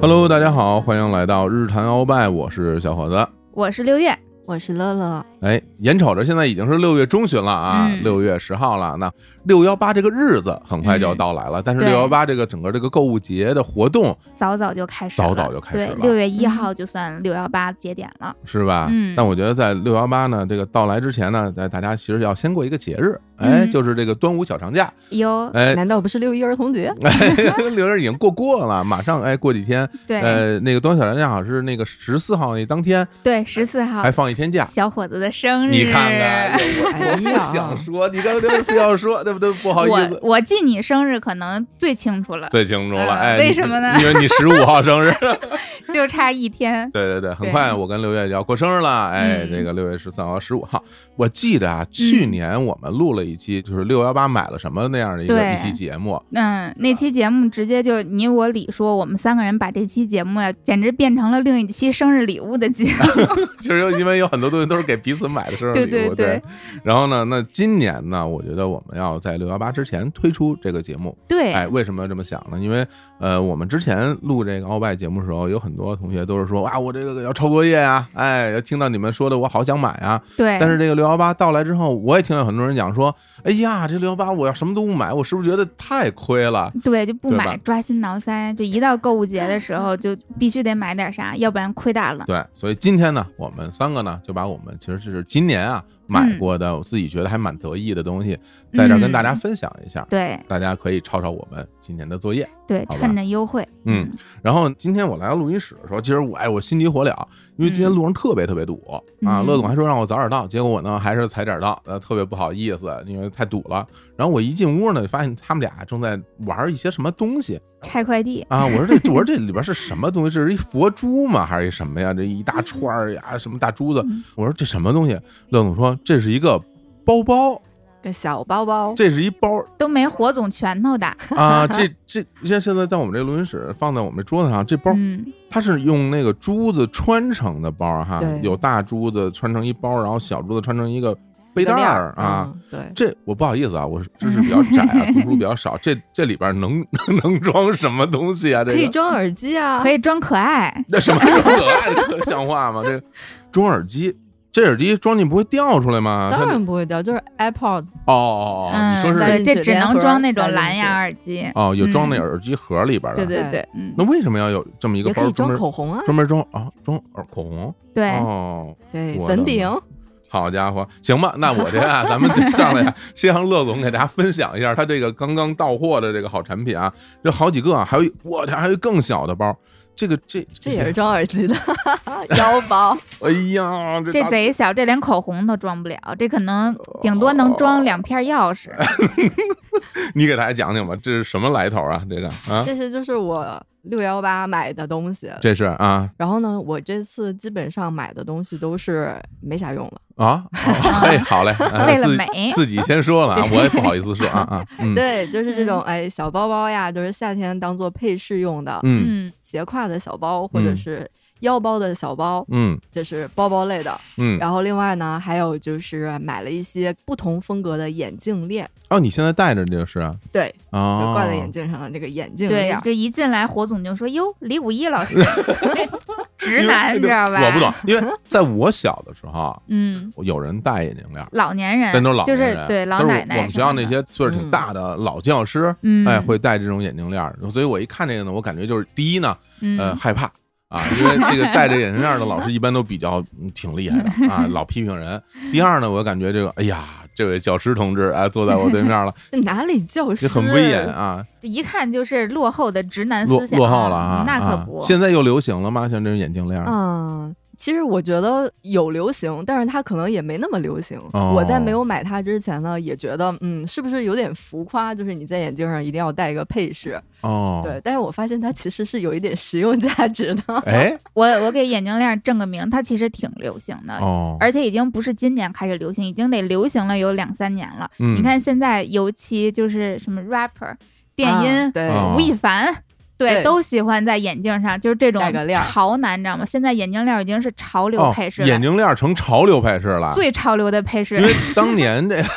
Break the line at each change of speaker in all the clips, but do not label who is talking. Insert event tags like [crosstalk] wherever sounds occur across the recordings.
Hello，大家好，欢迎来到日坛鳌拜，我是小伙子。
我是六月，
我是乐乐，
哎，眼瞅着现在已经是六月中旬了啊，
嗯
六、月十号了。那六幺八这个日子很快就要
嗯
到来了，但是
对
六幺八这个整个这个购物节的活动
早早就开始了，
早早就开始了
对，六月一号就算六幺八节点了，
是吧？
嗯
但我觉得在六幺八呢这个到来之前呢，大大家其实要先过一个节日，哎，
嗯
就是这个端午小长假，
哟，
哎，
[laughs]
难道不是六一儿童节？
六月已经过过了，马上哎过几天，
对、
呃，那个端午小长假好像是那个十四号那当天
对，十四号
还放一天假。
小伙子的生日，
哎你看看，我我
[laughs]
哎
不
呀
想说，你刚才非要说，对不对？不好意思
我，我记你生日可能最清楚了，
最清楚了，
呃
哎，
为
你
什么呢
因为你十五号
[laughs]
生日，
就差一天，
对对对，很快我跟六月就要过生日了，哎，
嗯
这个六月十三号、十五号，我记得啊，去年我们录了一期就是六幺八买了什么那样的一个
对
一期节目， [laughs]
嗯，那期节目直接就你我李说，我们三个人把这期节目呀、简直变成了另一期生日礼物的节
[laughs]
目，
其实因为有很多东西都是给彼此买的生日礼
对
物，
对对
然后呢，那今年呢，我觉得我们要在六幺八之前推出这个节目，
对，
哎，为什么这么想呢？因为呃，我们之前录这个鳌拜节目的时候，有很多同学都是说，哇，我这个要抄作业啊，哎，要听到你们说的，我好想买啊。
对，
但是这个六幺八到来之后，我也听到很多人讲说，哎呀，这六幺八我要什么都不买，我是不是觉得太亏了？
对，就不
对
买
吧，
抓心挠腮。就一到购物节的时候，就必须得买点啥，要不然亏大了。
对，所以今天呢，我们三个呢，就把我们其实是今年啊买
嗯
过的，我自己觉得还蛮得意的东西，在这儿跟大家
嗯
分享一下。
对
大家可以抄抄我们今年的作业。
对，
好吧
趁着优惠，
嗯，然后今天我来到录音室的时候，其实我哎我心急火燎，因为今天路上特别特别堵、啊。
嗯
乐总还说让我早点到，结果我呢还是踩点到，呃，特别不好意思，因为太堵了。然后我一进屋呢，就发现他们俩正在玩一些什么东西
拆快递。 [laughs]
啊！我说这我说这里边是什么东西？这 [laughs] 是一佛珠吗？还是一什么呀？这一大串儿呀，什么大珠子？
嗯
我说这什么东西？乐总说这是一个包包，
个小包包，
这是一包
都没火总拳头大，
啊！这这像现在在我们这录音室放在我们这桌子上，这包
嗯，
它是用那个珠子穿成的包儿哈
对，
有大珠子穿成一包儿，然后小珠子穿成一个背带儿啊。
嗯，对，
这我不好意思啊，我知识比较窄
[laughs]
啊，读书比较少，这这里边能 [laughs] 能装什么东西啊？这
可以
个
装耳机啊，
可
以，
以装可爱。
那什么可爱的像话吗？这个装耳机，这耳机装进不会掉出来吗？啊它
当然不会掉，就是 AirPod，
哦哦哦哦，你
嗯，
说是
对
三
这
指
只
连
能
盒
装那种
三
蓝
指
牙耳机。
哦，有装那
嗯
耳机盒里边
对
的。
对
对
对，嗯
那，为什么要有这么一个
也
包
可以
儿专
装
门
口红啊，
专门装啊装耳口红？
对，
哦，
对，
我的
粉饼，
好家伙，行吧，那我这啊，咱们得上来啊， [laughs] 先让乐总给大家分享一下他这个刚刚到货的这个好产品啊，这好几个啊，还有一我这还有一更小的包，这个这
这也是装耳
[laughs]
机的腰包，
哎呀，这
这
大哦
贼小，这连口红都装不了，这可能顶多能装两片钥
[laughs]
匙。
你给大家讲讲吧，这是什么来头啊？这个啊，
这些就是我六幺八买的东西。
这是啊
然后呢，我这次基本上买的东西都是没啥用了。
啊，嘿，好嘞，啊
[laughs] 为了
自己
美
自己先说了啊，我也不好意思说啊啊，嗯
对，就是这种哎小包包呀，就是夏天当做配饰用的，
嗯
嗯，
斜挎的小包或者
嗯
是腰包的小包，
嗯
这是包包类的。
嗯，
然后另外呢，还有就是买了一些不同风格的眼镜链，
哦，你现在戴着这个是啊，
对，就
哦
挂在眼镜上的这个眼镜
对
链，。
这一进来，火总就说：“哟，李五一
[laughs]
老师，这直男，你知道吧？”
我不懂，，因为在我小的时候啊，
嗯，
有人戴眼镜链儿。
老年人，
但都是老
就
年
是
人
对老
都是
奶奶。
我们学校那，些岁数挺大的老教师，
嗯，
哎，会戴这种眼镜链儿，所以我一看这个呢，我感觉就是第一呢，呃，
嗯，
害怕。啊，因为这个戴着眼镜链儿的老师一般都比较嗯挺厉害
[laughs]
的啊，老批评人。第二呢，我感觉这个，哎呀，这位教师同志啊，坐在我对面了，
这哪里教
这
师？
很威严。啊，
这一看就是落后的直男
落
思想，
落后了啊，
那可
啊
不，
现在又流行了吗？像这种眼镜链儿，
嗯，其实我觉得有流行，但是它可能也没那么流行。
哦
我在没有买它之前呢，也觉得嗯，是不是有点浮夸？就是你在眼镜上一定要戴一个配饰，
哦，
对。，但是我发现它其实是有一点实用价值的。
哎，
我我给眼镜链正个名，它其实挺流行的。
哦，
而且已经不是今年开始流行，已经得流行了有两三年了。
嗯
你看现在，尤其就是什么 rapper、电
啊
音、
对，
哦
吴亦凡，对，
对
都喜欢在眼镜上，就是这种
戴个链儿。
潮男，你知道吗？现在眼镜链儿已经是潮流
哦
配饰了，
眼镜链儿成潮流配饰了，
最潮流的配饰
因。为当年这 [laughs]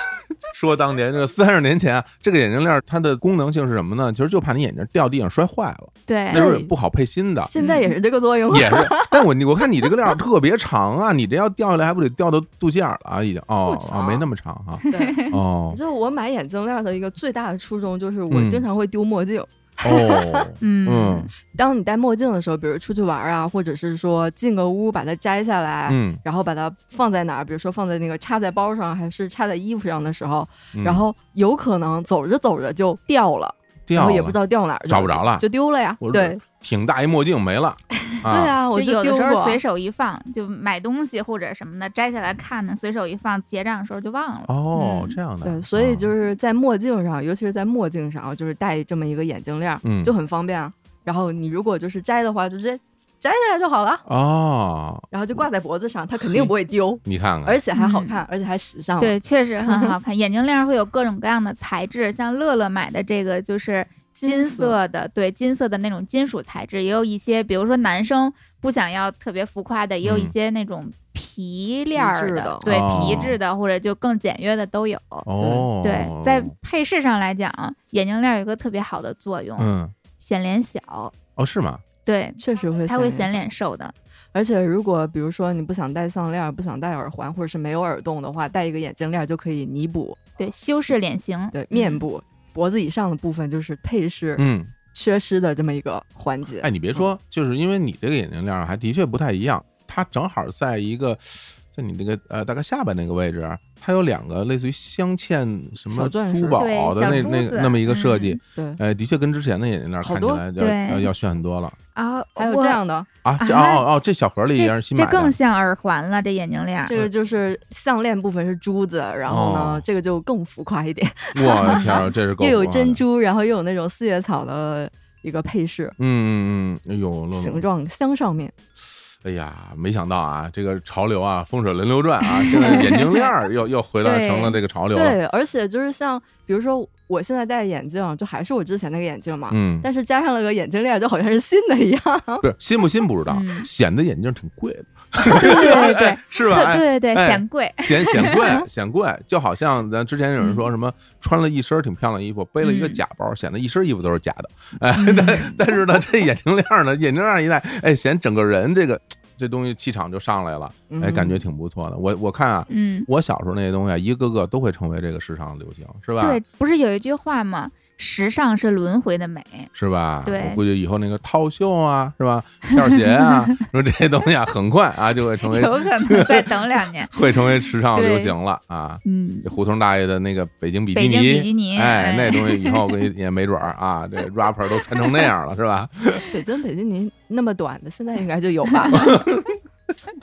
说当年这三十年前啊，这个眼镜链儿它的功能性是什么呢？其实就怕你眼镜掉地上摔坏了，
对
那时候也不好配新的
现在也是这个作用。啊
也是，但我我看你这个链儿特别长啊， [laughs] 你这要掉下来还不得掉到肚脐眼儿了啊？已经哦
不
哦，
长，
没那么长啊
[laughs] 对，
哦
就是我买眼镜链的一个最大的初衷就是我
嗯
经常会丢墨镜。
哦，
嗯
嗯
当你戴墨镜的时候，比如出去玩啊，或者是说进个屋把它摘下来，
嗯，
然后把它放在哪儿，比如说放在那个插在包上，还是插在衣服上的时候，
嗯
然后有可能走着走着就掉了，然
掉
后
了
也不知道掉哪儿去了，
找不着了
就丢了呀
我。
对
挺大一墨镜没
[laughs]
了，
对
啊，
啊，我
就有的
丢
时候
过
随。手一放，就买东西或者什么的摘下来看呢，随手一放，结账的时候就忘了。
哦，
嗯
这样的，
对，所以就
啊
是在墨镜上，尤其是在墨镜上，就是戴这么一个眼镜链儿，
嗯
就很方便啊。然后你如果就是摘的话，就直接摘下来就好了，
哦，
然后就挂在脖子上，它肯定不会丢，
你看看
而，且还好
嗯
看，而且还时尚。，
对，确实很好看。眼镜链儿会有各种各样的材质，像乐乐买的这个就是金
金色
色的，对，金色的那种金属材质，也有一些，比如说男生不想要特别浮夸的，也有一
嗯
些那种皮链儿
质
的，
的
对，
哦
皮质的或者就更简约的都有。
哦，
对，在配饰上来讲，眼镜链儿有一个特别好的作用，
嗯，
显脸小，
哦，是吗？
对，
确实会，
它会显。脸瘦的。
而且如果比如说你不想戴项链儿，不想戴耳环，或者是没有耳洞的话，戴一个眼镜链儿就可以弥补
对，修饰脸型，
对
嗯
面部、脖子以上的部分就是配饰
嗯，
缺失的这么一个环节。
哎，你别说，就是因为你这个眼镜链儿还的确不太一样，它正好在一个，在你这个呃大概下巴那个位置，它有两个类似于镶嵌什么
小钻石
珠宝
对
的
小
那
珠
那
子
那么一个设
嗯
计，
对，
呃，的确跟之前的眼镜链儿
好
看起
多
来就
对
要要炫很多了
啊，
还有
我
这样的，
啊！这
啊
哦哦，这小盒里也是
这
新买
这更
的，
[laughs]
像耳环了，这眼镜链儿。
这个就是项链部分是珠子，然后呢，
哦
这个就更浮夸一点，
我天儿，这是够
又有
浮夸的
珍，珠，然后又有那种四叶草的一个配饰。
嗯嗯嗯，哎呦，乐乐
形状镶上面，
哎呀，没想到啊，这个潮流啊，风水轮流转啊，现在眼镜链儿 [laughs] 又又回来
对
成了这个潮流了。
对，而且就是像，比如说我现在戴眼镜，就还是我之前那个眼镜嘛，
嗯，
但是加上了个眼镜链，就好像是新的一样。
不 [laughs] 是新不新不知道，
嗯
显得眼镜挺贵的，
[laughs] 对对对对
哎， [laughs] 是吧？
特
哎
对对对，
哎
显贵。
显
[laughs]
显贵，显贵，就好像咱之前有人
嗯
说什么穿了一身挺漂亮衣服，背了一个假包，显得一身衣服都是假
[laughs]
的。哎，但但是呢，这眼镜链儿呢，眼镜链儿一戴，哎，显整个人这个这东西气场就上来了，哎，
嗯
感觉挺不错的。我我看啊，
嗯，
我小时候那些东西啊，一个个都会成为这个时尚的流行，是吧？
对，不是有一句话吗？时尚是轮回的美。
是吧？
对
我估计以后那个套袖啊，是吧？跳鞋
[laughs]
啊，说这些东西啊，很快啊就会成为。
有可能再等两年
[laughs] 会成为时尚
对
流行了啊！
嗯
这，胡同大爷的那个北京比基
北京比
尼，
基尼，
哎，那东西以后跟也没准儿啊，这 rapper 都穿成那样了，是吧？
北京北京您那么短的，现在应该就有
[laughs]
吧？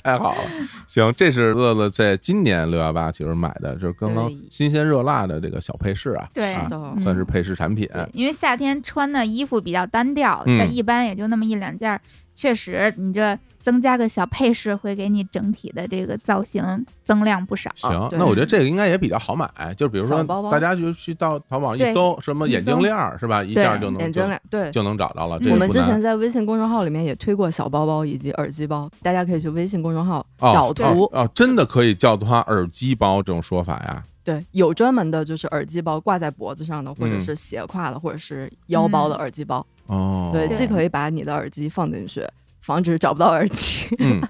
太好了，行，这是乐乐在今年六幺八其实买的，就是刚刚
对
新鲜热辣的这个小配饰啊，
对
啊
都
嗯
算是配饰产品。
对因为夏天穿的衣服比较单调，
嗯
但一般也就那么一两件儿。确实，你这增加个小配饰，会给你整体的这个造型增量不少。
行，
对
那我觉得这个应该也比较好买，就比如说
小包包
大家就去到淘宝一
对
搜什么
一
眼镜
搜
链儿是吧，一
对
下就能
眼
就
镜链，对。
嗯就能找到了。这
嗯
也
我们
不
之
难
前在微信公众号里面也推过小包包以及耳机包，大家可以去微信公众号
哦
找图。
哦哦，真的可以叫它耳机包这种说法呀？
对，有专门的就是耳机包挂在脖子上的，或者
嗯
是斜挎的，或者是腰包的耳机包。
哦，
对，既可以把你的耳机放进去，防止找不到耳机。
[laughs] 嗯，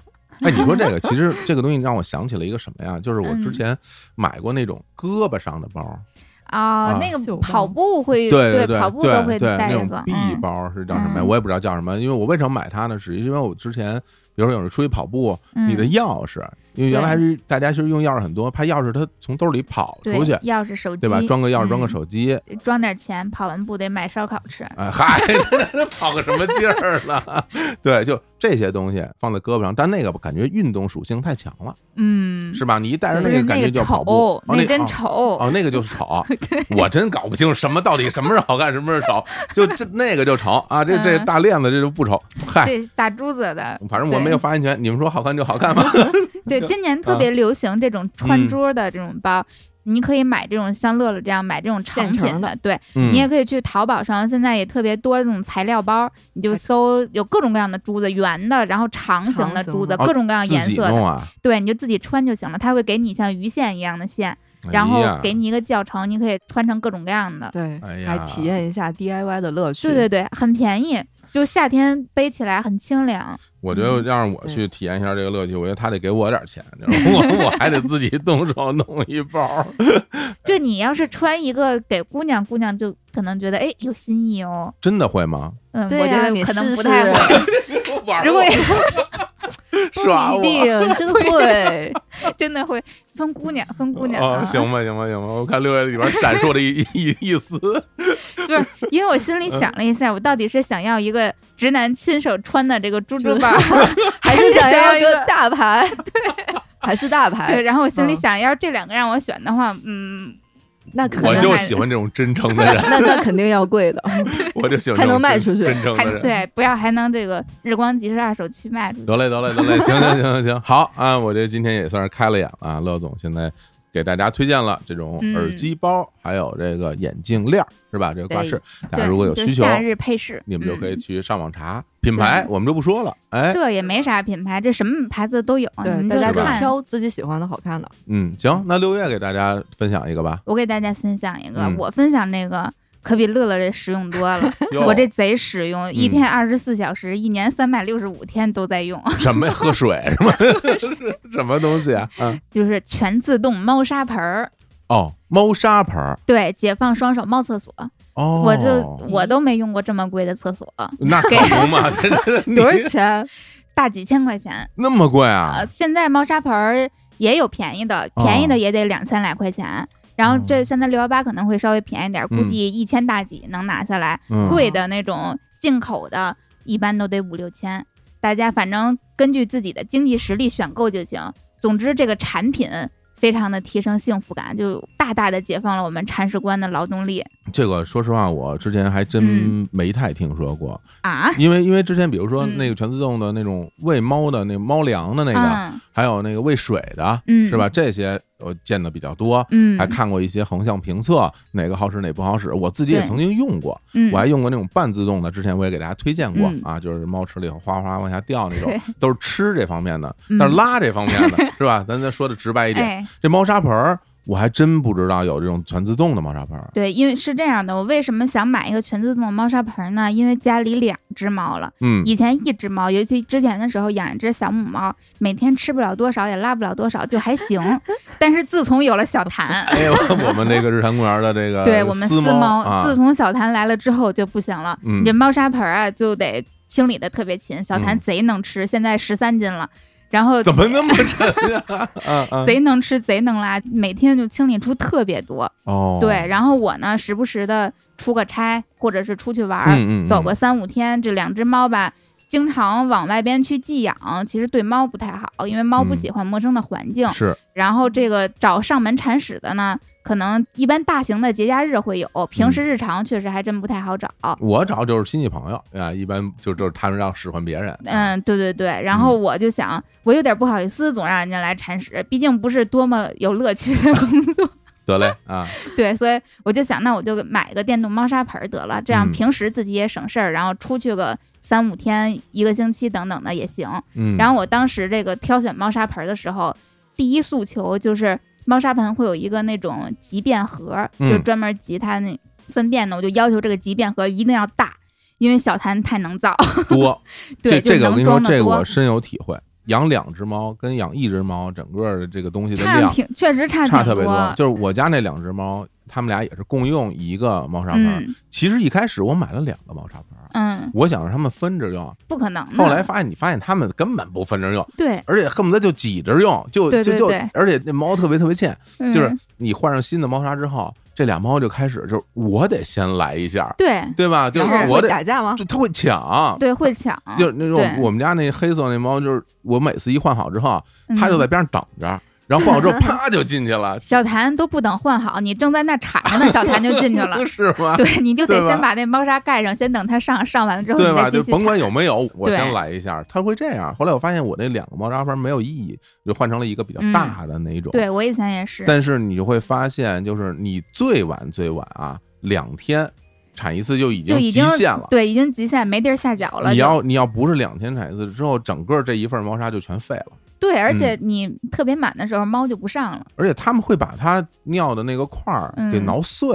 哎，你说这个，其实这个东西让我想起了一个什么呀？就是我
嗯
之前买过那种胳膊上的包，啊
哦，那
袖
个
包
跑步会
对
跑步都会
对对，
带
那
一
种
个
B
嗯
包是叫什么呀？
嗯
我也不知道叫什么，因为我为什么买它呢？是因为我之前。比如说有人出去跑步，
嗯
你的钥匙，因为原来还是大家其实用钥匙很多，怕钥匙它从兜里跑
对
出去，
钥匙、手机，
对吧？装个钥匙，装个
嗯
手机，
装点钱，跑完步得买烧烤吃。
哎嗨， [laughs] 跑个什么劲儿了？ [laughs] 对，就这些东西放在胳膊上，但那个感觉运动属性太强了，
嗯，
是吧？你一戴上
不
那
是
个感觉就要跑步
丑，，
哦那
真
哦
丑。
哦，那个就是
[laughs]
丑，我真搞不清楚什么到底什么是好看，什么是丑，就这那个就丑啊，这这
嗯
大链子这就不丑，嗨，
对，打珠子的，
嗯反正我没有嗯发言权，你们说好看就好看吧。
[laughs] 对，今年特别流行这种
嗯
穿珠的这种包，你可以买这种像乐乐这样买这种成
现
品
成的
对，
嗯
你也可以去淘宝上，现在也特别多这种材料包，你就搜有各种各样的珠子，圆的，然后长形的珠子，
形的
长
各种各样颜
哦自己
色的，
弄啊，
对，你就自己穿就行了，它会给你像鱼线一样的线，然后
哎呀
给你一个教程，你可以穿成各种各样的。
对，
哎呀
来体验一下 DIY 的乐趣。
对对对，很便宜，就夏天背起来很清凉。
我觉得
嗯
让我
对
去体验一下这个乐趣，我觉得他得给我点钱，你知道吗 [laughs] 我我还得自己动手弄一包。哎
就你要是穿一个给姑娘，姑娘就可能觉得哎有新意哦。
真的会吗？
嗯，
对
我觉
呀
得
你
可能
试
不太
试啊
会。
玩
如果
不
耍
一
我。
定，真的会。
真的会分姑娘，分姑娘、啊
哦，行吧，行吧，行吧，我看六月里边闪烁的一一 [laughs] 一一丝，
就是因为我心
嗯
里想了一下，我到底是想要一个直男亲手穿的这个猪猪包，
[laughs]
还
还是想要
要
一
一
个大牌，对，还是大
啊对，
牌，
然后我心里
嗯
想要这两个让我选的话，嗯，
那可
我
能
就
还
喜欢这种真诚的人，
[laughs] 那那肯定要贵
[laughs]
的，嗯
我就喜欢
还
这种
能卖
真
出去
真诚
还
的人。
对，不要还能这个日光集市二手去卖出去。
得嘞，得嘞，得嘞，行行行行行，好啊！我这今天也算是开了眼了啊，乐总现在给大家推荐了这种
嗯
耳机包，还有这个眼镜链儿，是吧？这个挂饰，大家
对，
如果有
就
需求，
夏日配饰，
你们就可以
嗯
去上网查品牌，我们就不说了。哎，
这也没啥品牌，这什么牌子都有，你
对，
们
大
嗯
家
是
就
吧
看。
挑自己喜欢的好看的。
嗯，行，那六月给大家分享一个
[laughs]
吧。
我给大家分享一个，
嗯
我分享那个可比乐乐这实用多了，
[laughs] 哟嗯
我这贼实用，一天二十四小时，一年三百六十五天都在用， [laughs]
什么呀？喝水是吗？ [laughs] 什么东西啊？
[laughs]
嗯，
就是全自动猫砂盆儿。
哦，猫砂盆儿。
对，解放双手猫厕所，
哦，
我就我都没用过这么贵的厕所，
那可不嘛，
[laughs]
真的你
多少钱？
大几千块钱。
那么贵啊
呃，？现在猫砂盆儿也有便宜的，
哦
便宜的也得两三百块钱。然后
哦
这现在六幺八可能会稍微便宜点儿，估
嗯
计一千大几能拿下来。
嗯
贵的那种进口的，一般都得五六千。大家反正根据自己的经济实力选购就行。总之，这个产品非常的提升幸福感，就大大的解放了我们铲屎官的劳动力
这个说实话，我之前还真
嗯
没太听说过，
啊！
因为因为之前比如说
嗯
那个全自动的那种喂猫的那猫粮的那个，
嗯
还有那个喂水的，
嗯，
是吧？？这些我见的比较多。
嗯，
还看过一些横向评测，哪个好使哪不好使，我自己也
对
曾经用过，
嗯，
我还用过那种半自动的，之前我也给大家推荐过
嗯
啊，就是猫吃了以后哗哗往下掉那种
对，
都是吃这方面的，
嗯
但是拉这方面的是吧？咱再说的直白一点，
[laughs] 哎，
这猫砂盆儿我还真不知道有这种全自动的猫砂盆儿，
对，因为是这样的，我为什么想买一个全自动的猫砂盆呢？因为家里两只猫了，
嗯，
以前一只猫，尤其之前的时候养一只小母猫，每天吃不了多少，也拉不了多少，就还行。但是自从有了小谭，
哎呦，我们这个日坛公园的这个
[laughs] 对我们
私
猫，
呃啊
自从小谭来了之后就不行了，
嗯
你这猫砂盆儿啊就得清理的特别勤。小谭
嗯
贼能吃，现在十三斤了，然
[laughs]
后
怎么那么沉
[laughs]
呀？ [laughs] 啊啊！
贼能吃贼能拉，每天就清理出特别多。
哦，
对，然后我呢时不时的出个差，或者是出去玩儿，
嗯嗯嗯
走个三五天，这两只猫吧。经常往外边去寄养，其实对猫不太好，因为猫不
嗯
喜欢陌生的环境。
是
然后这个找上门铲屎的呢，可能一般大型的节假日会有，
嗯
平时日常确实还真不太好找。
我找就是亲戚朋友啊，一般就就是他们让使唤别人，啊，
嗯，对对对，然后我就想，我有点不好意思，总让人家来铲屎，毕竟不是多么有乐趣
[laughs]
的工作。
得嘞啊，
对，所以我就想，那我就买个电动猫砂盆儿得了，这样
嗯
平时自己也省事儿，然后出去个三五天、一个星期等等的也行。
嗯，
然后我当时这个挑选猫砂盆儿的时候，第一诉求就是猫砂盆会有一个那种集便盒，
嗯
就专门集它那粪便的，我就要求这个集便盒一定要大，因为小谭太能造， [laughs]
多这
对，就
这个我跟
能
你说，
装的
这个我
多。
深有体会。养两只猫跟养一只猫，整个的这个东西的
差
量
挺，确实差
差
挺
特别多。就是我家那两只猫，它们俩也是共用一个猫砂盆儿。
嗯
其实一开始我买了两个猫砂盆儿，
嗯，
我想让它们分着用，
不可能的。
后来发现你发现它们根本不分着用，
对，
而且恨不得就挤着用，就
对对
就就
对，
而且那猫特别特别欠，就是
嗯
你换上新的猫砂之后，这俩猫就开始就是我得先来一下，
对
对吧？就是是我
会
得
打架吗？
就它会抢，
对会抢，
就是那种
对
我们家那黑色那猫，就是我每次一换好之后，它就
嗯
在边上等着，然后换好
[laughs]
之后啪就进去了，。
小谭都不等换好，你正在那铲着呢，小谭就进去了
[laughs] 是吗？
对，你就
对
得
吧
先把那猫砂盖上，先等它上，上完了之后
对
你
吧？
再继
就
续铲。
甭管有没有，我
对
先来一下，它会这样。后来我发现我那两个猫砂盆没有意义，就换成了一个比较
嗯
大的那一种。
对我以前也是，
但是你就会发现，就是你最晚最晚啊，两天产一次就已经
就已
极
经
限了。
对，已经极限没地儿下脚了。
你
就
要你要不是两天产一次之后，整个这一份猫砂就全废了。
对，而且你特别满的时候，猫就不上了。
而且他们会把它尿的那个块儿给
嗯
挠碎，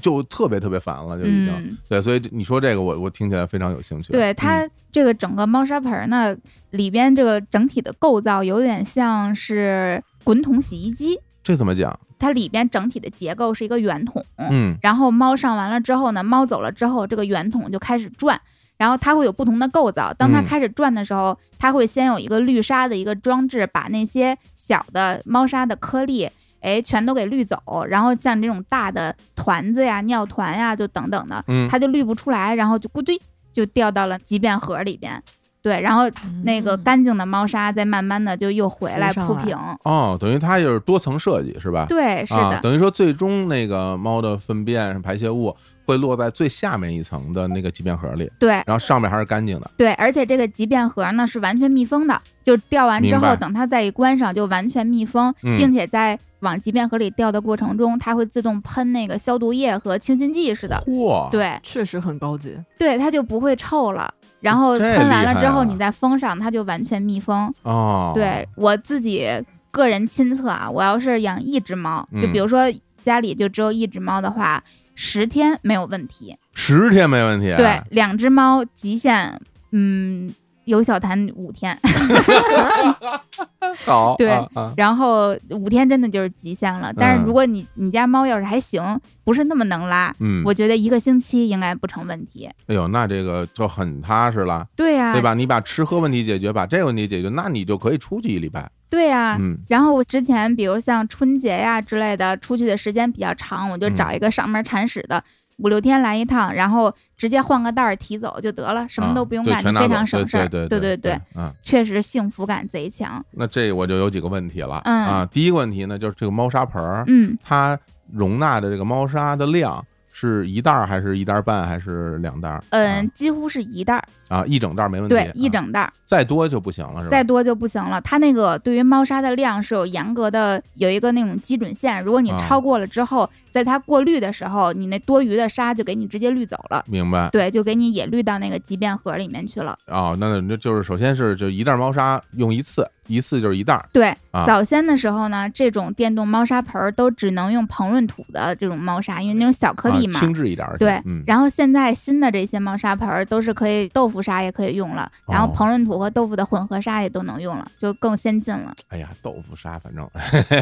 就特别特别烦了，就已经。
嗯，
对，所以这你说这个我，我听起来非常有兴趣。嗯
对它这个整个猫砂盆儿呢，里边这个整体的构造有点像是滚筒洗衣机，
这怎么讲？
它里边整体的结构是一个圆筒。
嗯
然后猫上完了之后呢，猫走了之后，这个圆筒就开始转，然后它会有不同的构造。当它
嗯
开始转的时候，它会先有一个滤沙的一个装置，把那些小的猫砂的颗粒，哎，全都给滤走。然后像这种大的团子呀、尿团呀，就等等的，
嗯，
它就滤不出来，然后就咕嘟就掉到了集便盒里边。对，然后那个
嗯
干净的猫砂再慢慢的就又回
浮
来
上
铺
来
平。
哦，等于它就是多层设计是吧？
对，是
啊，
的，
等于说最终那个猫的粪便排泄物会落在最下面一层的那个集便盒里，
对。
然后上面还是干净的。
对，而且这个集便盒呢是完全密封的，就掉完之
明白
后，等它再一关上就完全密封，
嗯
并且在往集便盒里掉的过程中，它会自动喷那个消毒液和清新剂似的。
嚯，，
呃对
确实很高级，
对，它就不会臭了。然后
这
喷完
厉
了之
害啊
后，你再封上，它就完全密封。
哦，
对我自己个人亲测啊，我要是养一只猫，就
嗯
比如说家里就只有一只猫的话，十天没有问题。
十天没问题。啊
对，，两只猫极限，嗯，有小谭五天。
[laughs] 好，
对
啊啊
然后五天真的就是极限了。但是如果你你家猫要是还行，不是那么能拉，
嗯，
我觉得一个星期应该不成问题。
哎呦，那这个就很踏实了，
对啊呀、
对吧？你把吃喝问题解决，把这个问题解决，那你就可以出去一礼拜。
对呀、
嗯，
然后我之前比如像春节呀、之类的，出去的时间比较长，我就
嗯
找一个上门铲屎的。五六天来一趟，然后直接换个袋儿提走就得了，什么
啊
都不用
对
干，
全拿
就非
走
常省事儿。
对
对
对
对，，
嗯。
确实幸福感贼强。
那这我就有几个问题了、
嗯
啊。第一个问题呢，就是这个猫砂盆儿，
嗯，
它容纳的这个猫砂的量是一袋儿还是一袋儿半还是两袋儿？
嗯，几乎是一袋儿，
啊，啊一整袋儿没问题，
对，一
啊
整袋儿。
再多就不行了，是吧？
再多就不行了。它那个对于猫砂的量是有严格的有一个那种基准线，如果你
啊
超过了之后，在它过滤的时候，你那多余的沙就给你直接滤走了，
明白
对，就给你也滤到那个集便盒里面去了。
哦，那那就是首先是就一袋儿猫砂用一次，一次就是一袋儿，
对，
啊
早先的时候呢，这种电动猫砂盆儿都只能用膨润土的这种猫砂，因为那种小颗粒
啊
嘛。
轻质一点儿去。
对
嗯，
然后现在新的这些猫砂盆儿都是可以豆腐砂也可以用了，然后
哦
膨润土和豆腐的混合砂也都能用了，就更先进了。
哎呀，豆腐砂，反正 [laughs]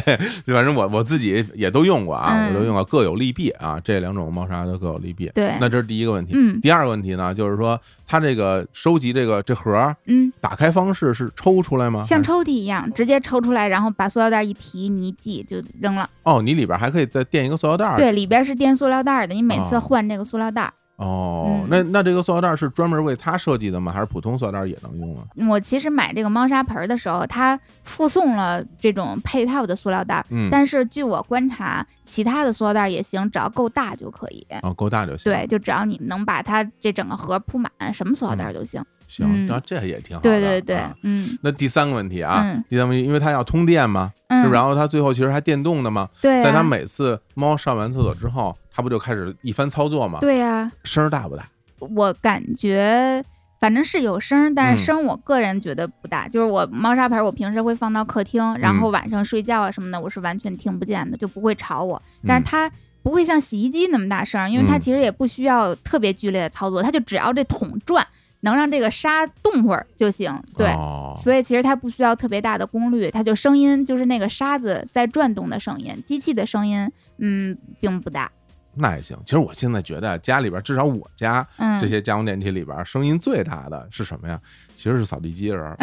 反正我我自己也都用过啊，
嗯
我都用过，各有利弊啊，这两种猫砂都各有利弊。
对
那这是第一个问题。
嗯
第二个问题呢，就是说它这个收集这个这盒儿
嗯，
打开方式是抽出来吗？
像
还是
抽屉一样，直接抽出来，然后把塑料袋一提，你一系就扔了。
哦，你里边还可以再垫一个塑料袋儿。
对，里边是垫塑料袋的，你每次
哦
换这个塑料袋。
哦
嗯，
那那这个塑料袋儿是专门为它设计的吗？还是普通塑料袋儿也能用啊？
我其实买这个猫砂盆儿的时候，它附送了这种配套的塑料袋，
嗯，
但是据我观察，其他的塑料袋也行，只要够大就可以。
哦够大就行。
对，，就只要你能把它这整个盒铺满，什么塑料袋都行。
行，
嗯
那这也挺好的。
对对对
啊，
嗯
那第三个问题啊
嗯，
第三个问题，因为它要通电嘛，是
嗯，
不是然后它最后其实还电动的嘛，
对啊
在它
呀，
每次猫上完厕所之后，它不就开始一番操作嘛？
对呀，
声儿大不大？
我感觉反正是有声儿，但
嗯
是声儿我个人觉得不大。就是我猫砂盆儿，我平时会放到客厅，然
嗯
后晚上睡觉啊什么的，我是完全听不见的，就不会吵我。但是它不会像洗衣机那么大声儿，因为它
嗯
其实也不需要特别剧烈的操作，它就只要这桶转，能让这个沙动会儿就行。对。
哦
所以其实它不需要特别大的功率，它就声音就是那个沙子在转动的声音，机器的声音，嗯，并不大，
那也行。其实我现在觉得啊家里边，至少我家
嗯，
这些家用电器里边，声音最大的是什么呀？其实是扫地机器人儿，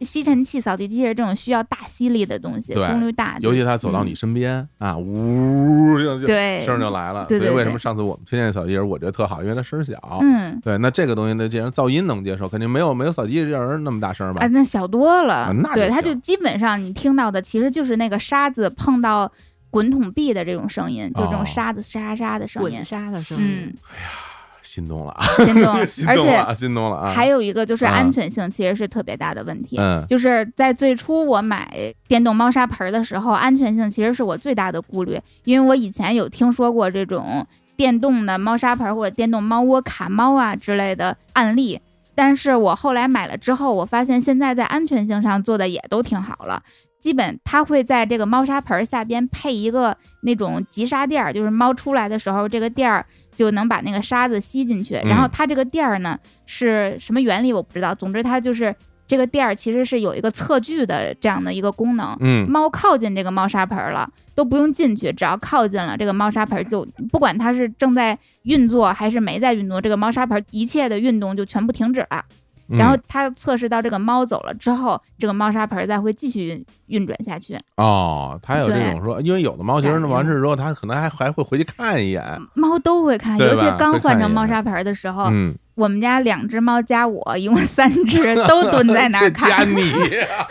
吸尘器、扫地机器人这种需要大吸力的东西，
对
功率大，
尤其它走到你身边啊，呜就就
嗯对
声儿就来了。所
对
以
对
为什
对
么上次我们推荐扫地机器人，我觉得特好，因为它声儿小。
嗯
对，那这个东西呢，既然噪音能接受，肯定没有没有扫地机器人儿那么大声儿吧
啊，？那小多了，
啊那就
对，它
行
就基本上你听到的其实就是那个沙子碰到滚筒壁的这种声音，就这
哦
种沙子沙沙的声音
滚，沙的声音
嗯，，
心动了啊，，
心
[laughs]
动
心
嗯而
动了
且
啊，心动了啊！
还有一个就是
啊
安全性其实是特别大的问题，
嗯
就是在最初我买电动猫砂盆的时候，安全性其实是我最大的顾虑，因为我以前有听说过这种电动的猫砂盆或者电动猫窝卡猫啊之类的案例。但是我后来买了之后，我发现现在在安全性上做的也都挺好了。基本它会在这个猫砂盆下边配一个那种急砂垫儿，就是猫出来的时候，这个垫儿就能把那个沙子吸进去。然后它这个垫儿呢是什么原理我不知道，总之它就是这个垫儿其实是有一个测距的这样的一个功能。
嗯
猫靠近这个猫砂盆儿了，都不用进去，只要靠近了这个猫砂盆儿就，不管它是正在运作还是没在运作，这个猫砂盆儿一切的运动就全部停止了。
嗯
然后它测试到这个猫走了之后，这个猫砂盆儿再会继续运运转下去。
哦，它有这
对
种说，因为有的猫其实
感觉
完事之后，它可能还还会回去看一眼。
猫都会看，
对
尤
吧
其刚
会看
换成
一眼
猫砂盆儿的时候，
嗯，
我们家两只猫加我一共三只
[laughs]
都蹲在那
这
儿
加
看，
你， [laughs]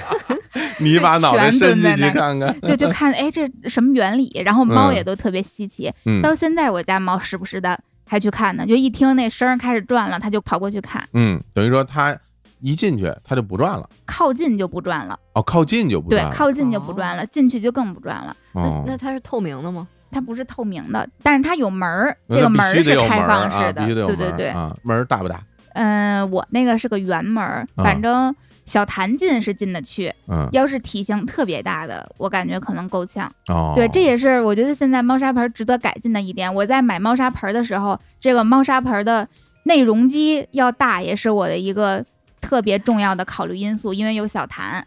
你把脑袋伸进去
全蹲在那
看看。
就就看哎这什么原理，然后猫
嗯
也都特别稀奇。
嗯
到现在我家猫时不时的还去看呢，就一听那声儿开始转了，它就跑过去看，
嗯，等于说它一进去它就不转了，
靠近就不转了，
哦，靠近就不
对
转，了。，
靠近就不转了，进去就更不转了。
哦
那那它是透明
[laughs]
的吗？
它不是透明的，但是它有门儿，
那
这个
必
门儿
须得
是
有门
开
儿
放
啊
式的，
必须得有
对
门
对
儿
对。
啊，门儿大不大？
嗯，我那个是个圆门儿，
啊
反正小弹进是进得去，
嗯，
要是体型特别大的，我感觉可能够呛。
哦，
对，这也是我觉得现在猫砂盆值得改进的一点。我在买猫砂盆的时候，这个猫砂盆的内容积要大，也是我的一个特别重要的考虑因素，因为有小痰。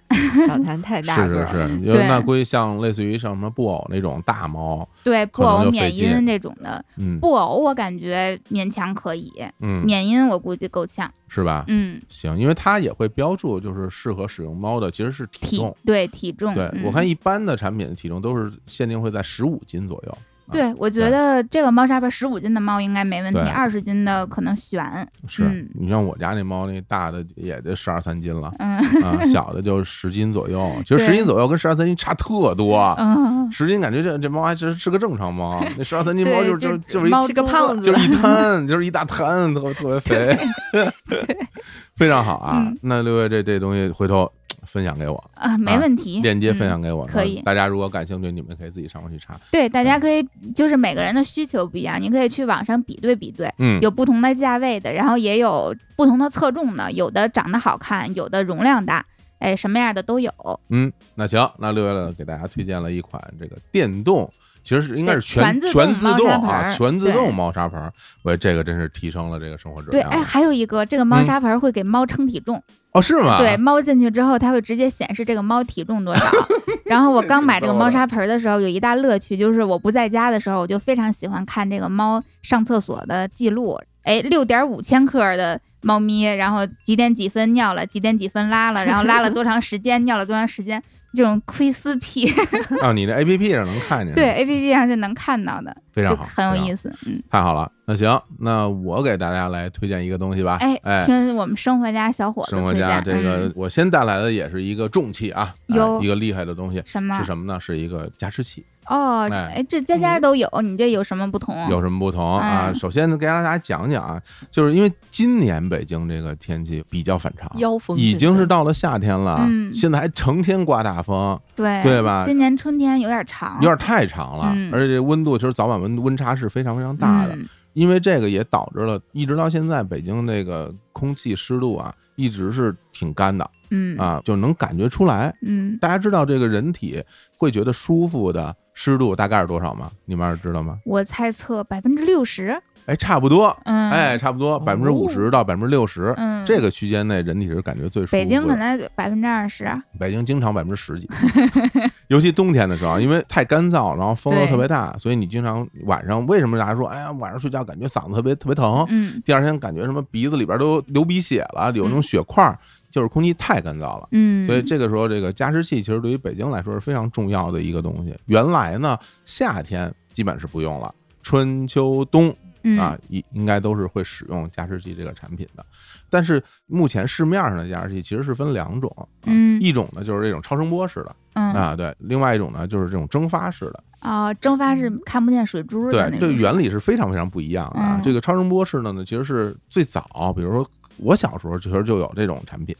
小谭太大个
是
儿
是
了，
是，因为
啊对
那估计像类似于像什么布偶那种大猫，
对，
可
布
能
偶、
就费
缅
劲
因这种的，
嗯
布偶我感觉勉强可以，
嗯，
缅因我估计够呛。
是吧？
嗯，
行，因为它也会标注，就是适合使用猫的其实是体
体
重。
对体重，
对
嗯
我看一般的产品的体重都是限定会在十五斤左右，
对，我觉
对
得这个猫砂盆十五斤的猫应该没问题，
对
二十斤的可能悬。
是
嗯。
你像我家那猫那大的也得十二三斤了
[laughs] 嗯
啊，小的就十斤左右，其实
对
十斤左右跟十二三斤差特多。啊
嗯，
十斤感觉这这猫还真是个正常猫，啊
[laughs]
那十二三斤
对
猫就是
这
就就是一
猫
是个
多
胖子
就是一滩，就是一大滩，特别特
[laughs]
别肥， [laughs] 非常好啊！
嗯
那六月这这东西回头分享给我，
[laughs] 啊，没
啊
问题。
链接分
嗯
享给我，
可以
大家如果感兴趣，你们可以自己上网去查。
对，大
嗯
家可以就是每个人的需求不一样，你可以去网上比对比对，
嗯，
有不同的价位的，然后也有不同的侧重的，有的长得好看，有的容量大，哎，什么样的都有。
嗯，那行，那六月呢给大家推荐了一款这个电动，其实是应该是
对
全
全自
全
动
自动
猫砂
啊，
盆儿
全自动
对
猫砂盆儿，我这个真是提升了这嗯个生活质
对，
量
哎，
了。
还有一个，这个猫砂盆会给猫称体重，
哦，是吗？
对，，猫进去之后，它会直接显示这个猫体
[laughs]
重多少。然后我刚买这个猫砂盆的时候，有一大乐趣就是我不在家的时候，我就非常喜欢看这个猫上厕所的记录。哎，六点五千克的猫咪，然后几点几分尿了，几点几分拉了，然后拉了多长时间，尿 [laughs] 了多长时间，这种窥私癖，
啊，你这 A P P 上能看见，
[laughs] 对，A P P 上是能看到的，
非
就
常好，
很有
思，
意思。嗯，
太好了。那行，那我给大家来推荐一个东西吧。
哎，
哎，
听我们生活家小伙子
生活
推
家
荐，
这个
嗯、
我先带来的也是一个重器啊，哎
哟
一个厉害的东西
什么
是什么呢？是一个加湿器。
哦，
哎
哎，这家家都有，你这有什么不同？
有什么不同啊？
嗯
首先给大家讲讲啊，就是因为今年北京这个天气比较反常。
妖风
已
阵
经是
阵
到了夏天了，
嗯哦
现在还成天刮大风，
对
对吧
今年春天有点长，
有点太长了，
嗯
而且温度其实早晚温温差是非常非常大的。
嗯
因为这个也导致了，一直到现在北京这个空气湿度啊，一直是挺干的
嗯
啊，就能感觉出来。
嗯，
大家知道这个人体会觉得舒服的湿度大概是多少吗？你们二知道吗？
我猜测百分之六十，
哎，差不多，
嗯，
哎，，差不多百分之五十到百分之六十。
嗯，
这个区间内，人体是感觉最舒服的。
北京可能百分之二十，
北京经常百分之十几，尤其冬天的时候，因为太干燥，然后风又
对
特别大，所以你经常晚上为什么大家说，哎呀，晚上睡觉感觉嗓子特别特别疼，
嗯
第二天感觉什么鼻子里边都流鼻血了，有那种血块儿，就是空气太干燥了。
嗯，
所以这个时候，这个加湿器其实对于北京来说是非常重要的一个东西。原来呢，夏天基本是不用了，春秋冬
嗯
啊，应应该都是会使用加湿器这个产品的。但是目前市面上的加湿器其实是分两种，啊
嗯
一种呢就是这种超声波式的
嗯
啊，对，另外一种呢就是这种蒸发式的，
哦，蒸发是看不见水
嗯
珠的
对，
那
这
种，
个原理是非常非常不一样的。啊
嗯。
这个超声波式的呢，其实是最早，比如说我小时候其实就有这种产品。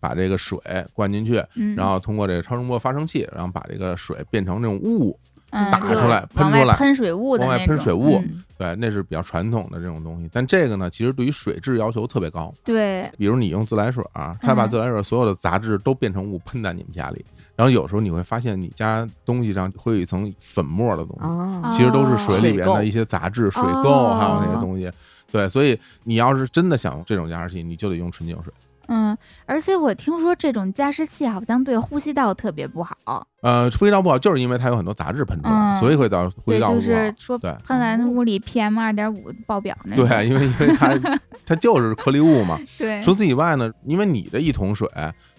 把这个水灌进去，
嗯，
然后通过这个超声波发生器，然后把这个水变成这种雾，
嗯，
打
就
出来喷
往
出
外
来
喷水雾的
往
那
外
种，
喷水雾，
嗯
对，那是比较传统的这种东西。但这个呢，其实对于水质要求特别高。
对，
比如你用自来水啊，它把
嗯
自来水所有的杂质都变成雾喷在你们家里，然后有时候你会发现你家东西上会有一层粉末的东西，
啊
嗯
其实都是水里边
哦
的一些杂质、水
水
垢，还有那些
哦
东西。对，所以你要是真的想这种加湿器，你就得用纯净水。
嗯，而且我听说这种加湿器好像对呼吸道特别不好，
呃，呼吸道不好，就是因为它有很多杂质喷出来，
嗯
所以会导致呼吸
对，
道不
就
好。
是说
对
喷完屋里 PM 二点五爆表那种。
对，因为因为它 [laughs] 它就是颗粒物嘛。
[laughs] 对，
除此以外呢，因为你这一桶水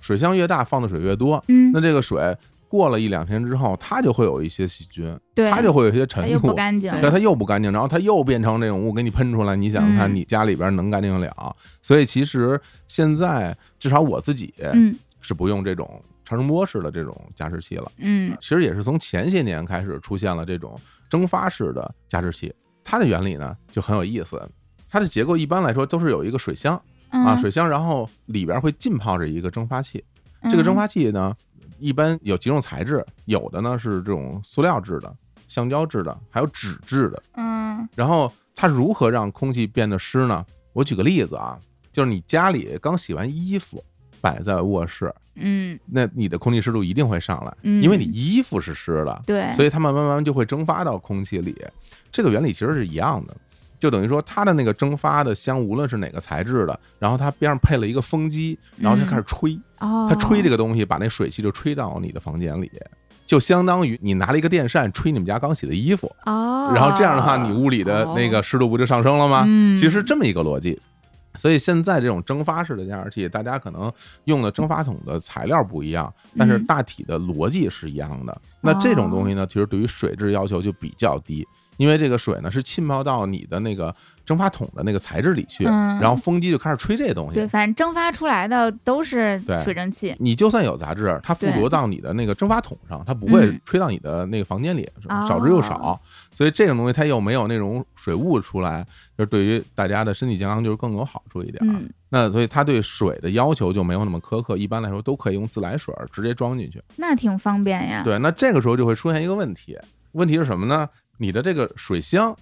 水箱越大，放的水越多，
嗯，
那这个水过了一两天之后，它就会有一些细菌，
对，
它就会有一些
它
尘
又哎不
土，
干净，
对，它哎又不干净，然后它又变成这种雾给你喷出来，你想想看
嗯
你家里边能干净得了？所以其实现在至少我自己
嗯
是不用这种超声波式的这种加湿器了。
嗯
其实也是从前些年开始出现了这种蒸发式的加湿器。它的原理呢就很有意思，它的结构一般来说都是有一个水箱啊，
嗯
水箱，然后里边会浸泡着一个蒸发器。这
嗯
个蒸发器呢，一般有几种材质，有的呢是这种塑料制的、橡胶制的，还有纸质的。
嗯
然后它如何让空气变得湿呢？我举个例子啊，就是你家里刚洗完衣服摆在卧室，
嗯，
那你的空气湿度一定会上来，
嗯
因为你衣服是湿的，
对，
所以它慢慢慢慢就会蒸发到空气里。这个原理其实是一样的，就等于说它的那个蒸发的香，无论是哪个材质的，然后它边上配了一个风机，然后它开始吹，
哦，
它吹这
个，
个东西把那水汽就吹到你的房间里，就相当于你拿了一个电扇吹你们家刚洗的衣服，
哦，
然后这样的话，你屋里的那个湿度不就上升了吗？
嗯
其实这么一个逻辑。所以现在这种蒸发式的加湿器，大家可能用的蒸发桶的材料不一样，但是
嗯哦
大体的逻辑是一样的。那这种东西呢，其实对于水质要求就比较低，因为这个水呢是浸泡到你的那个蒸发桶的那个材质里去，
嗯
然后风机就开始吹这东
对，
西。
反正蒸发出来的都是
对
水蒸气，
你就算有杂质，它附着
对
到你的那个蒸发桶上，它不会
嗯
吹到你的那个房间里，少之又少
哦。
所以这种东西它又没有那种水雾出来，就是对于大家的身体健康就是更有好处一点。
嗯
那所以它对水的要求就没有那么苛刻，一般来说都可以用自来水直接装进去。
那挺方便呀。
对，那这个时候就会出现一个问题，问题是什么呢？你的这个水箱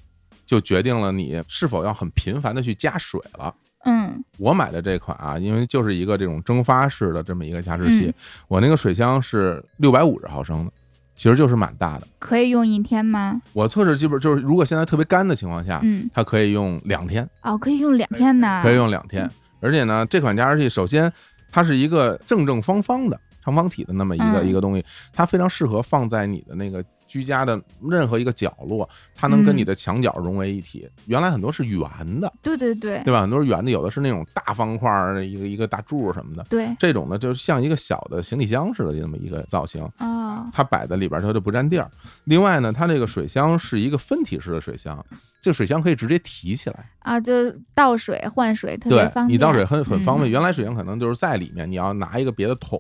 就决定了你是否要很频繁的去加水了。
嗯，
我买的这款啊，因为就是一个这种蒸发式的这么一个加湿器，
嗯
我那个水箱是六百五十毫升的，其实就是蛮大的。
可以用一天吗？
我测试基本就是，如果现在特别干的情况下，
嗯，啊
它可以用两天，
哦，可以用两天呢。
啊可以用两天。
嗯
而且呢，这款加湿器首先它是一个正正方方的长方体的那么一个、
嗯
一个东西，它非常适合放在你的那个居家的任何一个角落，它能跟
嗯
你的墙角融为一体。原来很多是圆的，
对对对
对吧？很多是圆的，有的是那种大方块儿的一个一个大柱什么的。
对，
这种呢，就是像一个小的行李箱似的这么一个造型，
哦，
它摆在里边儿它就不占地儿。另外呢，它这个水箱是一个分体式的水箱，这水箱可以直接提起来，
啊，就倒水换水特别
对
方便。
你倒水很很方便。
嗯
原来水箱可能就是在里面，你要拿一个别的桶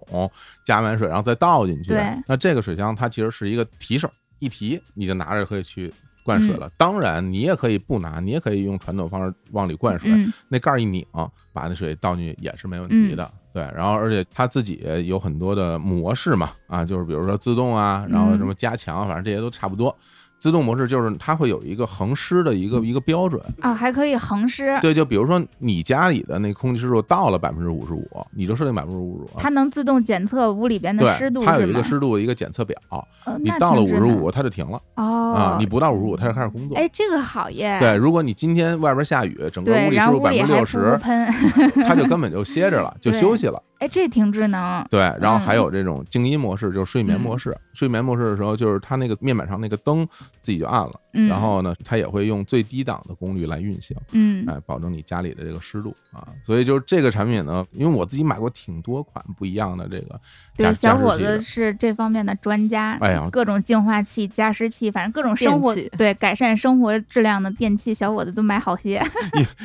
加满水，然后再倒进去
对。
那这个水箱它其实是一个提手，一提你就拿着可以去。灌水了，
嗯
当然你也可以不拿，你也可以用传统方式往里灌水，
嗯
那盖儿一拧，把那水倒进去也是没问题的。对，然后而且它自己有很多的模式嘛，啊，就是比如说自动啊，然后什
嗯
么加强，反正这些都差不多。自动模式就是它会有一个恒湿的一个一个标准，
啊，还可以恒湿，
对，就比如说你家里的那空气湿度到了百分之五十五，你就设定百分之五十五。
它能自动检测屋里边的湿度
对，
是吗？
它有一个湿度的一个检测表，
呃，
你
那
到了五
挺
十
智能
五它就停了啊
哦，，
你不到五十五它就开始工作。
哎，这个好耶。
对，如果你今天外边下雨，整个
对
屋里
然
湿
后
度
屋
百
里
分之
还
六
噗噗
十，
喷， [laughs]
它就根本就歇着了，就休息了。
哎，这挺智能。
对，然后还
嗯
有这种静音模式，就是睡眠模式。睡眠模式的时候，就是它那个面板上那个灯自己就暗了，
嗯，
然后呢，它也会用最低档的功率来运行，
嗯
哎，保证你家里的这个湿度啊。所以就是这个产品呢，因为我自己买过挺多款不一样的这个加
对，
加
小
湿
伙
器的
子是这方面的专家，
哎呀
各种净化器、加湿器，反正各种生活
电器
对改善生活质量的电器，小伙子都买好些。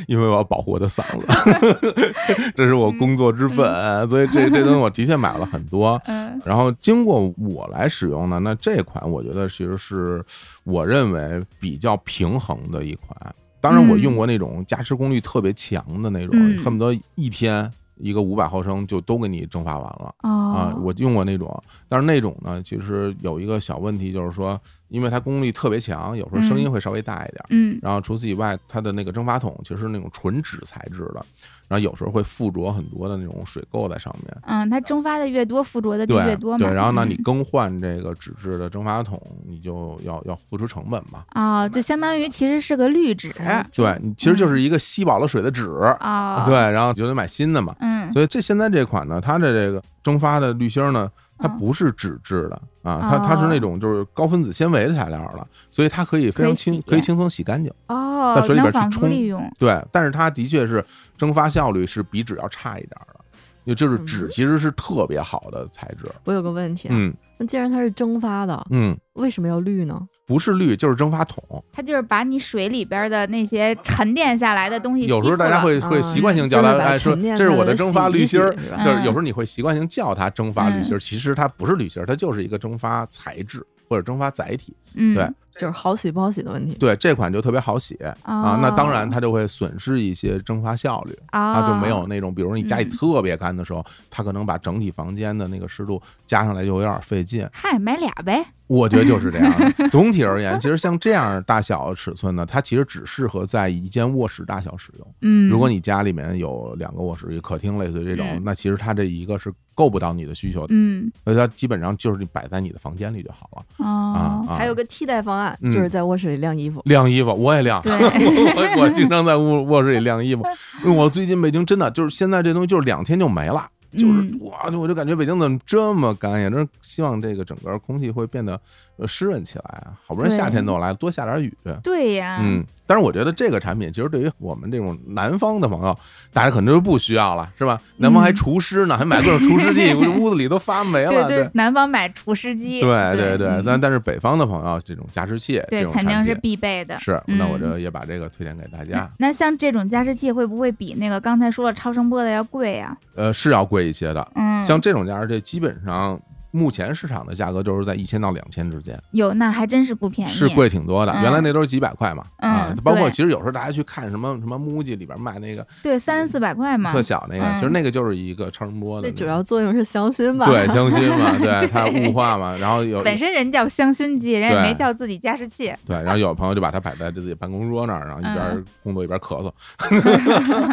因为我要保护我的嗓子，
[laughs]
这是
嗯
我工作之本，所以这这东西我的确买了很多。
嗯
然后经过我来使用呢，那这款我觉得其实是我认为比较平衡的一款。当然，我
嗯
用过那种加湿功率特别强的那种，
嗯
恨不得一天一个五百毫升就都给你蒸发完了。
[laughs]
啊
哦
啊，我用过那种，但是那种呢，其实有一个小问题，就是说因为它功率特别强，有时候声音
嗯
会稍微大一点儿。
嗯
然后除此以外，它的那个蒸发桶其实是那种纯纸材质的，然后有时候会附着很多的那种水垢在上面。
嗯，它蒸发的越多，附着的就
对
越多嘛。
对，然后呢，
嗯
你更换这个纸质的蒸发桶，你就要要付出成本嘛。
哦，就相当于其实是个滤纸
嗯
对，你其实就是一个吸饱了水的纸，
哦。
对，，然后你就得买新的嘛。
嗯，
所以这现在这款呢，它的这个蒸发的滤芯儿呢，它
嗯哦
不是纸质的啊，它它是那种就是高分子纤维的材料了，所以它可以非
可以
常
洗
轻，可以轻松洗干净。
哦
在，水里
能
边去
反复
冲
利用。
对，但是它的确是蒸发效率是比纸要差一点儿的，因为就是纸
嗯
其实是特别好的材质。
我有个问题啊，
嗯
那既然它是蒸发的，
嗯，
为什么要滤呢？
不是滤就是蒸发桶。
它就是把你水里边的那些沉淀下来的东西吸附
有
了，
时候大家会会
啊
习惯性
就
叫
是
它，
把
哎，说
沉淀
这是
它
我
的
的蒸发
洗一
滤
洗
芯儿，
是吧嗯
就是有时
嗯
候你会习惯性叫它蒸发滤芯儿，其实它不是滤芯儿，它就是一个蒸发材质或者蒸发载体。
嗯，
对
就是好洗不好洗的问题。
对，这款就特别好洗啊，那当
哦
然它就会损失一些蒸发效率，它
它
就没有那种，比如说你家里
嗯
特别干的时候，它可能把整体房间的那个湿度加上来就有点费劲。
嗨，买俩呗。
我觉得就是这样
[laughs]
的。总体而言，其实像这样大小尺寸呢，它其实只适合在一间卧室大小使用。
嗯，
如果你家里面有两个卧室、一个客厅，类似于这种
嗯，
那其实它这一个是够不到你的需求的，
嗯
所以它基本上就是你摆在你的房间里就好了啊
哦，
啊。
还有个替代方案，
嗯
就是在卧室里晾衣服。
晾衣服，我也晾，我 [laughs] 我经常在卧卧室里晾衣服。因为我最近北京真的就是现在这东西就是两天就没了，就是
嗯
哇，我就感觉北京怎么这么干呀？真是希望这个整个空气会变得呃湿润起来啊！好不容易
对
夏天都来了，多下点雨。
对呀，
嗯，但是我觉得这个产品其实对于我们这种南方的朋友，大家可能就不需要了，是吧？南方还除湿呢，还买各种除湿剂，我这屋子里都发霉
对
了。
对，南方买除湿机，
对
对
对对，但
嗯
但是北方的朋友，这种加湿器，这
对
种
肯定
产
是
品
必备的。
是，那我
嗯
这也把这个推荐给大家
那。那像这种加湿器会不会比那个刚才说的超声波的要贵呀？
呃，是要贵一些的，
嗯，
像这种加湿器，基本上目前市场的价格就是在一千到两千之间，
有那还真是不便宜，
是贵挺多的。
嗯
原来那都是几百块嘛，啊
嗯，
包括
对
其实有时候大家去看什么什么 MUJI 里边卖那个
对，三四百块嘛。
特小那个，其实
嗯
那个就是一个超声波的
那
那个，
主要作用是香薰吧？
对，香薰
[laughs]
嘛，对，它雾化嘛，然后有
本身人叫香薰机，人也
对啊
没叫自己加湿器。
对，然后有朋友就把它摆在自己办公桌那儿，然后一边
嗯
工作一边咳
[laughs]
嗽，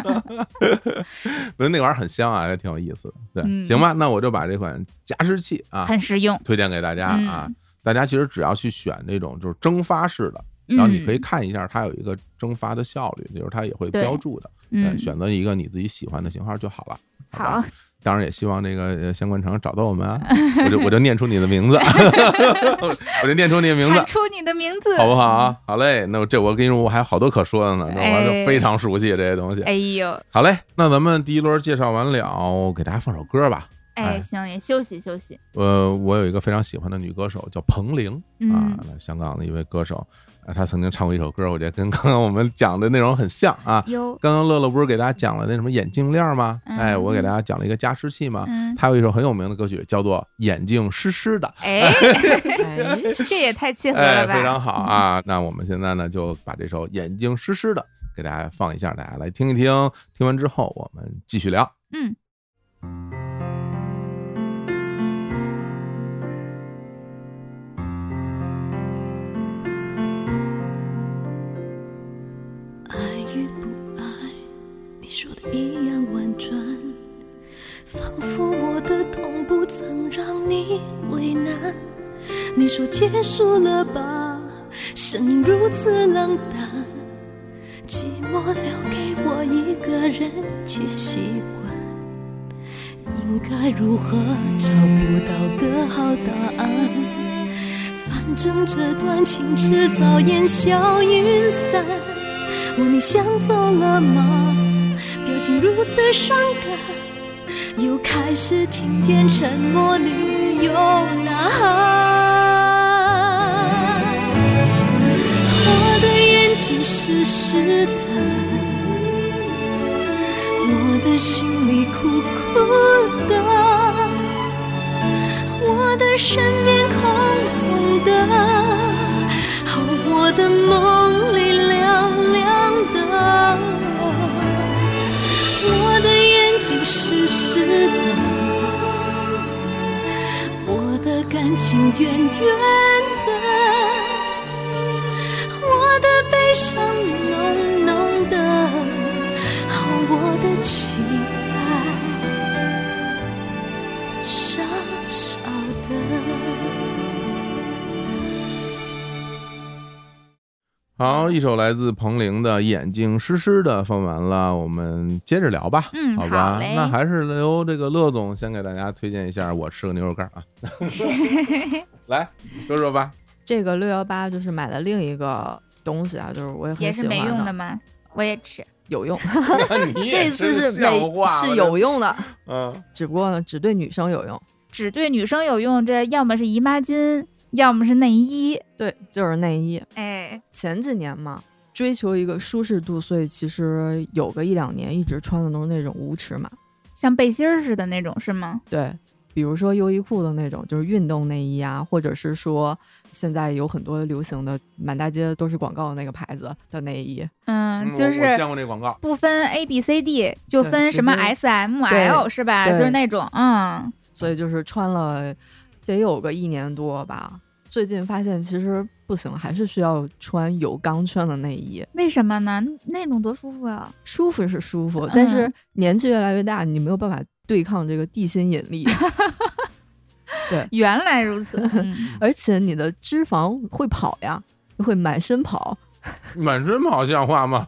不是那玩意儿很香啊，还挺有意思的。对，
嗯
行吧，那我就把这款加湿器啊
很实用，
推荐给大家啊。大家其实只要去选那种就是蒸发式的，
嗯
然后你可以看一下它有一个蒸发的效率，就是它也会
对
标注的，
嗯，
选择一个你自己喜欢的型号就好了。吧
好，
当然也希望这个呃相关厂找到我们啊， [laughs] 我就我就念出你的名字， [laughs] 我就念出你的名字
喊，出你的名字，
好不好啊？好嘞，那我这我跟你说，我还有好多可说的呢，那我就
哎
非常熟悉这些东西
哎。呦，
好嘞，那咱们第一轮介绍完了，给大家放首歌吧。哎
哎，行，也休息休息。
呃，我有一个非常喜欢的女歌手叫彭玲啊
嗯，
那香港的一位歌手，啊她曾经唱过一首歌，我觉得跟刚刚我们讲的内容很像啊。
哟，
刚刚乐乐不是给大家讲了那什么眼镜链吗？
嗯
哎，我给大家讲了一个加湿器嘛。
嗯，
她有一首很有名的歌曲，叫做《眼镜湿湿的》。
哎，
[laughs] 哎，
这也太契合
哎，
了吧？
非常好
[laughs]
啊！那我们现在呢，就把这首《眼睛湿湿的》给大家放一下，大家来听一听。听完之后，我们继续聊。
嗯，
爱与不爱，你说的一样婉转，仿佛我的痛不曾让你为难。你说结束了吧，声音如此冷淡，寂寞留给我一个人去习惯。应该如何找不到个好答案？反正这段情迟早烟消云散。我你想走了吗？表情如此伤感，又开始听见沉默里有呐喊。我的眼睛湿湿的，我的心里苦苦的，我的身边空空的。哦，我的梦里凉凉的，我的眼睛湿湿的，我的感情远远的，的悲伤浓浓的，好我的期待少少的。
好，一首来自彭羚的《眼睛湿湿的》放完了，我们接着聊吧，
嗯
好吧
好嘞
那还是由这个乐总先给大家推荐一下《我吃个牛肉干》
[laughs]
啊，来说说吧，
这个六幺八就是买了另一个东西啊，就是我也很
也
喜
是
欢
没用的吗？我也吃，[laughs]
有用，
你
这
也真
次是
像
没
话，
是有，用的，
嗯，
只不过呢，只对女生有用。
只对女生有用，这要么是姨妈巾，要么是内衣。
对，就是内衣。
哎，
前几年嘛，追求一个舒适度，所以其实有个一两年一直穿的都是那种无尺码。
像背心儿似的那种是吗？
对，比如说优衣库的那种，就是运动内衣啊，或者是说现在有很多流行的，满大街都是广告的那个牌子的内衣。
嗯，
我
就
我
是
见过那广告，
不分 A B C D，就
对
分
只
什么
不
S M L 是吧？
对
就是那种，嗯，
所以就是穿了得有个一年多吧。最近发现其实不行，还是需要穿有钢圈的内衣。
为什么呢？那种多舒服啊！
舒服是舒服，但是
嗯
年纪越来越大，你没有办法对抗这个地心引
[laughs]
力，
原来如此， [laughs] 嗯
而且你的脂肪会跑呀，会满身跑。
满身跑像话吗？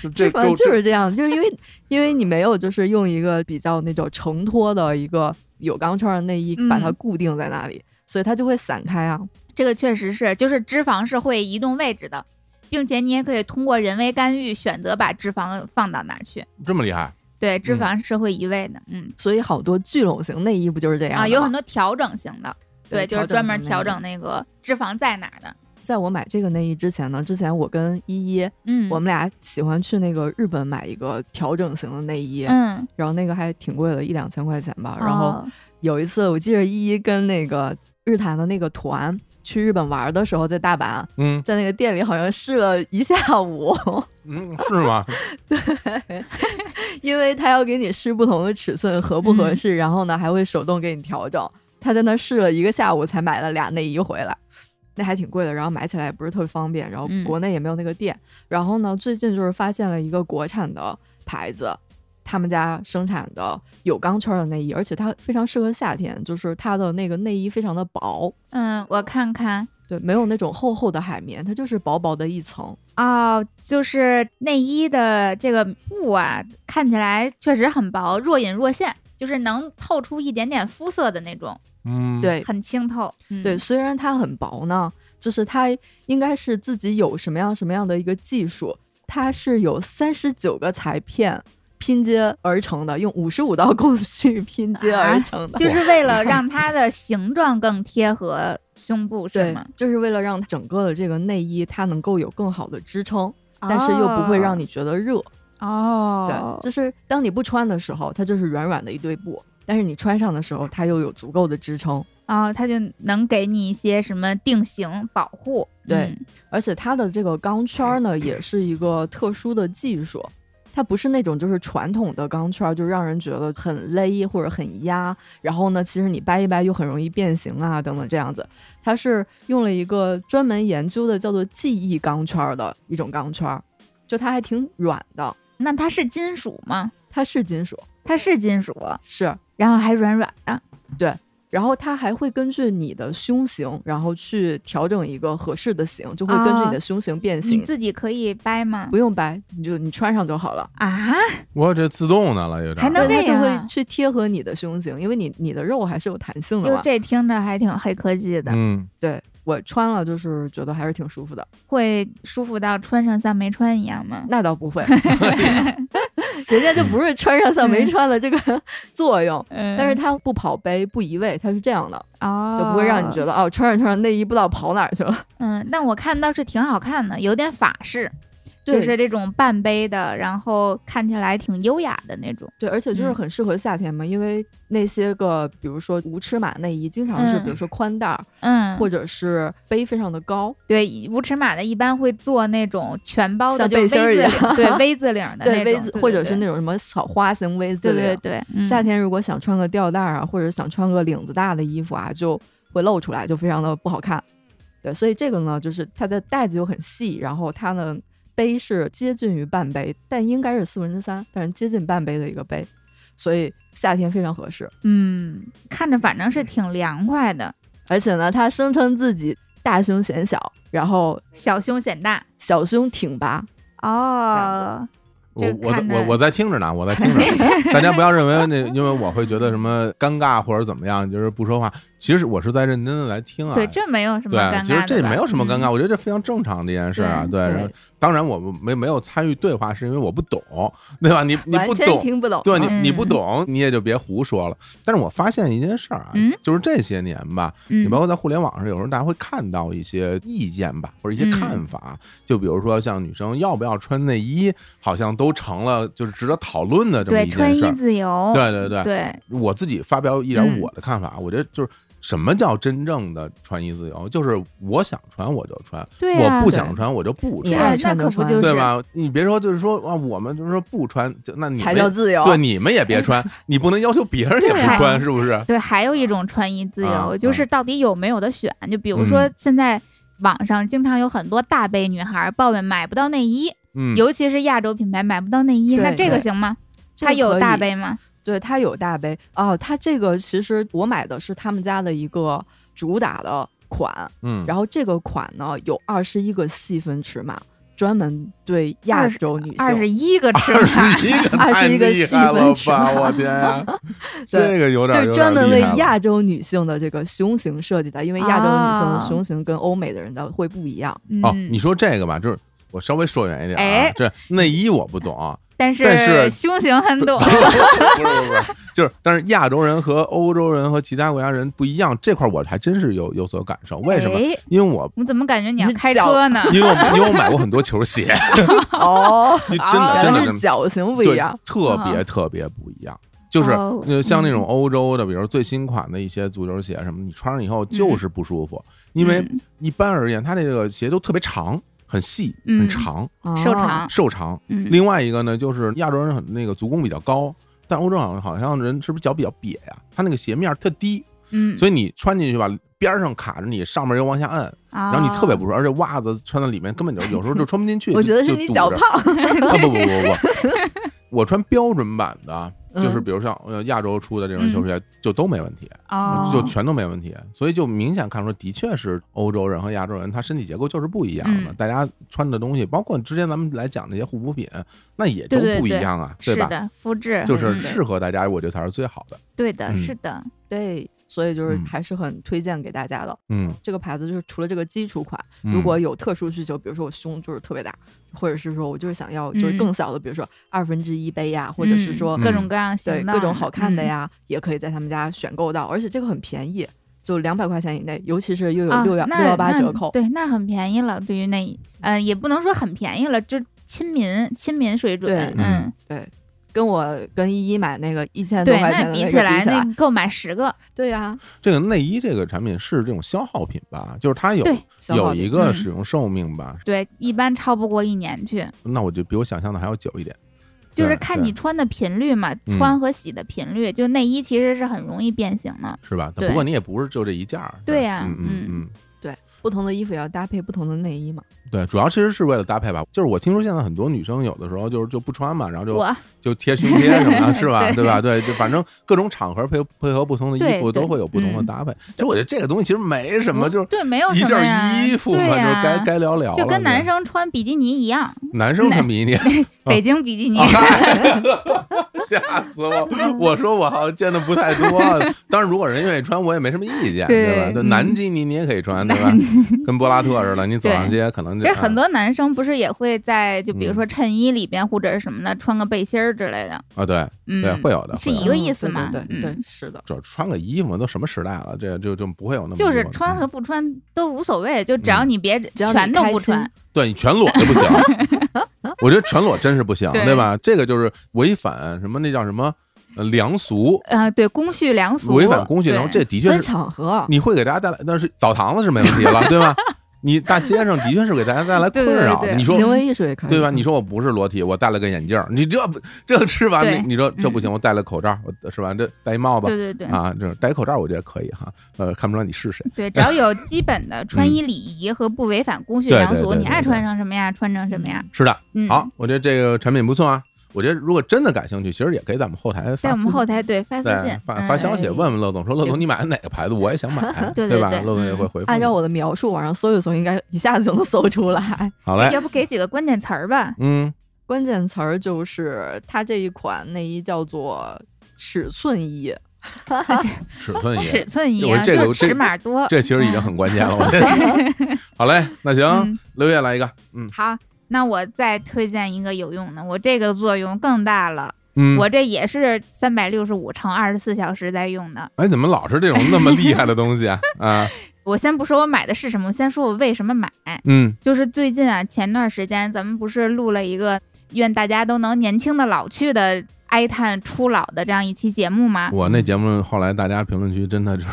脂
这
肪就是这样，就是因为因为你没有就是用一个比较那种承托的一个有钢圈的内衣
嗯
把它固定在那里，所以它就会散开啊。
这个确实是，就是脂肪是会移动位置的，并且你也可以通过人为干预选择把脂肪放到哪儿去。
这么厉害，
对，
嗯
脂肪是会移位的，嗯
所以好多聚拢型内衣不就是这样的吗
啊，有很多调整型的，对，
对
就是
调整
专门
型内
调
衣
整那个脂肪在哪儿的。
在我买这个内衣之前呢，之前我跟依依，
嗯，
我们俩喜欢去那个日本买一个调整型的内衣，
嗯，
然后那个还挺贵的，一两千块钱吧。然后
哦
有一次，我记得依依跟那个日坛的那个团去日本玩的时候，在大阪，
嗯
在那个店里好像试了一下午， [laughs]
嗯，是吗？
因为他要给你试不同的尺寸合不合适，然后呢还会手动给你调整。他在那试了一个下午，才买了俩内衣回来，那还挺贵的。然后买起来也不是特别方便，然后
嗯
国内也没有那个店。然后呢，最近就是发现了一个国产的牌子，他们家生产的有钢圈的内衣，而且它非常适合夏天，就是它的那个内衣非常的薄，
嗯，我看看。
对，没有那种厚厚的海绵，它就是薄薄的一层。
哦，就是内衣的这个布啊，看起来确实很薄，若隐若现，就是能透出一点点肤色的那种，
嗯，，
对，
很清透。嗯
对，，虽然它很薄呢，就是它应该是自己有什么样什么样的一个技术，它是有三十九个裁片拼接而成的，用五十五道工序拼接而
啊
成的。
就是为了让它的形状更贴合胸部，是
对
吗？，
就是为了让整个的这个内衣它能够有更好的支撑，但是又不会让
你
你觉得热。
哦
对，，就是当你不穿的时候，它就是软软的一堆布，但是你穿上的时候，它又有足够的支撑。
哦，它就能给你一些什么定型保护。嗯
对而且它的这个钢圈儿呢，也是一个特殊的技术，它不是那种就是传统的钢圈儿，就让人觉得很勒或者很压，然后呢，其实你掰一掰又很容易变形啊等等这样子。它是用了一个专门研究的叫做记忆钢圈儿的一种钢圈儿，就它还挺软的，
嗯，那它是金属吗？
它是金属，
它是金属，
是，
然后还软软
嗯
的。
然后它还会根据你的胸型，然后去调整一个合适的型，就会根据你的胸型变
你
形。
自己可以掰吗
不？用掰，你就你穿上就好了。
啊，
我这自动的了，有点儿
还能
对，它
这
就
样啊
会去贴合你的胸型，因为你你的肉还是有弹性的
哟，
嘛。
这听着还挺黑科技的。
嗯，
对我穿了就是觉得还是挺舒服的，
会舒服到穿上像没穿一样吗？
[laughs] 那倒不会， [laughs] 人家就不是穿上像没穿的这个 [laughs] 作用，
嗯
但是它不跑杯不移位，它是这样的，
哦，
就不会让你觉
得
得哦穿上穿上内衣不知道跑哪儿去了。
嗯。但我看倒是挺好看的，有点法式，
对
就是这种半杯的，然后看起来挺优雅的那种。
[laughs] 对，而且就是
嗯
很适合夏天嘛，因为那些个比如说无尺码内衣，经常是
嗯
比如说宽带儿、
嗯，
或者是杯非常的高，
对无尺码的，一般会做那种全包的，
像
就
背
是 V
心儿
字领，
一样
对
[laughs]
V 字领的那种，
V 字或者是那
种
种什么小花型 V 字
对
领
对对，嗯
夏天如果想穿个吊带儿啊，或者想穿个领子大的衣服啊，就会露出来，就非常的不好看。对，所以这个呢，就是它的带子又很细，然后它呢杯是接近于半杯，但应该是四分之三，但是接近半杯的一个杯，所以夏天非常合适。
嗯，看着反正是挺凉快的，
而且呢，他声称自己大胸显小，然后
小胸显大
小胸挺拔，
哦，
我
这
我在
看着
我我在听着呢，我在听着
[laughs]
呢。大家不要认为那，因为我会觉得什么尴尬或者怎么样，就是不说话。其实我是在认真的来听啊。
对，这没有什么
对
尴尬的吧，
其实这没有什么尴
嗯
尬，。我觉得这非常正常的一件事啊。对，
对
然后当然我没没有参与对话，是因为我不懂，对吧？你你
完
不
全
懂，
听不懂。
对
嗯
你你不
嗯
懂，你也就别胡说了。但是我发现一件事儿啊
嗯，
就是这些年吧，你
嗯
包括在互联网上，有时候大家会看到一些意见吧，或者一些
嗯
看法，就比如说像女生要不要穿内衣，好像都成了就是值得讨论的这么
对
一
穿
件事
衣
儿。
自由，
对对对，
对，
我自己发表一点
嗯
我的看法，我觉得就是什么叫真正的穿衣自由，就是我想穿我就穿，
对啊
我不
对
想穿我就不
你
对啊
穿
爱，
那
穿
可
就
不
穿
就
对
是
吧？你别说就是说啊，我们就是说不穿，就那你
才
们
叫自由。
对，你们也别
[laughs]
穿，你不能要求别人也不
对啊
穿，是不是？
对，还有一种穿衣自由，
啊
就
啊
是到底有没有的选。就比如说
嗯
现在网上经常有很多大杯女孩抱怨买不到内衣，
嗯，
尤其是亚洲品牌买不到内衣，那
对
这个
对
行吗？
这
它
个可
有
以
大，杯吗？
对，它有大杯哦。它这个其实我买的是他们家的一个主打的款，
嗯，
然后这个款呢有二十一个细分尺码，专门对亚
20
洲女性。
二十一个
[laughs]
尺码，
二十一个
[laughs] 二十一个
太厉害
细分
了
尺
吧！
码
我天
[laughs]
呀，这个有点儿
就是
有点
专
儿
门
厉
为
害了
亚洲女性的这个胸型设计的，因为亚洲女性的
啊
胸型跟欧美的人的会不
[laughs]
一样。
嗯，
哦，你说这个吧，就是我稍微说远一点啊
哎，
这内衣我不懂啊，
[laughs]
但是
但是
胸型很懂
不，是不是不是， [laughs] 就是但是亚洲人和欧洲人和其他国家人不一样，这块儿我还真是有有所感受。为什么？
哎
因为我
我怎么感觉你要
你
开
脚
车呢？
因为我因为我买过很多球鞋，
哦，
真的
啊
真的
咱们
真
是
的
脚型不一
对
样。嗯
特别
啊
特别不一样。就是
哦
呃像那种欧洲的，比如最新款的一些足球鞋什么，你穿上以后
嗯
就是不舒服，因为
嗯
一般而言，它那个鞋都特别长、很细、
嗯
很长、
瘦
啊
长，
瘦长。
嗯，
另外一个呢，就是亚洲人很那个足弓比较高，但欧洲好像好像人是不是脚比较瘪呀？他那个鞋面儿特低，
嗯，
所以你穿进去吧，边儿上卡着你，上面又往下按，
然
然后你特别不舒服，而且袜子穿在里面根本就有时候就穿不进去。
哦我觉得
就是就
你
堵
脚
着
胖，
啊
[laughs]
[laughs]
不不不不不，我穿标准版的，就是
嗯
比如像呃亚洲出的这种球鞋，就都没问题，
嗯哦，
就全都没问题，所以就明显看出，的确是欧洲人和亚洲人，他身体结构就是不一样的，
嗯
大家穿的东西，包括之前咱们来讲那些护肤品，那也都
对对
不一
对
样啊，
是
吧？
的，肤质
就是
嗯
适合大家，我觉得才是最好的。
对的，
嗯
是的，
对，所以就是
嗯
还是很推荐给大家的。
嗯，
这个牌子就是除了这个基础款，
嗯
如果有特殊需求，比如说我胸就是特别大，或者是说我就是想要就是
嗯
更小的，比如说二分之一杯呀，或者是
嗯
说
各种各样型
对
的
各种好看的，
嗯
呀，也可以在他们家选购到，而且这个很便宜，就两百块钱以内，尤其是又有
啊
六幺
那
六幺八
那
折扣。
对，那很便宜了。对于那一，呃，也不能说很便宜了，这亲民亲民水准，
对
嗯，
对，跟我跟依依买那个一千多
对，
块钱的
那
那个
起来，
比起
那
来，
你购买十个，
对呀，
这个内衣这个产品是这种消耗品吧，就是它有
对
消耗
有
品
一个
嗯
使用寿命吧，
对，一般超不过一年去，
那我就比我想象的还要久一点。
就是
对
看
对
你穿的频率嘛，
嗯
穿和洗的频率，就内衣其实是很容易变形的，
是吧？
对
不过你也不是就这一件儿。
对呀
嗯嗯
嗯
嗯，
不同的衣服也要搭配不同的内衣嘛。
对，主要其实是为了搭配吧。就是我听说现在很多女生有的时候就是就不穿嘛，然后就
我
就贴胸贴什
[laughs]
么的，是吧？
对
对吧？对，就反正各种场合配配合不同的衣服
对对
都会有不同的
嗯
搭配。其实我觉得这个东西其实没什么，
我
就是
对，没有
一
什么呀，
件衣服嘛，
对
就
呀，
该该聊聊了。
就跟男
对
生穿比基尼一样，
男生穿比基尼，
北京比基尼，
啊 [laughs] 吓死我！我说我好像见的不太多，啊
[laughs]
当然如果人愿意穿，我也没什么意见，
对
吧？那
嗯
南基尼你也可以穿，对吧？跟波拉特似的，你走上街可能
其
就
实很多男生不是也会在就比如说衬衣里边或者是什么的穿个背心儿之类的，
啊，对
嗯，
对，会有的，
是
会有
一
的
个
嗯
意思
对对
嘛
对
嗯
对，是的。
主要穿个衣服都什么时代了，这就就不会有那么
就是
多
穿和不穿都无所谓，就只要
嗯
你别
要
全
你
都
开
不
心
穿，
对你全裸就
[laughs]
不行，我觉得全裸真是不行，
对
对吧？这个就是违反什么那叫什么呃良俗，
呃，对，公序良俗，
违反公序良，
对
这的确
分
是
场合，
[laughs]
你会给大家带来，但是澡堂子是没问题了，对吧？你大街上的确是给大家带来
对
困
对对
扰。
对嗯
你说
行为艺术也可以，嗯
对吧？你说我不是裸体，我戴了个眼镜儿，你这不这吃完
对
你你说这不行，我戴了口罩，我是吧？这戴一帽子
对对对
啊，这戴口罩我觉得可以哈，呃，看不出来你是谁。
对，只要有基本的穿衣礼仪和不违反公序
嗯对
良
对
俗，
对
你
对
爱
对
穿成什么呀，穿成什么呀。
是的，
嗯，
好，，我觉得这个产品不错啊。我觉得如果真的感兴趣，其实也可以在我们后台
在
发
我
私
们
信
后台对发私
对
信
发
嗯
发消息
哎
问问乐总，说乐总你买的哪个牌子？我也
[laughs]
想买，
对
吧？
对对
乐总也会
嗯
回复
按
你。
照我的描述，往上搜一搜，应该一下子就能搜出来。
好嘞，
要不给几个关键词儿吧？
嗯，
关键词儿就是它这一款内衣叫做尺寸衣，
尺寸
尺
也，
寸一
我
样，
这个
就
这
尺码多。 [laughs]
这其实已经很关键了。我觉得好嘞，那行
嗯，
刘烨来一个，嗯
好，那我再推荐一个有用的，我这个作用更大了。
嗯，
我这也是三百六十五乘二十四小时在用的。
哎，怎么老是这种那么厉害的东西啊？啊，
我先不说我买的是什么，我先说我为什么买。 [laughs]
嗯
就是最近啊，前段时间咱们不是录了一个愿大家都能年轻的老去的哀叹初老的这样一期节目吗？
我那节目后来大家评论区真的就是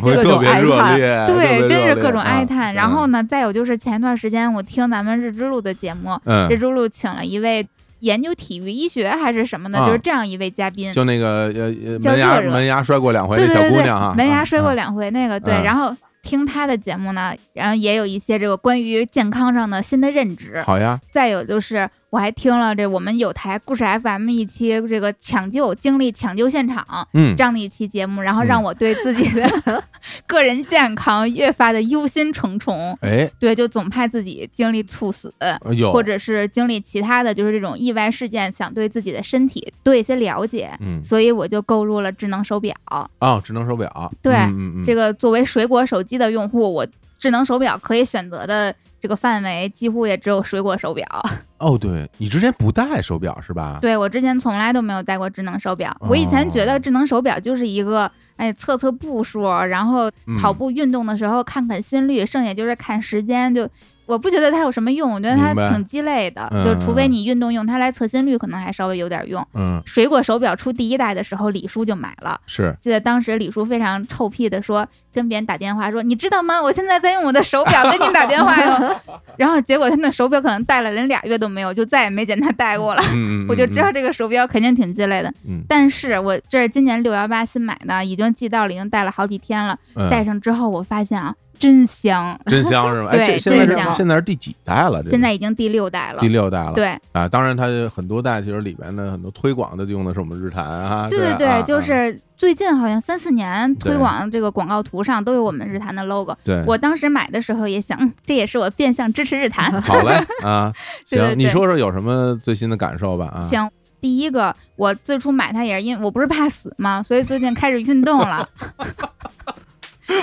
嗯反馈
这
特
种
别
哀
热
叹
烈，特别
哎对，真
热
是
烈
各种哀
啊
叹。然后呢，再有就是前段时间我听咱们日之路的节目，
嗯
日，之路请了一位研究体育医学还是什么的，
啊
就是这样一位嘉宾。
就那个呃呃
叫
门牙
热热
门牙摔过两回
对
那
对
小
对
姑
对
娘哈，，
门牙
啊
摔过
啊
两回那个对，
嗯
然后听他的节目呢，然后也有一些这个关于健康上的新的认知。
好呀，
再有就是，我还听了这我们有台故事 FM 一期这个抢救经历抢救现场
嗯
这，样的一期节目，然后让我对自己的
[laughs]
个人健康越发的忧心忡忡。
哎，
对，就总怕自己经历猝死，
有
或者是经历其他的就是这种意外事件，想对自己的身体多一些了解，
嗯
所以我就购入了智能手表。
哦，智能手表，
对
嗯嗯嗯，个
这个作为水果手机的用户，我智能手表可以选择的这个范围几乎也只有水果手表。 [laughs]
哦，对你之前不戴手表是吧？
对我之前从来都没有戴过智能手表，我以前
哦
觉得智能手表就是一个。哎，测测步数，然后
嗯
跑步运动的时候看看心率，剩下就是看时间。就我不觉得它有什么用，我觉得
明
它
白
挺鸡肋的。
嗯
就除非你运动用它来测心率，可能还稍微有点用。
嗯，
水果手表出第一代的时候，李叔就买了。
是
记得当时李叔非常臭屁的说，跟别人打电话说：“你知道吗？我现在在用我的手表跟你打电话哟。” [laughs] 然后结果他那手表可能戴了连俩月都没有，就再也没见他戴过了。
嗯嗯，
我就
嗯
知道，这个手表肯定挺鸡肋的，
嗯，
但是我这是今年六幺八新买的，已经寄到了，已经戴了好几天了。
嗯
戴上之后，我发现啊，真香！ [laughs]
真香是吧？哎，
对
这现在
真
是
香
现在是第几代了？这个
现在已经第六代了
第。六代了，
对
啊，当然它有很多代其实里边的很多推广的就用的是我们日坛啊，
对对
吧啊
对，就
啊
是最近好像三四年
对
推广这个广告图上都有我们日坛的 logo。
对，
我当时买的时候也想，嗯，这也是我变相支持日 [laughs] 坛。
[laughs] 好嘞啊，
对对
行，你
对
说说有什么最新的感受吧啊？
行，第一个我最初买它也是因为我不是怕死嘛，所以最近开始运动了。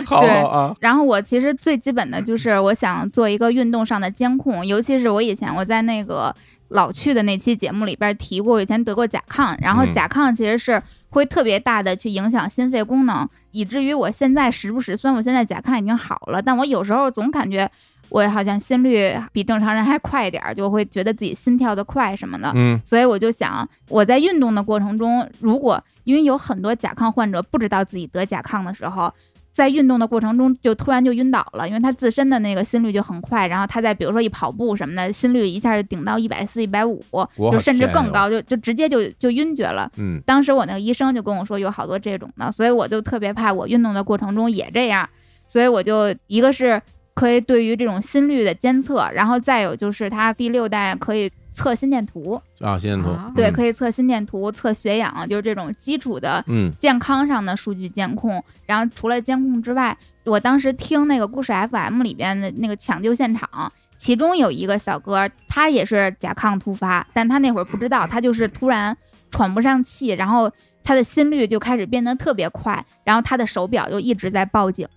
好
对
好啊，
然后我其实最基本的就是我想做一个运动上的监控，尤其是我以前我在那个老去的那期节目里边提过，我以前得过甲亢，然后
嗯
甲亢其实是会特别大的去影响心肺功能，以至于我现在时不时，虽然我现在甲亢已经好了，但我有时候总感觉我好像心率比正常人还快一点儿，就会觉得自己心跳的快什么的。
嗯，
所以我就想，我在运动的过程中，如果因为有很多甲亢患者不知道自己得甲亢的时候，在运动的过程中就突然就晕倒了，因为他自身的那个心率就很快，然后他在比如说一跑步什么的，心率一下就顶到一百四、一百五，
我
就甚至
天
更
哟
高，就就直接就就晕厥了。
嗯
当时我那个医生就跟我说有好多这种的，所以我就特别怕我运动的过程中也这样，所以我就一个是可以对于这种心率的监测，然后再有就是它第六代可以测心电图，
啊，心电图
啊
对，
以，
可以测心电图、测血氧，就是这种基础的
嗯
健康上的数据监控。然后除了监控之外，我当时听那个故事 FM 里边的那个抢救现场，其中有一个小哥，他也是甲亢突发，但他那会儿不知道，他就是突然喘不上气，然后他的心率就开始变得特别快，然后他的手表就一直在报警。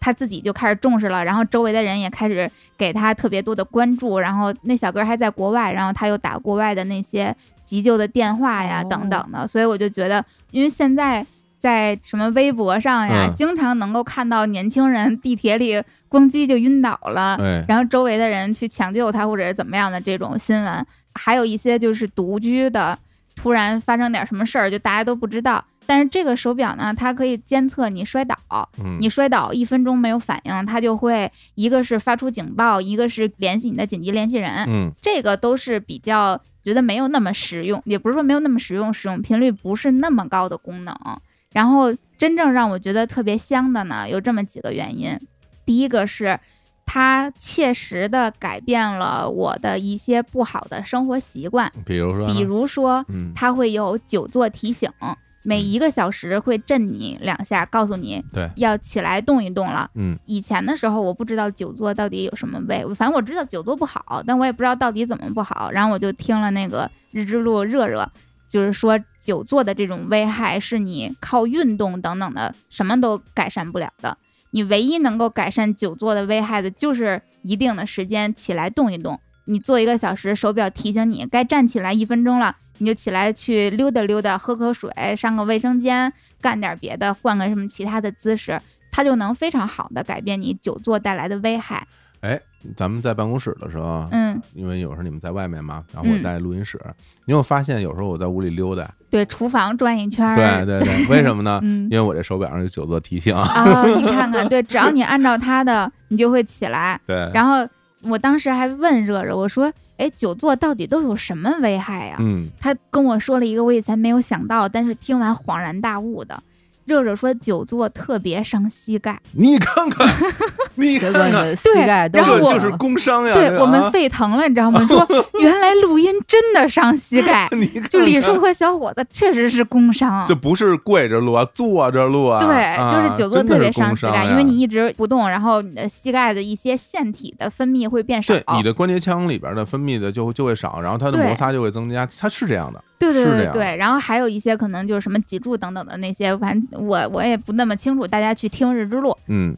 他自己就开始重视了，然后周围的人也开始给他特别多的关注，然后那小哥还在国外，然后他又打国外的那些急救的电话呀、
哦
等等的，所以我就觉得，因为现在在什么微博上呀，
嗯
经常能够看到年轻人地铁里咣叽就晕倒了，
哎
然后周围的人去抢救他或者是怎么样的这种新闻，还有一些就是独居的，突然发生点什么事儿，就大家都不知道。但是这个手表呢，它可以监测你摔倒，
嗯，
你摔倒一分钟没有反应，它就会一个是发出警报，一个是联系你的紧急联系人。
嗯
这个都是比较觉得没有那么实用，也不是说没有那么实用，使用频率不是那么高的功能。然后真正让我觉得特别香的呢，有这么几个原因。第一个是它切实的改变了我的一些不好的生活习惯，
嗯比如说呢，
比如说
嗯，
它会有久坐提醒，每一个小时会震你两下，告诉你
对，
要起来动一动了。
嗯
以前的时候，我不知道久坐到底有什么味，反正我知道久坐不好，但我也不知道到底怎么不好。然后我就听了那个日之路热热，就是说久坐的这种危害是你靠运动等等的什么都改善不了的。你唯一能够改善久坐的危害的，就是一定的时间起来动一动。你坐一个小时，手表提醒你该站起来一分钟了，你就起来去溜达溜达，喝口水，上个卫生间，干点别的，换个什么其他的姿势。它就能非常好的改变你久坐带来的危害。
哎，咱们在办公室的时候啊，
嗯，
因为有时候你们在外面嘛，然后我
嗯
在录音室，你有发现有时候我在屋里溜达，
对，厨房转一圈儿，
对对对，为什么呢？
[laughs] 嗯
因为我这手表上有久坐提醒，
啊、你看看，对，只要你按照它的，你就会起来。
对，
然后我当时还问热热，我说：“哎，久坐到底都有什么危害呀、
嗯
他跟我说了一个我以前没有想到，但是听完恍然大悟的。热热说久坐特别伤膝盖，
你看
[laughs]
看， [laughs] 你看
结果你
看，
的膝
对
盖都
然后
这
我
就是工伤呀！
对
这个
我们
啊，
沸腾了，你知道吗？说原来录音真的伤膝盖
[laughs] 你看
就李
看
叔和小伙子确实是工伤，
就不是跪着录啊，坐着录啊，
对，
啊
就是久坐
真的
特别
是工
伤膝盖，
伤
因为
呀
你一直不动，然后你的膝盖的一些腺体的分泌会变少。
对你的关节腔里边的分泌的就会就会少，然后它的
对
摩擦就会增加，它是这样的。
对对
是这
对
样
对，然后还有一些可能就是什么脊柱等等的那些，反正我我也不那么清楚，大家去听日之路。
嗯，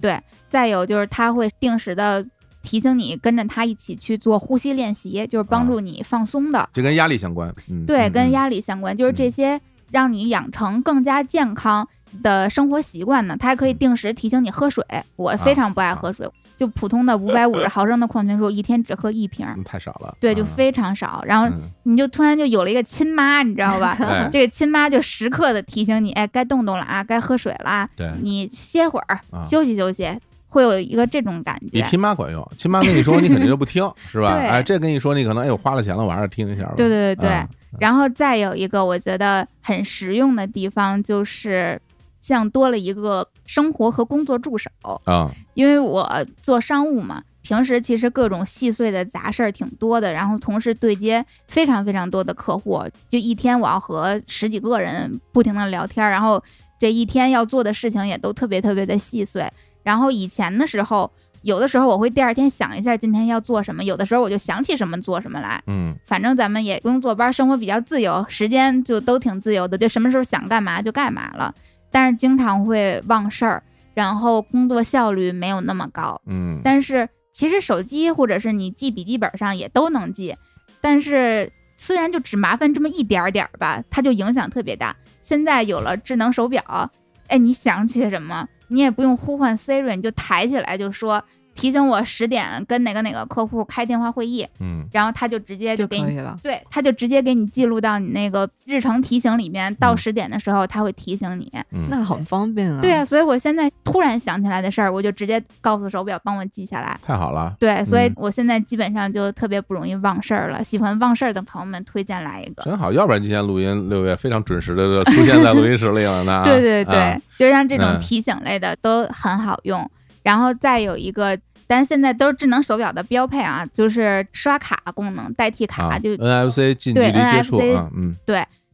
再有就是它会定时的提醒你跟着它一起去做呼吸练习，就是
啊
帮助你放松的。
这跟压力相关。嗯，
对，
嗯
跟压力相关，就是这
嗯
些让你养成更加健康的生活习惯呢。它还可
嗯
以定时提醒你喝水，我
啊
非常不爱喝水，就普通的五
[clears throat]
百五十毫升的矿泉水，我一天只喝一瓶儿
嗯。太少了。
对，就
啊
非常少，然后
嗯哎
你就突然就有了一个亲妈，你知
[laughs]
道吧？
对
这个亲妈就时刻的提醒你，哎，该动动了啊，该喝水了啊，
对，
你歇会儿
哎啊，
休息休息，会有一个这种感
比
觉。
亲妈管用。亲妈跟你说，你肯定就不
[laughs]
听，是吧？
对
哎，这跟你说，你可能哎呦花了钱了，我还是听一下吧。
对对对对，
啊
然后再有一个我觉得很实用的地方就是，像多了一个生活和工作助手，
啊，
因为我做商务嘛，平时其实各种细碎的杂事儿挺多的，然后同时对接非常非常多的客户，就一天我要和十几个人不停的聊天儿，然后这一天要做的事情也都特别特别的细碎。然后以前的时候，有的时候我会第二天想一下今天要做什么，有的时候我就想起什么做什么来。
嗯
反正咱们也不用坐班，生活比较自由，时间就都挺自由的，就什么时候想干嘛就干嘛了。但是经常会忘事儿，然后工作效率没有那么高。
嗯，
但是其实手机或者是你记笔记本上也都能记，但是虽然就只麻烦这么一点儿点儿吧，它就影响特别大。现在有了智能手表，哎，你想起什么，你也不用呼唤 Siri，你就抬起来就说提醒我十点跟哪个哪个客户开电话会议，
嗯
然后他就直接
就
就
可
给你
以了。
对，他就直接给你记录到你那个日程提醒里面，到
嗯
十点的时候他会提醒你。
嗯，
那很方便啊！
对啊，所以我现在突然想起来的事儿，我就直接告诉手表帮我记下来。
太好了。
对，所以
嗯
我现在基本上就特别不容易忘事儿了。喜欢忘事儿的朋友们，推荐来一个。。
真好，要不然今天录音六月非常准时的出现在录音室里了呢
[laughs] 对对对，
啊
就像这种
嗯
提醒类的都很好用。然后再有一个，但是现在都是智能手表的标配啊，就是刷卡功能代替卡，
啊
就
NFC 近距
对
离接触
NFC
啊，嗯，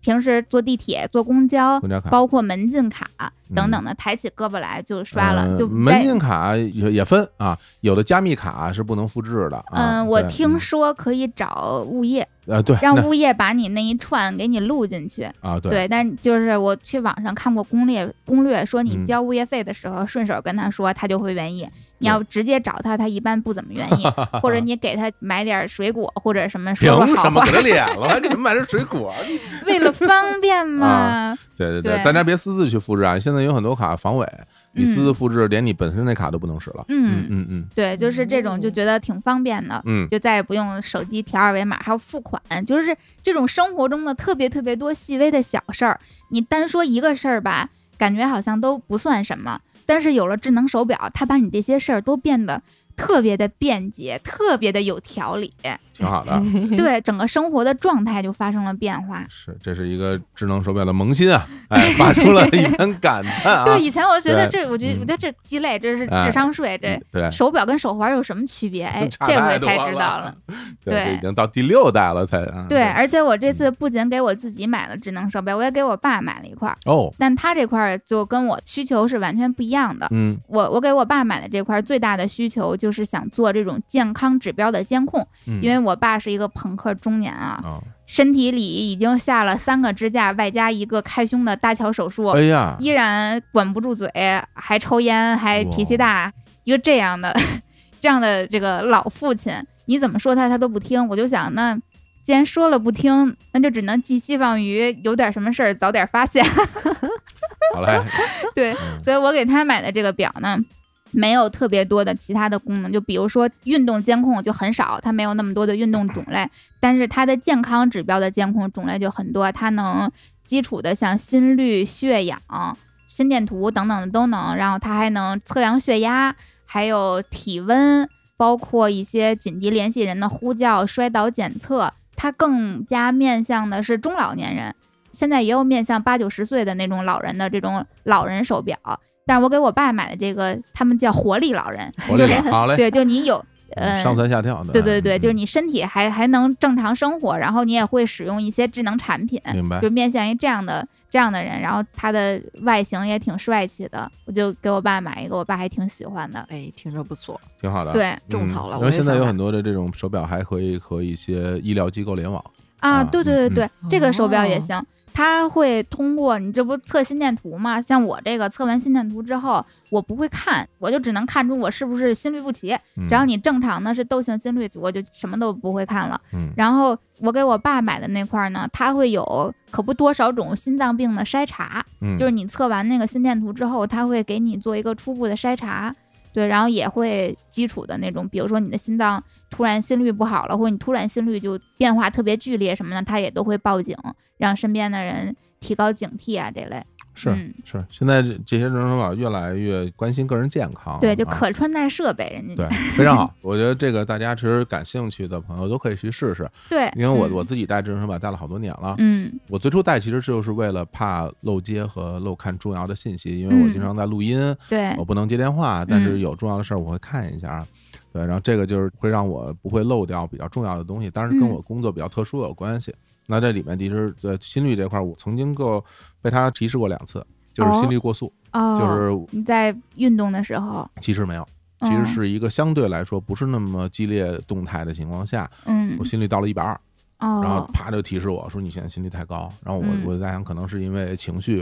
平时坐地铁、坐公交，
公交卡。
包括门禁卡等等
嗯
的，抬起胳膊来就刷了，
呃
就
门
在
禁卡也也分啊，有的加密卡是不能复制的。啊、
嗯，我
对
听说可以找物业，
呃对，
让
那
物业把你那一串给你录进去。
啊对
对，但就是我去网上看过攻略，攻略说你
嗯
交物业费的时候，顺手跟他说，他就会愿意。你要直接找他，他一般不怎么愿
[laughs]
意，或者你给他买点水果或者什么，
凭
说说
什
好
么
话
给，
[laughs]
他脸了，还给人买点水果？
为了方便嘛。
[laughs]
嗯
对对
对
大家别私自去复制啊！现在有很多卡防伪，你私自复制，连你本身那卡都不能使了。
嗯
嗯嗯
对，就是这种就觉得挺方便的，
嗯
就再也不用手机调二维码，还有付款，就是这种生活中的特别特别多细微的小事儿。你单说一个事儿吧，感觉好像都不算什么，但是有了智能手表，它把你这些事儿都变得特别的便捷，特别的有条理，
嗯，挺好的。
对整个生活的状态就发生了变化。
是，这是一个智能手表的萌新啊！哎，发出了一番感叹啊！
[laughs] 对，以前我觉得
对
这，我觉得
嗯
我觉得这鸡肋，这是
哎
智商税，这
嗯对，
手表跟手环有什么区别？哎
差
这
太
回
多
才
了嗯
知道了。
[laughs] 对，这
对
已经到第六代了才啊。
对，而且我这次不仅给我自己买了智能手表，我也给我爸买了一块儿，
哦，
但他这块儿就跟我需求是完全不一样的。
嗯
我我给我爸买的这块儿最大的需求就是想做这种健康指标的监控，
嗯，
因为我爸是一个朋克中年啊，
啊，
身体里已经下了三个支架，外加一个开胸的搭桥手术，
哎呀，
依然管不住嘴，还抽烟，还脾气大，一个这样的 [laughs] 这样的这个老父亲，你怎么说他他都不听。我就想，那既然说了不听，那就只能寄希望于有点什么事儿早点发现。
好嘞，
对，
嗯
所以我给他买的这个表呢。没有特别多的其他的功能，就比如说运动监控就很少，它没有那么多的运动种类，但是它的健康指标的监控种类就很多，它能基础的像心率、血氧、心电图等等的都能，然后它还能测量血压，还有体温，包括一些紧急联系人的呼叫、摔倒检测，它更加面向的是中老年人。现在也有面向八九十岁的那种老人的这种老人手表，但是我给我爸买的这个，他们叫活力老人，哎
我这个好嘞，嗯
对， [laughs] 就你有呃
上蹿下跳的，
对对对，
嗯
就是你身体还还能正常生活，然后你也会使用一些智能产品，
嗯明白
就面向于这样的这样的人，然后他的外形也挺帅气的，我就给我爸买一个，我爸还挺喜欢的。
哎，听着不错，
挺好的。
对
嗯，
种草了
因
我
为
也
现在
想
有
买
很多的这种手表还可以和一些医疗机构联网，啊嗯
啊，对对对对，这个手表也
哦
行。它会通过你这不测心电图吗？像我这个测完心电图之后，我不会看，我就只能看出我是不是心律不齐。
嗯
只要你正常的是窦性心律，我就什么都不会看了。
嗯
然后我给我爸买的那块儿呢，它会有可不多少种心脏病的筛查，
嗯，
就是你测完那个心电图之后，它会给你做一个初步的筛查，对，然后也会基础的那种，比如说你的心脏突然心率不好了，或者你突然心率就变化特别剧烈什么的，它也都会报警，让身边的人提高警惕啊这类。
是
嗯
是，现在这这些智能手表越来越关心个人健康，
对，就
啊
可穿戴设备， [laughs] 人家
对，非常好。我觉得这个大家其实感兴趣的朋友都可以去试试，
对，
因为我
嗯
我自己戴智能手表戴了好多年了。
嗯
我最初戴其实就是为了怕漏接和漏看重要的信息，因为我经
嗯
常在录音，
对
我不能接电话，但是
嗯
有重要的事儿我会看一下啊。对，然后这个就是会让我不会漏掉比较重要的东西，当然跟
嗯
我工作比较特殊有关系。那这里面其实呃心率这块儿，我曾经够被他提示过两次，就是心
哦
率过速，
哦，
就是
你在运动的时候，
其实没有，其
嗯
实是一个相对来说不是那么激烈动态的情况下，
嗯
我心率到了一百二，
哦，
然后啪就提示我说你现在心率太高，然后我
嗯
我就在想可能是因为情绪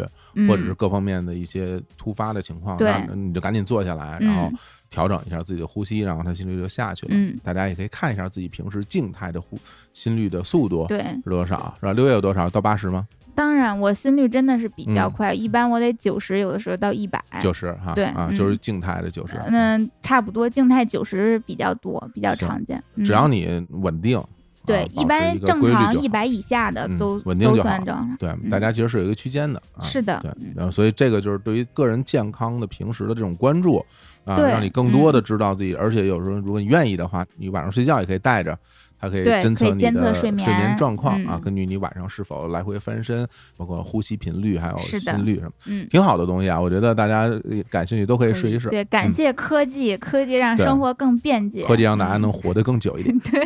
或者是
嗯
各方面的一些突发的情况，
对
那你就赶紧坐下来，然后
嗯
调整一下自己的呼吸，然后他心率就下去了。
嗯
大家也可以看一下自己平时静态的呼心率的速度
对，哎
是多少，是吧？六月有多少？到八十吗？
当然，我心率真的是比较
嗯
快，一般我得九十，有的时候到一百。
九十哈，
对
啊，
嗯
就是静态的九十。
嗯，差不多静态九十比较多，比较
行
常见。
只要
嗯
你稳定，
对
啊，
一
保持
般
一个
正
规律
常
就
一
好
百以下的
嗯
都
稳定
都
就
算
好
正常。
对，
嗯
大家其实是有一个区间的，啊、
是的
对，
嗯
然后所以这个就是对于个人健康的平时的这种关注啊，
对嗯
让你更多的知道自己，而且有时候如果你愿意的话，你晚上睡觉也可以带着。它可以
对
侦测
可以
你
监测
的
睡眠
状况啊，
嗯
根据你晚上是否来回翻身，包括呼吸频率，还有
是的
心率什么，
嗯，
挺好的东西啊。我觉得大家呃感兴趣都可以试一试。
对，感谢科技，科技让
嗯对
生活更便捷。
科技让大家
嗯
能活得更久一
[laughs]
点。
对，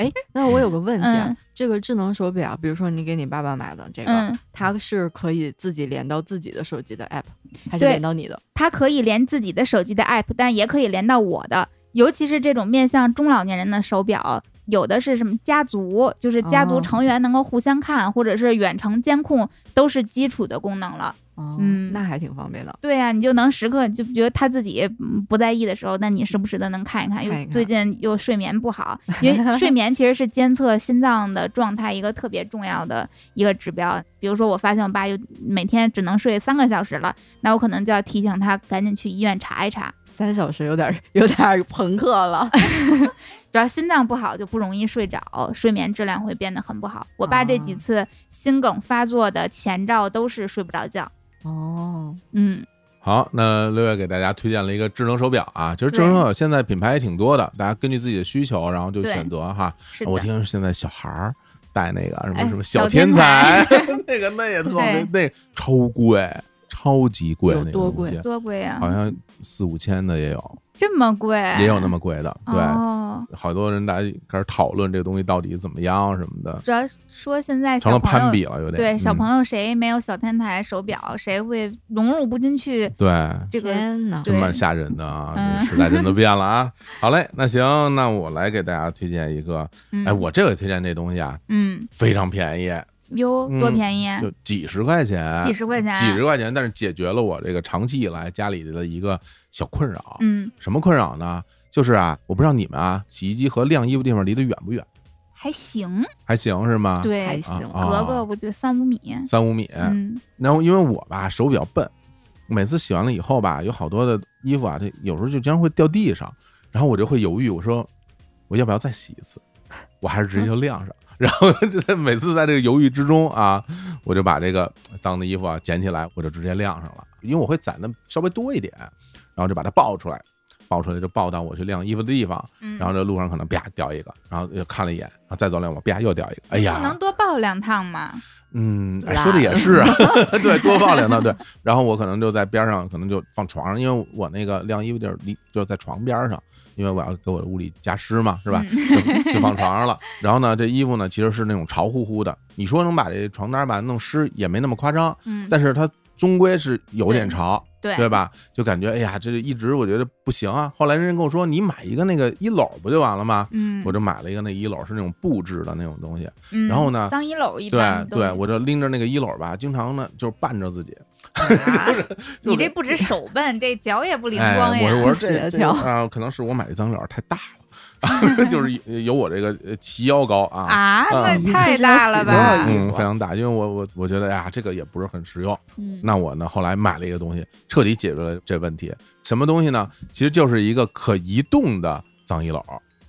哎，那我有个问题啊
嗯，
这个智能手表，比如说你给你爸爸买的这个
嗯，，
它是可以自己连到自己的手机的 app，还是
对
连到你的？
它可以连自己的手机的 app，但也可以连到我的。尤其是这种面向中老年人的手表，有的是什么家族，就是家族
哦
成员能够互相看，或者是远程监控，都是基础的功能了。
哦
嗯
那还挺方便的。
对呀、你就能时刻就觉得他自己嗯不在意的时候，那你时不时的能看一看。
看一
又
看
最近又睡眠不
[laughs]
好，因为睡眠其实是监测心脏的状态一个特别重要的一个指标。比如说，我发现我爸又每天只能睡三个小时了，那我可能就要提醒他赶紧去医院查一查。
三小时有点儿有点儿朋克了，
[laughs] 主要心脏不好就不容易睡着，睡眠质量会变得很不好。我爸这几
哦
啊
次心梗发作的前兆都是睡不着觉。
哦，
嗯，
好，那六月给大家推荐了一个智能手表啊，其实智能手表现在品牌也挺多的，大家根据自己的需求，然后就
对
选择哈。
是的。
啊我听现在小孩儿戴那个什么
哎
什么
小
天
天
才 [laughs]
才， [laughs]
那个那也特好
对，
那超贵，超级贵，
有
那个
多
东西
贵
多贵啊！
好像四五千的也有，
这么贵，
也有那么贵的，对。
哎哦，
好多人大家开始讨论这个东西到底怎么样什么的，
主要说现在
成
小
了
朋
攀
友
比了，有点
对小
嗯
朋友谁没有小天才手表，谁会融入不进去
对，
这个？
天呐，
真
对
蛮吓人的啊！
嗯
这时代真的变了啊！好嘞，那行，那我来给大家推荐一个，
嗯
哎，我这个推荐这东西啊，
嗯
非常便宜，
哟，
嗯
多便宜，
就几十块钱，
几十块钱，
几十块钱，但是解决了我这个长期以来家里的一个小困扰。
嗯，
什么困扰呢？就是啊，我不知道你们啊，洗衣机和晾衣服地方离得远不远？
还行，
还行是吗？，
还
对，
行，
啊
隔个我觉得三五米，
三五米。
嗯
然后因为我吧手比较笨，每次洗完了以后吧，有好多的衣服啊，它有时候就经常会掉地上，然后我就会犹豫，我说我要不要再洗一次？我还是直接就晾上。 [laughs] 然后就在每次在这个犹豫之中啊，我就把这个脏的衣服啊捡起来，我就直接晾上了，因为我会攒的稍微多一点，然后就把它抱出来，抱出来就抱到我去晾衣服的地方，
嗯，
然后这路上可能啪掉一个，然后又看了一眼，然后再走两步啪又掉一个，哎呀，
不能多抱两趟嘛，
嗯，哎，
懒
说的也是啊，
[laughs]
对，多抱两套，对。然后我可能就在边上，可能就放床上，因为我那个晾衣服地儿离就在床边上，因为我要给我的屋里加湿嘛，是吧？
嗯
就就放床上了。然后呢，这衣服呢其实是那种潮乎乎的，你说能把这床单把它弄湿也没那么夸张，
嗯，
但是它终归是有点
对
潮，
对
对？吧？就感觉哎呀，这一直我觉得不行啊。后来人家跟我说，你买一个那个衣篓不就完了吗？
嗯，
我就买了一个那衣篓，是那种布制的那种东西。
嗯
然后呢
脏衣篓一
对
般都
对，我这拎着那个衣篓吧，经常呢就是绊着自己，[laughs]
啊
就
你
是
这不止手笨，这脚也不灵
哎，
光呀，
我我说这
不协
这
调
啊，可能是我买的脏篓太大
[laughs]
了， [laughs] 就是有有我这个呃齐腰高啊。
啊，
啊
那
你
太
是要
大了
洗多少
啊吧？
衣服
嗯，非常大，因为我我我觉得哎呀，这个也不是很实用。
嗯
那我呢，后来买了一个东西，彻底解决了这问题。什么东西呢？其实就是一个可移动的脏衣篓。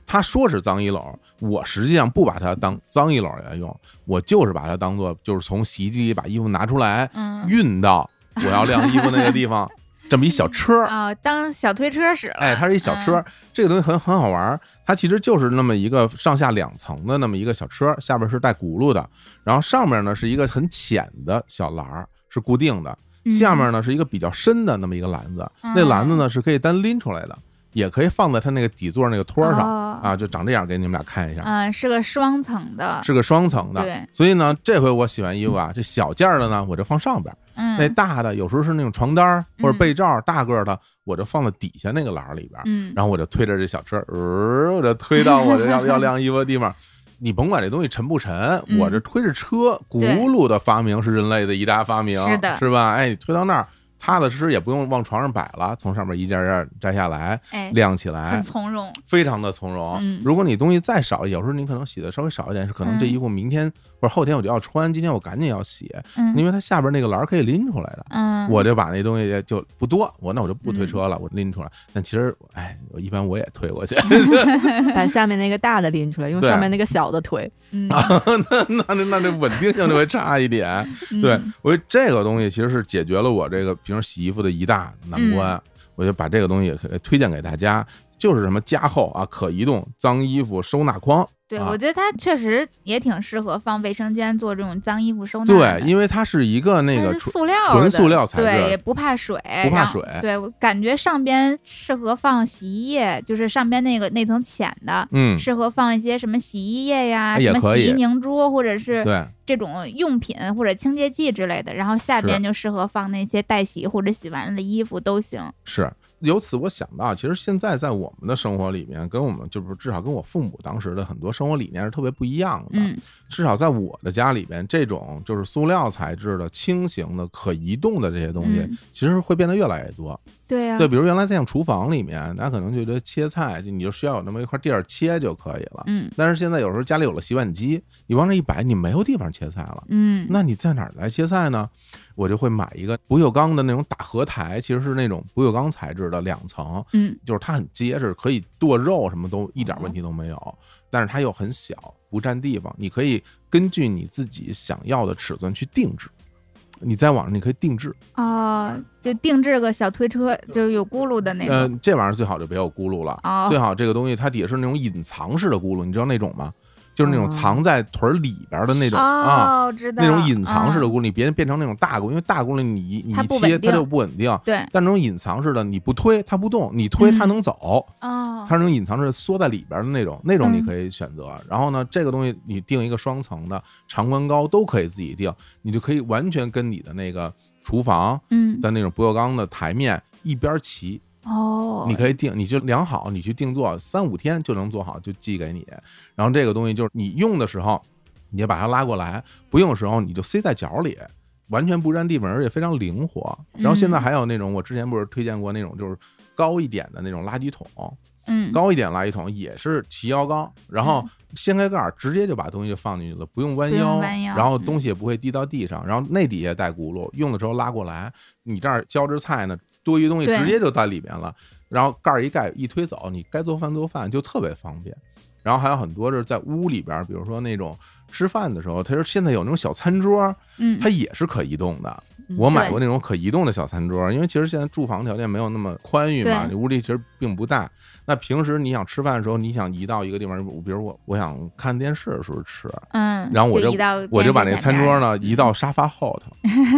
他说是脏衣篓，我实际上不把它当脏衣篓来用，我就是把它当做就是从洗衣机里把衣服拿出来，
嗯
运到我要晾衣服那个地
[laughs]
方，这么一小车。
啊，当小推车使了。
哎，它是一小车，
嗯
这个东西很很好玩儿，它其实就是那么一个上下两层的那么一个小车，下边是带轱辘的，然后上面呢是一个很浅的小篮儿，是固定的，
嗯，
下面呢是一个比较深的那么一个篮子，那篮子呢是可以单拎出来的，也可以放在它那个底座那个托儿上、
哦
啊，就长这样，给你们俩看一下，
嗯，是个双层的，
是个双层的。
对，
所以呢，这回我洗完衣服啊，这小件儿的呢我就放上边儿。
嗯，
那大的有时候是那种床单儿或者
嗯
被罩儿大个儿的，我就放在底下那个篮儿里边儿，
嗯，
然后我就推着这小车，呃，我就推到我这
[laughs]
要要晾衣服的地方。你甭管这东西沉不沉，
嗯
我这推着车，轱
对
辘的发明是人类的一大发明，
是的
吧？哎，你推到那儿，踏踏实实也不用往床上摆了，从上面一件件摘下来
哎，
晾起来
很，从容，
非常的从容。
嗯
如果你东西再少，有时候你可能洗的稍微少一点，是可能这
嗯
衣服明天或者后天我就要穿，今天我赶紧要洗，
嗯，
因为它下边那个篮儿可以拎出来的。
嗯，
我就把那东西就不多，我那我就不推车了，我拎出来。但其实，哎，我一般我也推
[laughs]
过去，
把下面那个大的拎出来，用
对
上面那个小的推，
嗯
啊那那那那这稳定性就会差一点。 [laughs]
嗯
对，我觉得这个东西其实是解决了我这个平时洗衣服的一大难关，
嗯
我就把这个东西也可以推荐给大家，就是什么加厚啊，可移动脏衣服收纳筐。
对，
啊
我觉得它确实也挺适合放卫生间做这种脏衣服收纳的。
对，因为它是一个那
它
个
嗯哎是
纯
塑料的，
纯塑料材
对，也
质，
不怕水，
不怕
然后
水
对，我感觉上边适合放洗衣液，就是上边那个那层浅的，
嗯，
适合放一些什么洗衣液呀、
哎也
什么
可以
洗衣凝珠，或者是
对。
这种用品或者清洁剂之类的，然后下边就适合放那些待洗或者洗完了的衣服都行。
是，由此我想到，其实现在在我们的生活里面，跟我们就是至少跟我父母当时的很多生活理念是特别不一样的。
嗯
至少在我的家里边，这种就是塑料材质的轻型的可移动的这些东西，
嗯啊
其实会变得越来越多。
对呀、
对，比如原来在像厨房里面，大家可能觉得切菜，就你就需要有那么一块地儿切就可以了。
嗯
但是现在有时候家里有了洗碗机，你往那一摆，你没有地方切菜了。
嗯，
那你在哪儿来切菜呢？我就会买一个不锈钢的那种打荷台，其实是那种不锈钢材质的两层，
嗯
就是它很结实，可以剁肉，什么都一点问题都没有。但是它又很小，不占地方，你可以根据你自己想要的尺寸去定制。你在网上你可以定制，
哦，就定制个小推车，就是有轱辘的那
呃
种。，
这玩意儿最好就别有轱辘了，
哎哦
最好这个东西它底下是那种隐藏式的轱辘，你知道那种吗？就是那种
哦
藏在腿儿里边儿的那种啊，
哦，知道
那种隐藏式的
嗯
轱辘，你别变成那种大轱辘，因为大轱辘你一你
它
一
不
切
稳
它
定
就不稳定。
对
但那种隐藏式的，你不推它不动，你推它
嗯
能走，
哦
它，是那种隐藏式的缩在里边的那种，那种你
嗯
可以选择。然后呢，这个东西你定一个双层的，长宽高都可以自己定，你就可以完全跟你的那个厨房
嗯
的那种不锈钢的台面一边齐，
哦，
你可以定，你就量好，你去定做，三五天就能做好，就寄给你。然后这个东西就是你用的时候，你就把它拉过来；不用的时候，你就塞在脚里，完全不占地方，而且非常灵活。然后现在
嗯
还有那种，我之前不是推荐过那种，就是高一点的那种垃圾桶，
嗯
高一点垃圾桶也是齐腰高，然后掀开盖儿，直接就把东西就放进去了，不用弯
不用
腰，
弯腰嗯
然后东西也不会滴到地上，然后那底下带轱辘，用的时候拉过来，你这儿浇着菜呢，多余东西
对
直接就在里面了，然后盖儿一盖一推走，你该做饭做饭就特别方便。然后还有很多是在屋里边儿，比如说那种吃饭的时候，他说现在有那种小餐桌，
嗯
它也是可移动的。我买
对
过那种可移动的小餐桌，因为其实现在住房条件没有那么宽裕嘛，
对
你屋里其实并不大。那平时你想吃饭的时候，你想移到一个地方，比如我我想看电视的时候吃，
嗯，
然后我就
移到
我就把那
电视
餐
前
桌
面
呢移到沙发后头，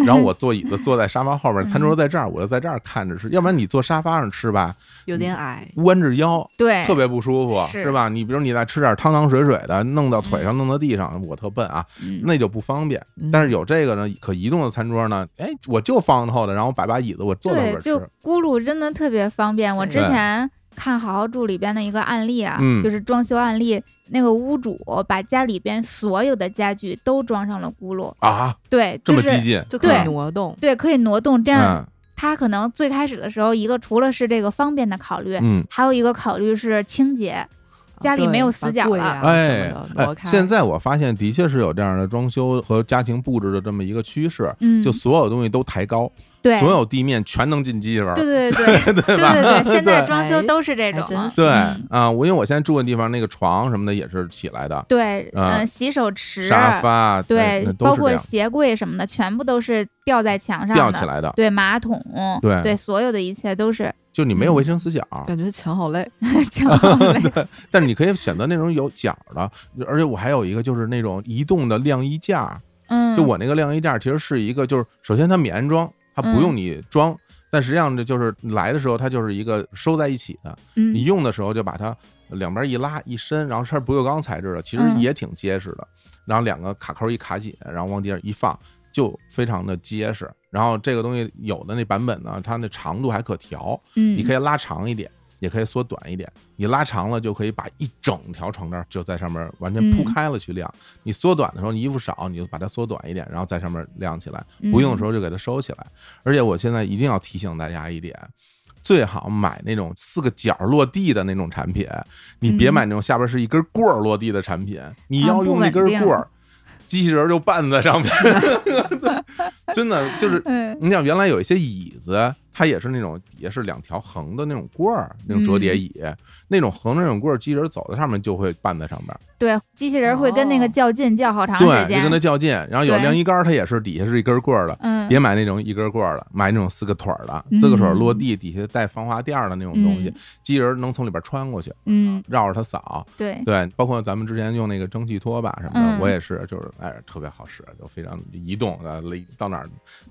然后我坐椅子坐在沙发后
[laughs]
边，餐桌在这儿，我就在这儿看着吃。要不然你坐沙发上吃吧，
有
嗯
点矮，
弯着腰。
对
特别不舒服，
哎是
是吧？你比如你再吃点汤汤水水的，弄到腿上，弄到地上，我特笨啊，
嗯
那就不方便。
嗯
但是有这个呢，可移动的餐桌呢，哎，我就放后头，然后摆把椅子，我坐在
对
那，
就
吃。
轱辘真的特别方便。我之
对
前看《好好住》里边的一个案例啊，
嗯
就是装修案例，那个屋主把家里边所有的家具都装上了轱辘，
啊，
对，
这
就
么激
是
进，
就可以
嗯
挪动。
对可以挪动，这样
嗯
他可能最开始的时候，一个除了是这个方便的考虑，
嗯，
还有一个考虑是清洁，家里
啊对
没有死
把
角
柜
了
啊
哎
什么的
哎
挪，开
现在我发现的确是有这样的装修和家庭布置的这么一个趋势，
嗯，
就所有东西都抬高，
对，
所有地面全能进机器人儿。
对对对
[laughs]
对对
吧
对对，现在
对
装修
哎
都是这
还
种
真
了，
是
对
嗯
啊，我因为我现在住的地方那个床什么的也是起来的，
对，
啊
嗯，洗手池、
沙发啊哎
对
那，都
包
是这
括
样
鞋柜什么的，全部都是吊在墙上
吊
的，
起来的，
对，马桶，
对
所有的一切都
[laughs]
是 [laughs]
就你没有
嗯
卫生死角，
感觉墙好累，
墙后面
但是你可以选择那种有角儿的，而且我还有一个就是那种移动的晾衣架，
嗯，
就我那个晾衣架其实是一个，就是首先它免安装，它不用你装，
嗯
但实际上这就是来的时候它就是一个收在一起的，
嗯，
你用的时候就把它两边一拉一伸，然后它是不锈钢材质的，其实
嗯
也挺结实的，然后两个卡扣一卡紧，然后往地上一放。就非常的结实，然后这个东西有的那版本呢，它那长度还可调，
嗯，
你可以拉长一点，也可以缩短一点。你拉长了就可以把一整条床单就在上面完全铺开了去晾。
嗯
你缩短的时候，你衣服少，你就把它缩短一点，然后在上面晾起来。
以
不用的时候就给它收起来。而且我现在一定要提醒大家一点。最好买那种四个角落地的那种产品，你别
嗯
买那种下边是一根棍儿落地的产品。你
啊
要
不
用一
稳
根
定
棍儿，机器人儿就绊在上面。 [laughs] 真的就是
嗯，
你想原来有一些椅子，它也是那种也是两条横的那种棍儿，那种折
嗯
叠椅，那种横的那种棍儿，机器人走在上面就会绊在上边儿，
对，机器人会跟那个
哦
较劲较好长时
对，就
间
跟它，较劲。然后有
对
晾衣杆儿，它也是底下是一根棍儿的。
嗯，
别买那种一根棍儿的，买那种四个腿儿的，四个腿儿落地，底下带防滑垫儿的那种东西，
嗯
机器人能从里边穿过去，
嗯，
绕着它扫。
[laughs] 对，
对，包括咱们之前用那个蒸汽拖把什么的，
嗯
我也是，就是哎，特别好使，就非常移动，呃，拎到哪儿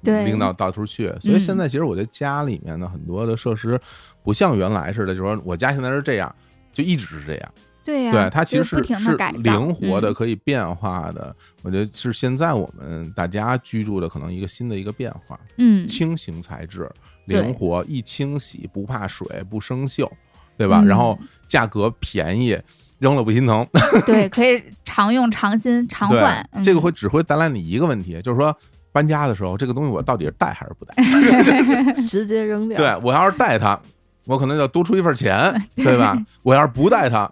对嗯
拎到到处去。所以现在其实我觉得家里面的很多的设施，不像原来似的，就是说我家现在是这样，就一直是这样。
对呀、
对，它其
就
实
不
是
停
是
的改造
灵活的，
嗯
可以变化的。我觉得是现在我们大家居住的可能一个新的一个变化，
嗯，
轻型材质，
对
灵活，易清洗，不怕水，不生锈，对吧？
嗯
然后价格便宜，扔了不心疼。
对，可以常用、常新、常
对
换。嗯、
这个会只会带来你一个问题，就是说搬家的时候，这个东西我到底是带还是不带？
直接扔掉。
对我要是带它。我可能要多出一份钱，对吧？我要是不带它，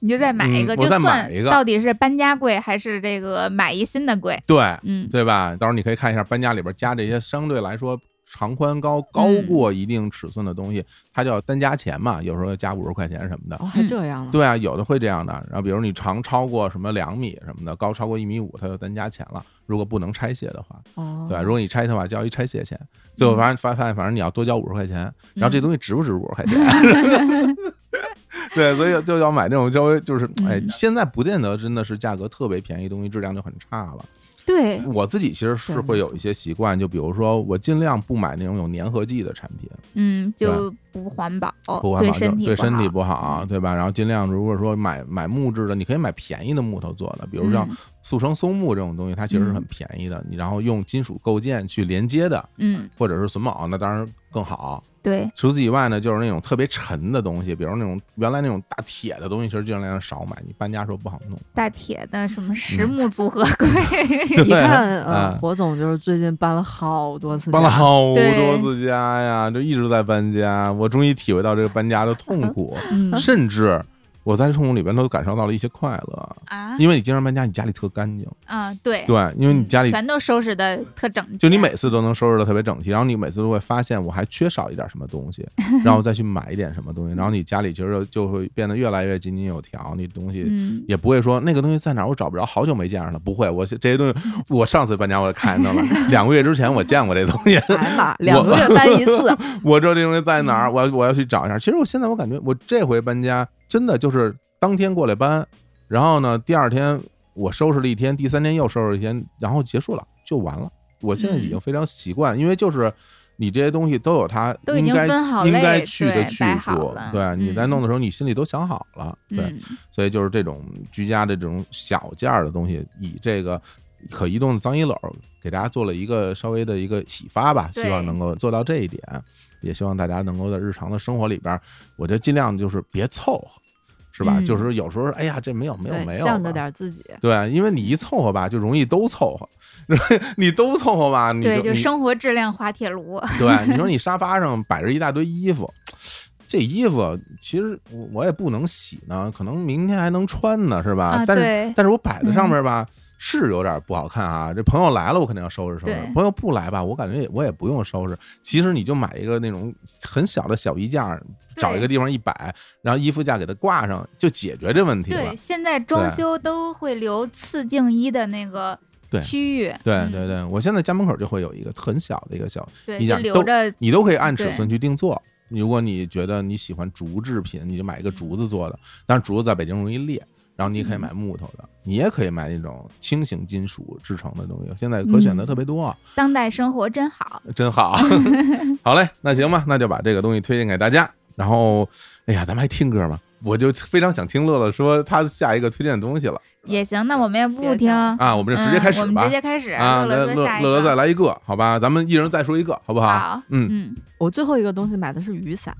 你就再买一个，
嗯我
就
再
算
买一个
到底是搬家柜还是这个买一新的柜。
对，
嗯，
对吧？到时候你可以看一下搬家里边加这些相对来说长宽高高过一定尺寸的东西，它就要单加钱嘛，有时候要加五十块钱什么的。
哦，
嗯
还这样呢？
对啊，有的会这样的。然后比如你长超过什么两米什么的，高超过一米五，它就单加钱了。如果不能拆卸的话，
哦，
对吧，如果你拆的话，交一拆卸钱。最后发现发现，反正你要多交五十块钱，然后这
嗯
东西值不值五十块钱？
[laughs]
[laughs] 对，所以就要买这种稍微就是，哎，
嗯
现在不见得真的是价格特别便宜，东西质量就很差了。
对，
我自己其实是
对
会
没
有
错
一些习惯，就比如说我尽量不买那种有粘合剂的产品，
嗯，
对
就不环保，
不环保
对身体
对身体
不好嗯
不好，对吧？然后尽量如果说买买木质的，你可以买便宜的木头做的，比如像
嗯
速成松木这种东西，它其实是很便宜的。你然后用金属构件去连接的，
嗯，
或者是榫卯，那当然更好。
对，
除此以外呢，就是那种特别沉的东西，比如那种原来那种大铁的东西，其实尽量少买，你搬家时候不好弄。
大铁的什么
嗯
实木组
[laughs]
合柜，
对
一看，
啊
呃，火总就是最近搬了好多次家，
搬了好多
对
次家呀，就一直在搬家。我终于体会到这个搬家的痛苦，
[laughs] 嗯
甚至我在痛苦里边都感受到了一些快乐。
啊
因为你经常搬家，你家里特干净，
啊，对，
对，因为你家里
全都收拾的特整洁，
就你每次都能收拾的特别整齐，然后你每次都会发现我还缺少一点什么东西，然后再去买一点什么东西，然后你家里其实就会变得越来越井井有条，你东西
嗯，
也不会说那个东西在哪儿我找不着，好久没见着了。不会，我这些东西我上次搬家我就看到了，两个月之前我见过这东西， [laughs]
哎妈，两个月搬一次，
我知道这东西在哪
嗯
儿，我要我要去找一下。其实我现在我感觉我这回搬家真的就是当天过来搬，然后呢第二天我收拾了一天，第三天又收拾一天，然后结束了就完了。我现在
嗯
已经非常习惯，因为就是。你这些东西都有它
都已
应
经
该
分好
应
类
该去的
对
去
摆好
处
了，
对，你在
嗯
弄的时候，你心里都想好了，对，
嗯
所以就是这种居家的这种小件儿的东西，以这个可移动的脏衣篓儿给大家做了一个稍微的一个启发吧，
对
希望能够做到这一点，也希望大家能够在日常的生活里边儿，我觉得尽量就是别凑合，是吧？
嗯
就是有时候哎呀，这没有没有
对，
没有吧，
向着点自己。
对，因为你一凑合吧，就容易都凑合， [laughs] 你都凑合吧，你
对，
就
就
你啊
生活质量滑铁卢， [laughs]
对，你说你沙发上摆着一大堆衣服，这衣服其实我我也不能洗呢，可能明天还能穿呢，是吧？
啊
但是
对嗯
但是我摆在上面吧，是有点不好看啊。这朋友来了，我肯定要收拾收拾
对；
朋友不来吧，我感觉也我也不用收拾。其实你就买一个那种很小的小衣架，找一个地方一摆，然后衣服架给它挂上，就解决这问题了
对，。现在装
啊对
修都会留次净衣的那个
对
区域，
对
嗯
对对，我现在家门口就会有一个很小的一个小
对，
你
就
想
留
都
着，
你都可以按尺寸
对
去定做。如果你觉得你喜欢竹制品，你就买一个竹子做的，
嗯
但是竹子在北京容易裂。然后你可以买木头的，你也可以买那种轻型金属制成的东西。现在可选择特别多，
当代生活真好，
真
[laughs]
好。好嘞，那行吧，那就把这个东西推荐给大家。然后，哎呀，咱们还听歌吗？我就非常想听乐乐说他下一个推荐的东西了
也行。那我们也不
别
听，
这
啊，我们就直接
嗯
开始
我们
吧
直。接开始。
啊，
乐
那乐
乐说下一
乐乐
个
再来一个，好吧？咱们一人再说一个，好不好？
好，
嗯，
嗯，
我最后一个东西买的是雨伞，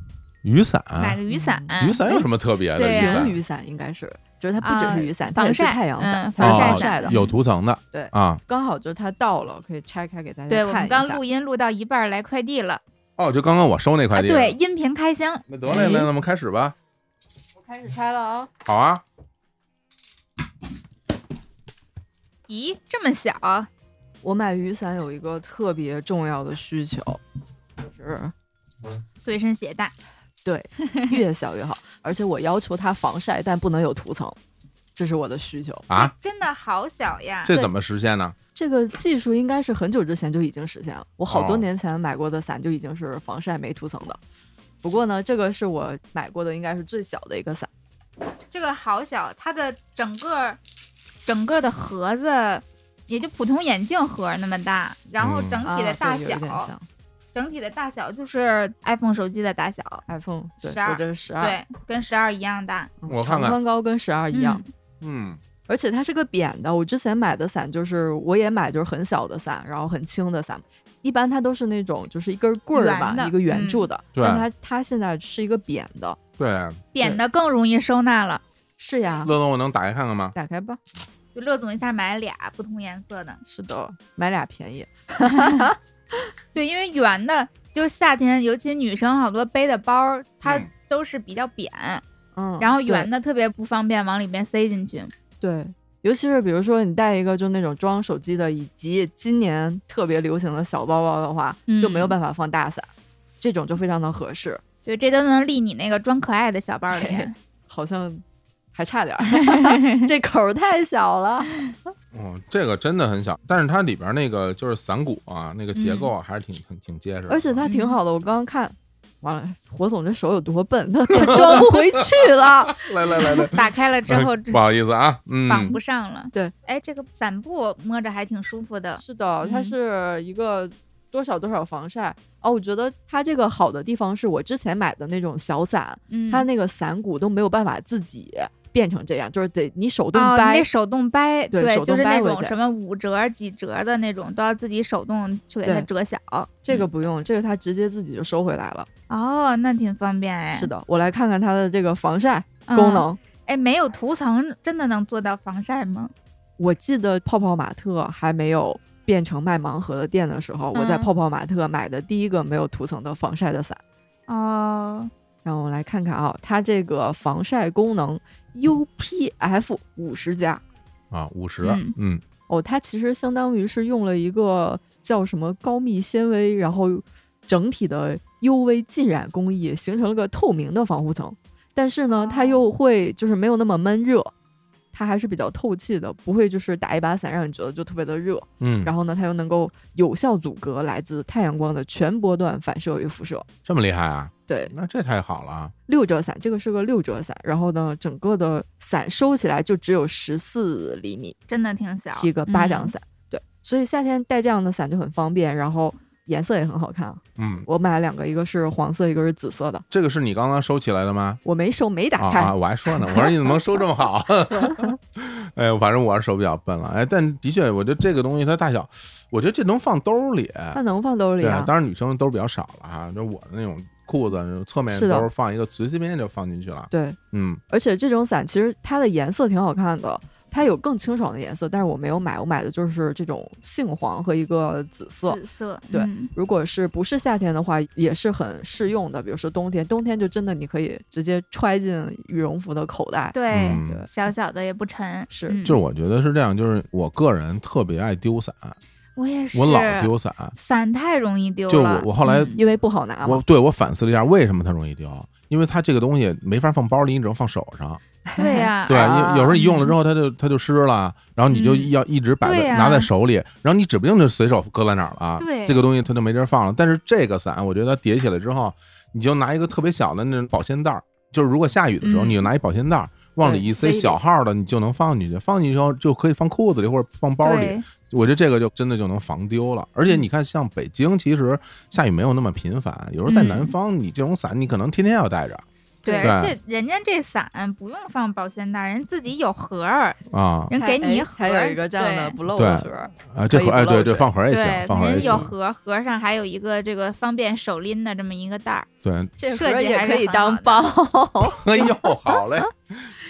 雨伞，
买个雨伞，
啊嗯雨伞有什么特别的？
对
雨
呀
伞
晴雨伞应该是，就是它不只
啊
是雨伞，它
防
也是
晒
太阳伞
嗯，
它是
防
防
晒伞
的。
有涂层的，
对
啊，
刚好就是它到了，可以拆开给大家
哎对
看
我
一
们
下。
刚录音录到一半儿来快递了，
哦，就刚刚我收那
啊，
快递，
对，，音频开箱，
那得嘞，那
哎
那我们开始吧，
我开始拆了啊、
好啊，
咦，这么小，
我买雨伞有一个特别重要的需求，就是
随身携
啊
带，
对越小越好，而且我要求它防晒，但不能有涂层，这是我的需求。
啊，
哎真的好小呀，
这怎么实现呢？
这个技术应该是很久之前就已经实现了，我好
哦
多年前买过的伞就已经是防晒没涂层的。不过呢，这个是我买过的应该是最小的一个伞，
这个好小，它的整个整个的盒子也就普通眼镜盒那么大，然后
嗯
整体的
啊
大
对
小哦
有一点像
整体的大小就是 iPhone 手机的大小，
iPhone 对，
12
我这是十二，
对，跟十二一样大，
嗯
我看
长
看
宽高跟十二啊一样，
嗯，
而且它是个扁的。我之前买的伞就是我也买就是很小的伞，然后很轻的伞，一般它都是那种就是一根棍儿
圆
吧，
的
一个圆柱的，
对
但它它现在是一个扁的，
对，
啊
嗯，扁的更容易收纳了。
是呀，
乐乐，我能打开看看吗？
打开吧，
就乐总一下买俩不同颜色的，
是的，买俩便宜，
对，因为圆的就夏天，尤其女生好多背的包儿，它
嗯
都是比较扁，
嗯，
然后
对
圆的特别不方便往里面塞进去。
对，尤其是比如说你带一个就那种装手机的，以及今年特别流行的小包包的话，就没有
嗯
办法放大伞，这种就非常的合适，
对，这都能立你那个装可爱的小包
[laughs]
里。
好像还
[laughs]
差点儿，这口儿太小了。
哦，这个真的很小，但是它里边那个就是伞骨啊，那个结构啊，还是挺挺挺结实的。
嗯而且它挺
嗯
好的，我刚刚看。完了，火总这手有多
[laughs]
笨，他他装不回去了。
来来
[laughs]
来来，
打开了之后，
哎不好意思啊，嗯，
绑不上了。
对，
哎，这个伞布摸着还挺舒服的。
是的，它
嗯
是一个多少多少防晒哦。我觉得它这个好的地方是我之前买的那种小伞，
嗯，
它那个伞骨都没有办法自己变成这样，就是得你手动
哦，你
掰。
得手动掰，
对手动
就是那
掰回
种
去
什么五折、几折的那种，都要自己手动去给它
对
折小。
这
嗯
个不用，这个它直接自己就收回来了。
哦，那挺方便哎。
是的，我来看看它的这个防晒
嗯
功能。
哎，没有涂层真的能做到防晒吗？
我记得泡泡玛特还没有变成卖盲盒的店的时候，我在
嗯
泡泡玛特买的第一个没有涂层的防晒的伞。
哦，
让我来看看啊，它这个防晒功能 UPF 五十加
啊，五十
嗯，
嗯，
哦，它其实相当于是用了一个叫什么高密纤维，然后整体的 UV 浸染工艺，形成了个透明的防护层。但是呢，它
哦
又会就是没有那么闷热，它还是比较透气的，不会就是打一把伞让你觉得就特别的热。
嗯，
然后呢，它又能够有效阻隔来自太阳光的全波段反射与辐射。
这么厉害啊？
对，
那这太好了啊！
六折伞，这个是个六折伞，然后呢，整个的伞收起来就只有十四厘米，
真的挺小，
是一个巴掌
嗯。
伞。对，所以夏天带这样的伞就很方便，然后颜色也很好看。啊
嗯，
我买了两个，一个是黄色，一个是紫色的。
这个是你刚刚收起来的吗？
我没收，没打
啊
开。
啊！我还说呢，我说你怎么能收这么
[laughs]
好？哎呦，反正我是手比较笨了。哎，但的确，我觉得这个东西它大小，我觉得这能放兜里。
它能放兜里
对
啊？
当然女生兜比较少了啊，就我的那种裤子侧面
是的
兜放一个，随随便便就放进去了。
对，
嗯，
而且这种伞其实它的颜色挺好看的，它有更清爽的颜色，但是我没有买，我买的就是这种杏黄和一个紫色。
紫色，
对
嗯
如果是不是夏天的话，也是很适用的。比如说冬天，冬天就真的你可以直接揣进羽绒服的口袋。
对，
嗯
哎对，
小小的也不沉，
是
嗯
就是我觉得是这样，就是我个人特别爱丢伞，
我也是，
我老丢伞。
伞太容易丢了。
就我我后来
嗯
因为不好拿
我
嘛。
对我反思了一下，为什么它容易丢？因为它这个东西没法放包里，你只能放手上。
对呀，
对，
啊
你有时候你用了之后，它就它就湿了，然后你就
嗯
要一直摆
对
在、
呀
拿在手里，然后你指不定就随手搁在哪儿了。啊
对
这个东西它就没地儿放了。但是这个伞，我觉得叠起来之后，你就拿一个特别小的那种保鲜袋儿，就是如果下雨的时候，
嗯
你就拿一保鲜袋儿往里一
对
塞，
塞里
小号的你就能放进去，放进去之后就可以放裤子里或者放包里。
对嗯
我觉得这个就真的就能防丢了。而且你看，像北京其实下雨没有那么频繁，有时候在
嗯
南方，你这种伞你可能天天要带着
对，
对
而且人家这伞不用放保鲜袋，人自己有盒儿，
啊
人给你一盒
还
儿，
有一个这样的
对
不漏的盒儿，
[laughs]
啊，这
可以
盒哎
不漏
对对，
水
放盒儿也行，
对，
放盒儿也
人有
行，
盒儿，盒儿上还有一个这个方便手拎的这么一个袋儿，
对，
这盒
设
儿
计
也
还
可
是
以
很
当
好的
包，
[laughs] 哎呦，好嘞！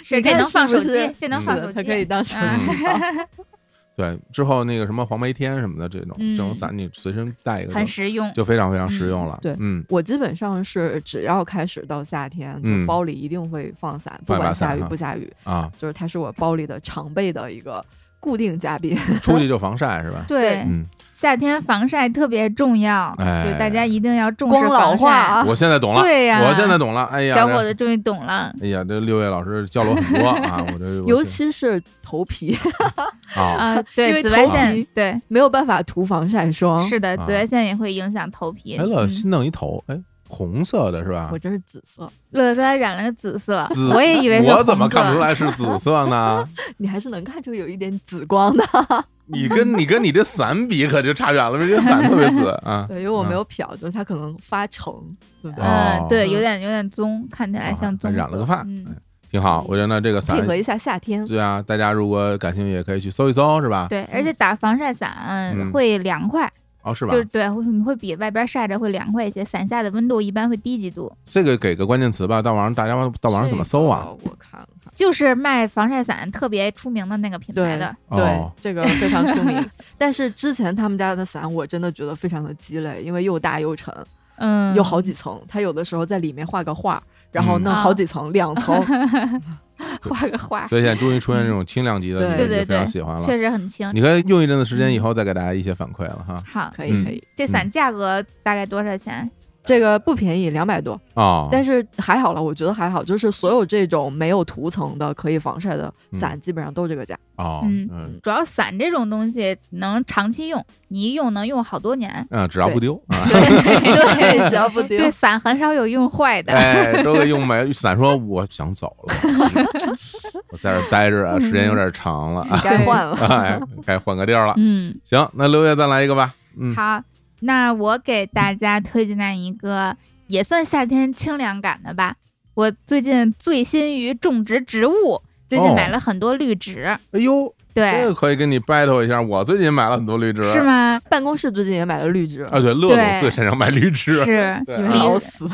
是
你
这
看
能放
是
手
不
机
是，
这能
嗯
放
是
手
的
机，
它可以当手
嗯
机包。
[laughs]
[laughs]
对，之后那个什么黄梅天什么的这种这种
嗯
伞，你随身带一个
很
就
实用。
就非常非常实用了。
对
嗯，
我基本上是只要开始到夏天，
嗯
就包里一定会放伞，不
放一把
管
伞
下雨
哈
不下雨，
啊，
就是它是我包里的常备的一个固定嘉宾。
出去就防晒是吧？
[laughs] 对，
嗯，
夏天防晒特别重要，
哎
就大家一定要重视
光老
防
化
晒。
啊，
我现在懂了，
[laughs] 对呀
我现在懂了。哎呀，
小
这
伙子终于懂了，
哎呀，这六位老师教了我很多啊，我这我
尤
现
其是头皮
啊，
[laughs]
啊，
因
对，
为
紫外
头
线
皮，
对，
没有办法涂防晒霜，
是的，
啊
紫外线也会影响头皮。
哎乐
嗯
新弄一头，哎，红色的是吧
我？这是紫色，
乐乐说他染了个紫色，
紫
我也以为是
我怎么
红色
看不出？来是紫色呢？ [laughs]
你还是能看出有一点紫光
嗯
的。
你跟你跟你这伞比可就差远了，这伞特别紫
[laughs]
啊。
对，因为我
嗯
没有瞟，就它可能发橙，对不对？
哦
嗯，对，有点有点棕，看起来
啊
像棕色。
染了个发
嗯
哎挺好，我觉得那这个伞
配合一下夏天，
对啊，大家如果感兴趣也可以去搜一搜，是吧？，
对，而且打防晒伞
嗯
会凉快，
哦，是吧？
就是对，会你会比外边晒着会凉快一些，伞下的温度一般会低几度。
这个给个关键词吧，到网上大家到网上怎么搜啊？
哦
这个我看看，
就是卖防晒伞特别出名的那个品牌
对
的，
对
哦，
这个非常
[laughs]
出名。但是之前他们家的伞，我真的觉得非常的鸡肋，因为又大又沉，
嗯，
有好几层。它有的时候在里面画个画，然后
嗯
弄好几层，两层。
[laughs] 画个画，
所以现在终于出现这种轻量级的，
对
你
对
就
对
非常
对，
喜欢了。
确实很轻。
你可以用一阵子时间以后再给大家一些反馈了哈。
好，
可以可以，
嗯
这伞价格大概多少钱？
这个不便宜，两百多，
哦，
但是还好了，我觉得还好。就是所有这种没有涂层的可以防晒的伞，
嗯
基本上都这
[laughs]
个价。
哦，
嗯
嗯
主要伞这种东西能长期用，你一用能用好多年。
嗯，只要不
[laughs]
丢啊。
对，只要不丢
对，伞很少有用坏的。
哎，都给用没。伞说我想走了，
[laughs]
我在这儿待着啊，时间有点长了啊，
该换了。
[laughs] 哎，该换个地儿了。
嗯，
行，那六月再来一个吧。嗯，
好，那我给大家推荐一个也算夏天清凉感的吧。我最近醉心于种植植物，最近
哦
买了很多绿植，
哎呦，这
对
个，可以跟你 battle 一下。我最近买了很多绿植，
是？吗？
办公室最近也买了绿植，
啊，对，乐总
对
最擅长买绿植。
是，
对嗯
你
啊
们
[laughs]
老死。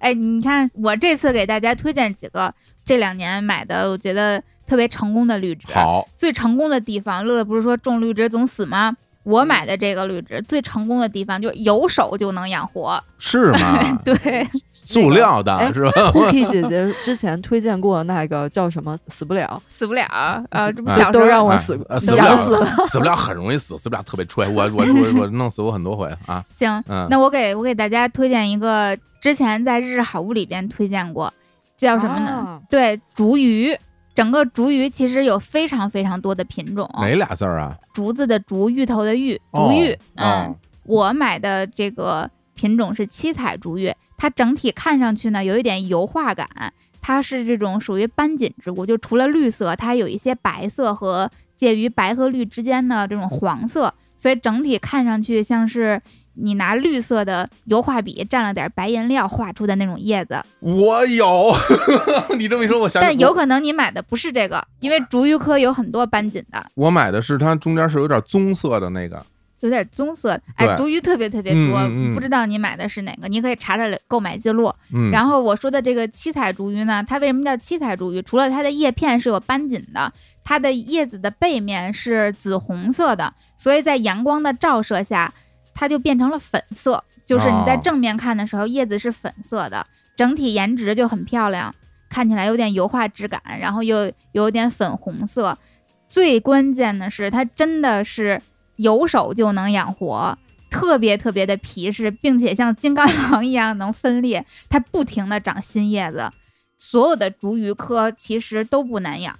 哎，你看我这次给大家推荐几个这两年买的，我觉得特别成功的绿植。
好，
最成功的地方，乐乐不是说种绿植总死吗？
嗯
我买的这个绿植最成功的地方就是有手就能养活，？
是吗
[laughs] 对，
嗯塑料的
哎
是吧？ [laughs]
Cookie 姐姐之前推荐过那个叫什么“死不了
死不了。呃，这不
哎
小时
都
候
让我
哎
死过
呃死不
养
了
死
死，死不了很容易死，死不了特别吹。我我我我弄死过很多回啊。
行，
嗯，
那我给我给大家推荐一个，之前在日好物里边推荐过，”，叫什么呢？
啊？
对，竹鱼。整个竹鱼其实有非常非常多的品种，
哪俩字儿啊？
竹子的竹，芋头的芋，
哦
竹芋。嗯
哦，
我买的这个品种是七彩竹芋，它整体看上去呢有一点油画感，它是这种属于斑锦植物，就除了绿色，它有一些白色和介于白和绿之间的这种黄色，所以整体看上去像是你拿绿色的油画笔蘸了点白颜料画出的那种叶子。
我有， [laughs] 你这么一说，我想起
但有可能你买的不是这个，因为竹芋科有很多斑锦的，
我买的是它中间是有点棕色的那个，
有点棕色。哎，
对
竹芋特别特别
嗯
多，
嗯嗯
不知道你买的是哪个，你可以查查购买记录。
嗯，
然后我说的这个七彩竹芋呢，它为什么叫七彩竹芋？除了它的叶片是有斑锦的，它的叶子的背面是紫红色的，所以在阳光的照射下，它就变成了粉色。就是你在
哦
正面看的时候，叶子是粉色的，整体颜值就很漂亮，看起来有点油画质感，然后又有点粉红色。最关键的是，它真的是有手就能养活，特别特别的皮实，并且像金刚狼一样能分裂，它不停的长新叶子。所有的竹鱼科其实都不难养，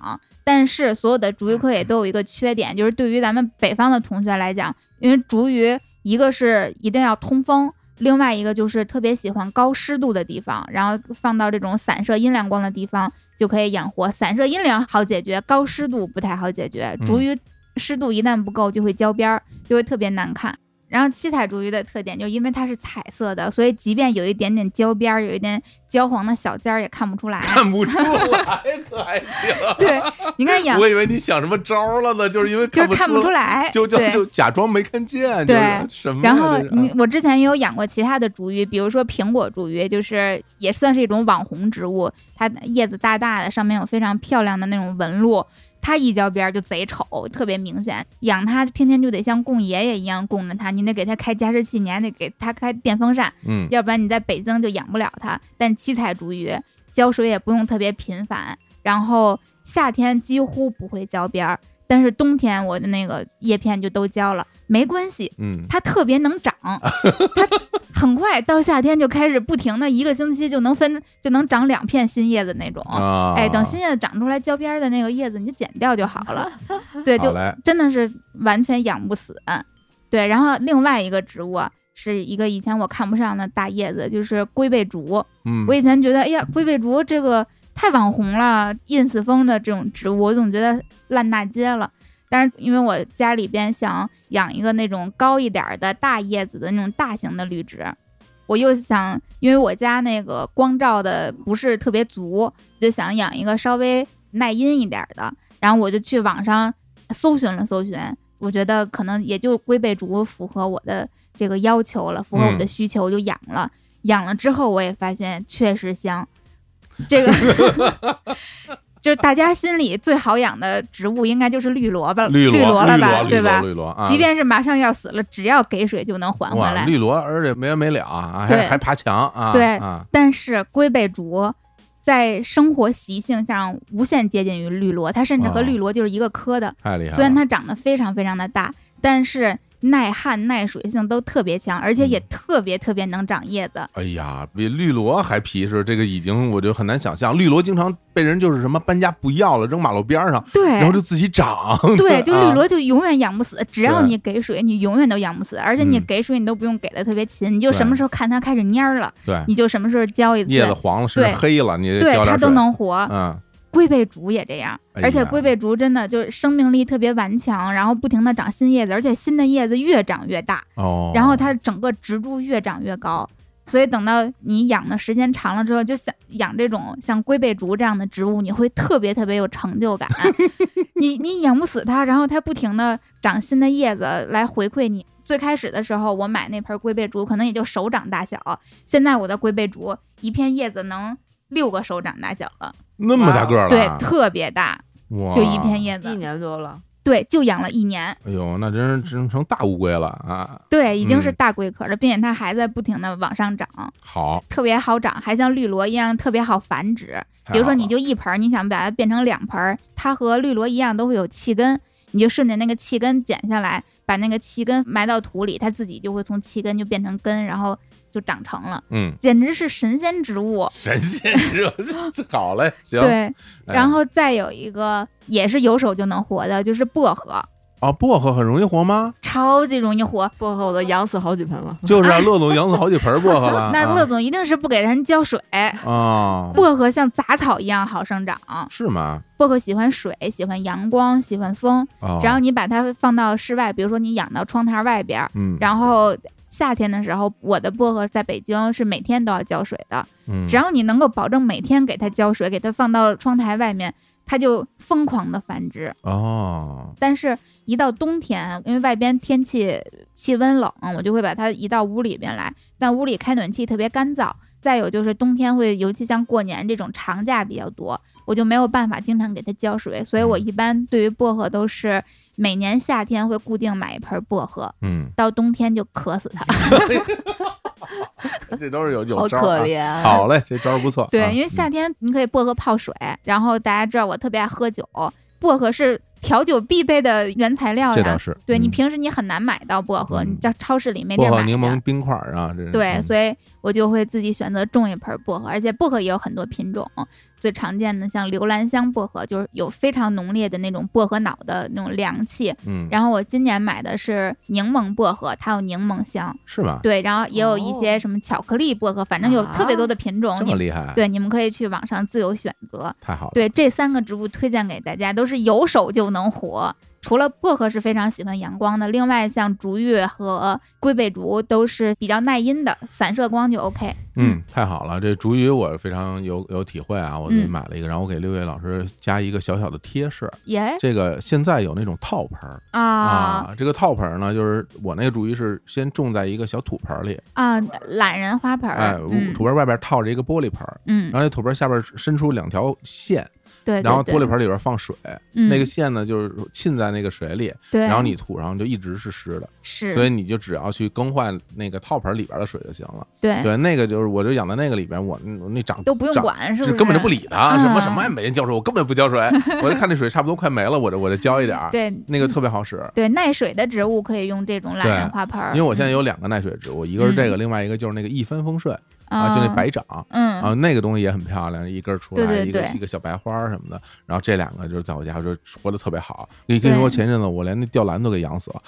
但是所有的竹鱼科也都有一个缺点，就是对于咱们北方的同学来讲，因为竹鱼一个是一定要通风，另外一个就是特别喜欢高湿度的地方，然后放到这种散射阴凉光的地方就可以养活。散射阴凉好解决，高湿度不太好解决。
嗯
竹鱼湿度一旦不够就会焦边儿，就会特别难看。然后七彩竹鱼的特点，就因为它是彩色的，所以即便有一点点焦边儿，有一点焦黄的小尖儿也看不出来。
看不出来，可还行。
[laughs] 对，你看养
我以为你想什么招了呢，就是因为
就是
不
看不出
来，
来，
就就
对
就假装没看见，
对
就是什么呀？
然后
这是嗯
你我之前也有养过其他的竹芋，比如说苹果竹芋，就是也算是一种网红植物，它叶子大大的，上面有非常漂亮的那种纹路。它一浇边儿就贼丑，特别明显。养它天天就得像供爷爷一样供着它，你得给它开加湿器，你还得给它开电风扇，
嗯，
要不然你在北京就养不了它。但七彩竹芋浇水也不用特别频繁，然后夏天几乎不会浇边儿，但是冬天我的那个叶片就都焦了，没关系，
嗯，
它特别能长，它很快到夏天就开始不停的一个星期就能分就能长两片新叶子那种。
啊，
哎，等新叶子长出来，焦边儿的那个叶子你就剪掉就好了。对，
好
就
嘞，
真的是完全养不死。对，然后另外一个植物啊，是一个以前我看不上的大叶子，就是龟背竹。
嗯，
我以前觉得，哎呀，龟背竹这个太网红了，ins 风的这种植物，我总觉得烂大街了。但是因为我家里边想养一个那种高一点儿的大叶子的那种大型的绿植，我又想，因为我家那个光照的不是特别足，就想养一个稍微耐阴一点儿的。然后我就去网上搜寻了搜寻，我觉得可能也就龟背竹符合我的这个要求了，符合我的
嗯
需求，我就养了。养了之后，我也发现确实香。这个
[laughs]
就是大家心里最好养的植物，应该就是绿萝卜了，
绿
绿
萝
了
绿
吧，
萝
对
绿萝
吧？
绿萝啊，
即便是马上要死了，只要给水就能还回
哇，
来。
绿萝，而且没完没了啊，还
对
还爬墙啊，
对
啊，
但是龟背竹在生活习性上无限接近于绿萝，它甚至和
哦
绿萝就是一个科的。
太厉害了。
虽然它长得非常非常的大，但是耐旱耐水性都特别强，而且也
嗯
特别特别能长叶子。
哎呀，比绿萝还皮实，这个已经我就很难想象。绿萝经常被人就是什么搬家不要了，扔马路边儿上，
对，
然后就自己长。 [laughs]
对，就绿
啊
萝就永远养不死，只要
对
你给水，你永远都养不死，而且你
嗯
给水你都不用给的特别勤，你就
对
什么时候看它开始蔫儿了，
对，
你就什么时候浇一次，
叶子黄了，甚至
对
黑了，你也
对
浇点
它
水
都。能活。
嗯，
龟背竹也这样，
哎
而且
呀
龟背竹真的就是生命力特别顽强，然后不停的长新叶子，而且新的叶子越长越大，
哦，
然后它整个植株越长越高。所以等到你养的时间长了之后，就想养这种像龟背竹这样的植物，你会特别特别有成
[laughs]
就感。你你养不死它，然后它不停的长新的叶子来回馈你。最开始的时候，我买那盆龟背竹可能也就手掌大小，现在我的龟背竹一片叶子能六个手掌大小了，
那么大个儿了，
对，特别大，
哇，
就一片。叶
一
子，
年多了，
对，就养了一年，
哎呦，那真是真成大乌龟了啊！
对，已经是
嗯
大龟壳了，并且它还在不停的往上长。
好，
特别好长，还像绿萝一样特别好繁殖。
太
比如说，
好
你
了
就一盆儿，你想把它变成两盆儿，它和绿萝一样都会有气根，你就顺着那个气根剪下来，把那个气根埋到土里，它自己就会从气根就变成根，然后就长成了， [laughs]
嗯，
简直是神仙植物。
神仙热， [laughs] 好嘞，行。
对，
哎
然后再有一个也是有手就能活的，就是薄荷，
啊，薄荷很容易活吗？
超级容易活。
薄荷我都养死好几盆了。
[laughs] 就是啊，乐
[laughs]
总养死好几盆薄荷了。
那乐总一定是不给人浇水，
啊，
薄荷像杂草一样好生长。
是吗？
薄荷喜欢水，喜欢阳光，喜欢风。
哦，
只要你把它放到室外，比如说你养到窗台外边儿，
嗯，
然后夏天的时候，我的薄荷在北京是每天都要浇水的。
嗯
只要你能够保证每天给它浇水，给它放到窗台外面，它就疯狂的繁殖。
哦，
但是，一到冬天，因为外边天气气温冷，我就会把它移到屋里边来。但屋里开暖气特别干燥，再有就是冬天会，尤其像过年这种长假比较多，我就没有办法经常给它浇水，所以我
嗯
一般对于薄荷都是每年夏天会固定买一盆薄荷， [laughs]
嗯，
到冬天就渴死它。
[laughs] 这都是有有
好
招、啊，
可怜，
好嘞，这招儿不错。啊
对，因为夏天你可以薄荷泡水，然后大家知道我特别爱喝酒，薄荷是调酒必备的原材料
嗯这倒
呀。
是，
对你
嗯
平时你很难买到薄荷，你
嗯
到超市里没地
薄
儿
荷
买。
柠檬冰块儿啊，这是
对，
嗯
所以我就会自己选择种一盆薄荷，而且薄荷也有很多品种，最常见的像留兰香薄荷，就是有非常浓烈的那种薄荷脑的那种凉气。
嗯，
然后我今年买的是柠檬薄荷，它有柠檬香，
是吗？
对，然后也有一些
哦
什么巧克力薄荷，反正有特别多的品种，
啊这
你
么
们
厉害，，啊
对你们可以去网上自由选择。
太好了。
对，这三个植物推荐给大家，都是有手就能活。除了薄荷是非常喜欢阳光的，另外像竹芋和龟背竹都是比较耐阴的，散射光就 OK。
嗯，太好了，这竹鱼我非常有有体会啊，我自己
嗯
买了一个，然后我给六月老师加一个小小的贴士，
耶
这个现在有那种套盆儿
啊
啊，这个套盆儿呢，就是我那个竹鱼是先种在一个小土盆儿里，
啊，懒人花盆
哎
儿，，
土
嗯
土盆儿外边套着一个玻璃盆儿，
嗯
然，后这土盆儿下边儿伸出两条线，
对，对
然后玻璃
对
盆儿里边儿放水，
嗯
那个线呢就是浸在那个水里，
对，
然后你土上就一直是湿的，
是，
所以你就只要去更换那个套盆里边的水就行了。
对
对，那个就是我就养在那个里边，我那那长
哎都不用
长
管，是
就
不是？
根本就不理它，
嗯
什么什么也没人浇水，我根本不
[laughs]
浇水，我就看那水差不多快没了，我这我这浇一点儿，
对
那个特别好使。
对，耐水的植物可以用这种懒
对
人花盆儿，
因为我现在
嗯
有两个耐水植物，一个是这个，
嗯
另外一个就是那个一帆风顺，啊，就那
嗯
白掌
嗯
啊，那个东西也很漂亮，一根儿出来
对对
一个
对
一个小白花儿什么的。然后这两个就是在我家就活得特别好。你跟你说，
对
前阵子我连那吊兰都给养死
[laughs]
了，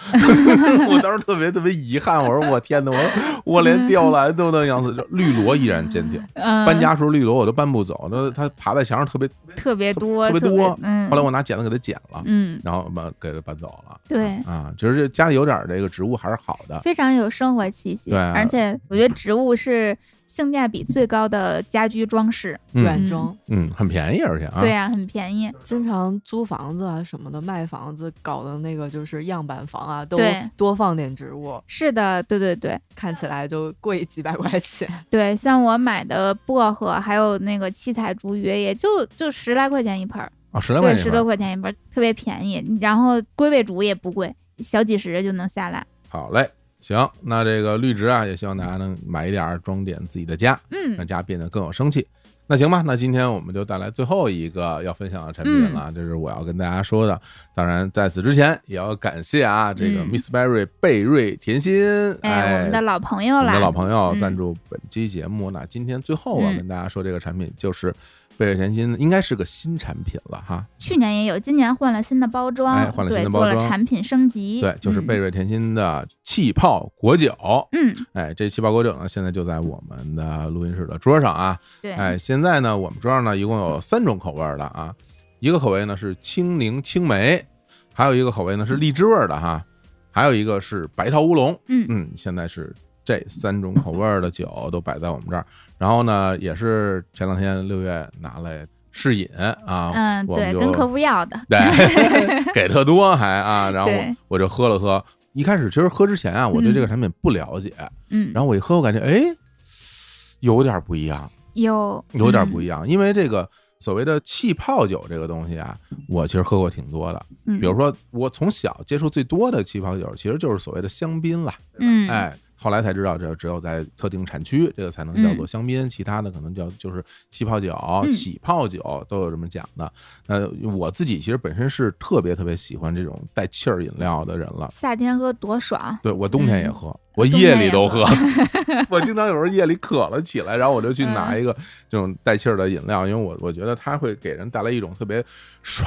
我当时特别特别遗憾，我说我天呐，我
[laughs]
说我连吊兰都能养死，就绿萝依然坚挺。
嗯，
搬家时候绿萝我都搬不走，那它爬在墙上特别。
特别多，
特别多
嗯，
后来我拿剪子给它剪了，
嗯，
然后把给它搬走了。
对
啊，就是家里有点这个植物还是好的。
非常有生活气息，
啊对啊
而且我觉得植物是性价比最高的家居装饰，
嗯
软装。
嗯，很便宜，而且啊，
对呀、很便宜，
经常租房子啊什么的，卖房子搞的那个就是样板房啊，都
对
多放点植物，
是的，对对对
看起来就贵几百
[laughs]
块钱。
对，像我买的薄荷还有那个七彩竹芋，也就就十来块钱一盆儿，
啊，十来块
对，
钱一
十
盆
多块钱一盆儿，特别便宜，然后龟背竹也不贵，小几十就能下来，
好嘞，行，那这个绿植啊，也希望大家能买一点儿装点自己的家，让
嗯
家变得更有生气。那行吧，那今天我们就带来最后一个要分享的产品
嗯
了，这是我要跟大家说的。当然，在此之前也要感谢啊，这个
嗯
Miss Berry 贝瑞甜心，
哎，我们的老朋友
我们
啦，
的老朋友
嗯
赞助本期节目。那今天最后我
嗯
跟大家说这个产品就是贝瑞甜心，应该是个新产品了哈。
去年也有，今年换了新的包装，
哎换了新的包装
对，做了产品升级，
对，就是贝瑞甜心的气泡果酒。
嗯，
哎，这气泡果酒呢，现在就在我们的录音室的桌上啊。
对，嗯
哎，现在呢，我们桌上呢一共有三种口味儿的啊，一个口味呢是青柠青梅，还有一个口味呢是荔枝味儿的哈，还有一个是白桃乌龙。
嗯
嗯，现在是这三种口味儿的酒都摆在我们这儿。然后呢，也是前两天六月拿来试饮啊，
嗯，
我们
对，
就
跟客户要的，
[laughs] 对，给特多还啊，然后
对
我就喝了喝。一开始其实喝之前啊，我对这个产品不了解，
嗯，
然后我一喝，我感觉哎，有点不一样，
有嗯
有点不一
样，
样，因为这个所谓的气泡酒这个东西啊，我其实喝过挺多的。
嗯、
比如说，我从小接触最多的气泡酒，其实就是所谓的香槟啦，
嗯，
哎。后来才知道，这只有在特定产区，这个才能
嗯
叫做香槟，其他的可能叫就是气泡酒、起泡酒都有这么讲的。那我自己其实本身是特别特别喜欢这种带气儿饮料的人了，
夏天喝多爽，
对我冬天也
嗯
喝，我
冬
夜
天
里
也
都喝
喝。
[laughs] 我经常有时候夜里渴了起来，然后我就去拿
嗯
一个这种带气儿的饮料，因为我我觉得它会给人带来一种特别唰，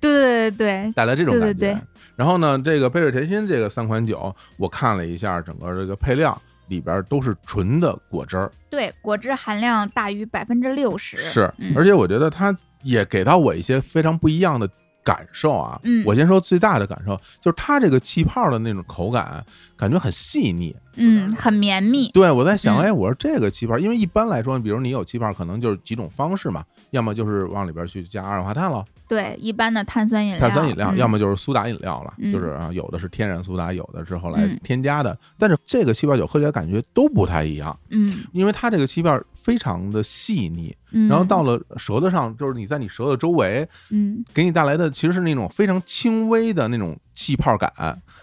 对对对对，
带来这种感
对
觉。
对对
然后呢，这个贝瑞甜心这个三款酒，我看了一下整个这个配料。里边都是纯的果汁儿，
对，果汁含量大于百分之六十，
是，
嗯
而且我觉得它也给到我一些非常不一样的感受啊。
嗯
我先说最大的感受，就是它这个气泡的那种口感，啊感觉很细腻，
嗯，很绵密，
对，我在想，
嗯
哎，我说这个气泡，因为一般来说，比如你有气泡，可能就是几种方式嘛，要么就是往里边去加二氧化碳了，
对，一般的碳酸饮料，
碳酸饮料，
嗯
要么就是苏打饮料了，
嗯
就是啊，有的是天然苏打，有的是后来
嗯
添加的。但是这个气泡酒喝起来感觉都不太一样，
嗯
因为它这个气泡非常的细腻，
嗯，
然后到了舌头上，就是你在你舌头周围
嗯
给你带来的其实是那种非常轻微的那种气泡感，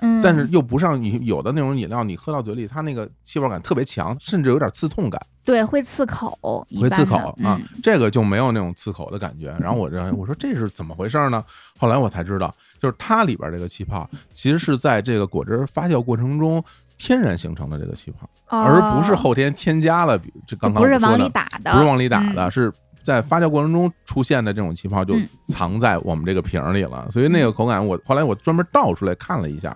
嗯，
但是又不像你有的那种饮料，你喝到嘴里它那个气泡感特别强，甚至有点刺痛感。
对会刺口，一
会
般
刺
的
口啊
嗯，
这个就没有那种刺口的感觉。然后我这我说这是怎么回事呢？后来我才知道，就是它里边这个气泡其实是在这个果汁发酵过程中天然形成的这个气泡，而不是
哦
后天添加了。比这刚刚
不
我
是
说
往里
的，
打的，
不是往里打
嗯
的，是在发酵过程中出现的这种气泡就
嗯
藏在我们这个瓶儿里了。所以那个口感，我后来我专门倒出来看了一下，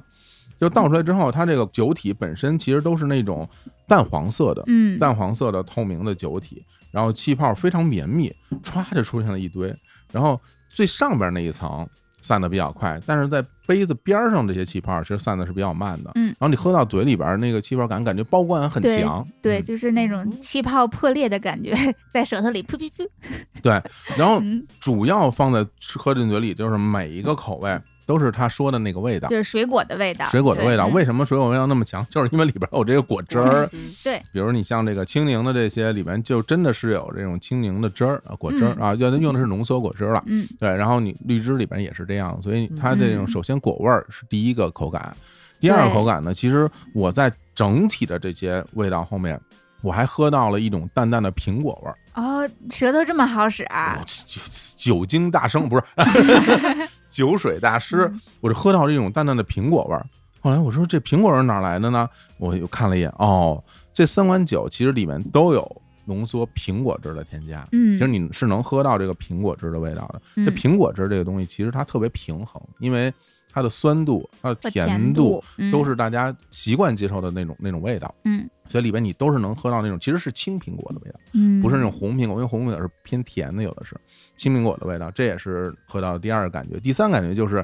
就倒出来之后，它这个酒体本身其实都是那种淡黄色的。
嗯，
淡黄色的透明的酒体，然后气泡非常绵密，歘就出现了一堆，然后最上边那一层散的比较快，但是在杯子边上这些气泡其实散的是比较慢的，
嗯
然后你喝到嘴里边那个气泡感感觉包裹感很
对
强，
对，
嗯
就是那种气泡破裂的感觉，在舌头里噗噗噗， [laughs]
对，然后
嗯，
主要放在吃喝进嘴里就是每一个口味都是他说的那个味道
就。是水果的味道，
水果的
对
味道，
嗯
为什么水果味道那么强？就是因为里边有这个果汁儿，
对，
比如你像这个青柠的这些里面，就真的是有这种青柠的汁儿啊，果汁儿
嗯
啊，要用的是浓缩果汁了。
嗯
对，然后你绿汁里边也是这样，所以它这种
嗯
首先果味儿是第一个口感，第二个
对
口感呢，其实我在整体的这些味道后面，我还喝到了一种淡淡的苹果味儿。
哦，舌头这么好使啊
我，哦酒酒精大生
[laughs]
不是酒水大师，
嗯
我就喝到这种淡淡的苹果味儿。后来我说这苹果味儿哪来的呢？我又看了一眼，哦，这三款酒其实里面都有浓缩苹果汁的添加，
嗯，
其实你是能喝到这个苹果汁的味道的。
嗯
这苹果汁这个东西其实它特别平衡，因为它的酸度、它
和
的
甜
度
嗯
都是大家习惯接受的那种那种味道，
嗯
所以里边你都是能喝到那种其实是青苹果的味道，
嗯，
不是那种红苹果，因为红苹果是偏甜的，有的是青苹果的味道，这也是喝到的第二个感觉。第三感觉就是，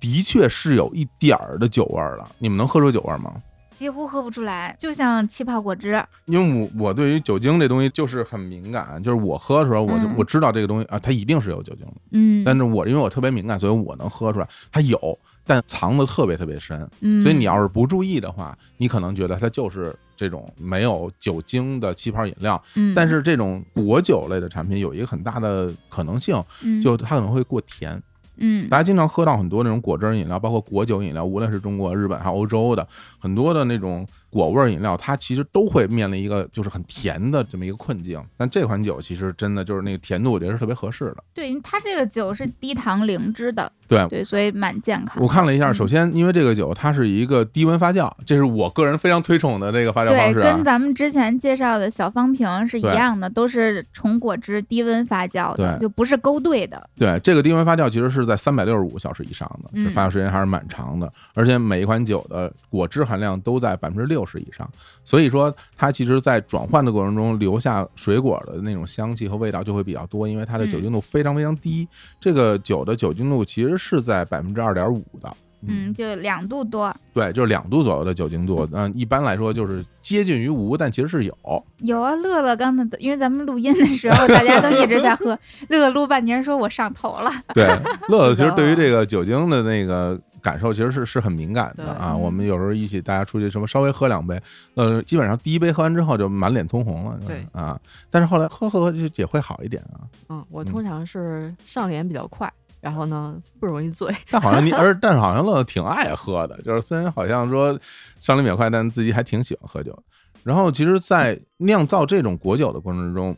的确是有一点儿的酒味儿了。你们能喝出酒味儿吗？
几乎喝不出来，就像气泡果汁，
因为我我对于酒精这东西就是很敏感，就是我喝的时候，我就、
嗯
我知道这个东西啊，它一定是有酒精的。
嗯，
但是我因为我特别敏感，所以我能喝出来它有，但藏的特别特别深。
嗯，
所以你要是不注意的话，你可能觉得它就是这种没有酒精的气泡饮料。
嗯，
但是这种果酒类的产品有一个很大的可能性，
嗯
就它可能会过甜。
嗯
大家经常喝到很多那种果汁饮料，包括果酒饮料，无论是中国、日本还有欧洲的很多的那种果味儿饮料，它其实都会面临一个就是很甜的这么一个困境。但这款酒其实真的就是那个甜度，我觉得是特别合适的。
对，因为它这个酒是低糖零脂的，
对，
对，所以蛮健康的。
我看了一下，
嗯
首先因为这个酒它是一个低温发酵，这是我个人非常推崇的这个发酵方
对，
式、
跟
啊。
咱们之前介绍的小方瓶是一
对
样的，都是纯果汁低温发酵的，
对
就不是勾兑的。
对，这个低温发酵其实是在三百六十五小时以上的，
嗯
这发酵时间还是蛮长的，而且每一款酒的果汁含量都在百分之六十以上，所以说它其实，在转换的过程中留下水果的那种香气和味道就会比较多，因为它的酒精
嗯
度非常非常低。这个酒的酒精度其实是在百分之二点五的。
嗯，就两度多，
对，就是两度左右的酒精度，嗯，一般来说就是接近于无，但其实是有。
有啊，乐乐刚才因为咱们录音的时候大家都一直在
[laughs]
喝，乐乐录半截说我上头了，
[laughs]
对，乐乐其
是
实
的
对于这个酒精的那个感受，其实是是很敏感的
对
啊。
嗯
我们有时候一起大家出去什么稍微喝两杯，呃，基本上第一杯喝完之后就满脸通红了，
对
啊。但是后来喝喝喝就也会好一点啊。
嗯，我通常是上脸比较快，然后呢不容
[laughs]
易醉。
但好像
[laughs]
你，而但是好像乐乐挺爱喝的，就是虽然好像说上脸比较快，但自己还挺喜欢喝酒的。然后其实，在酿造这种果酒的过程中，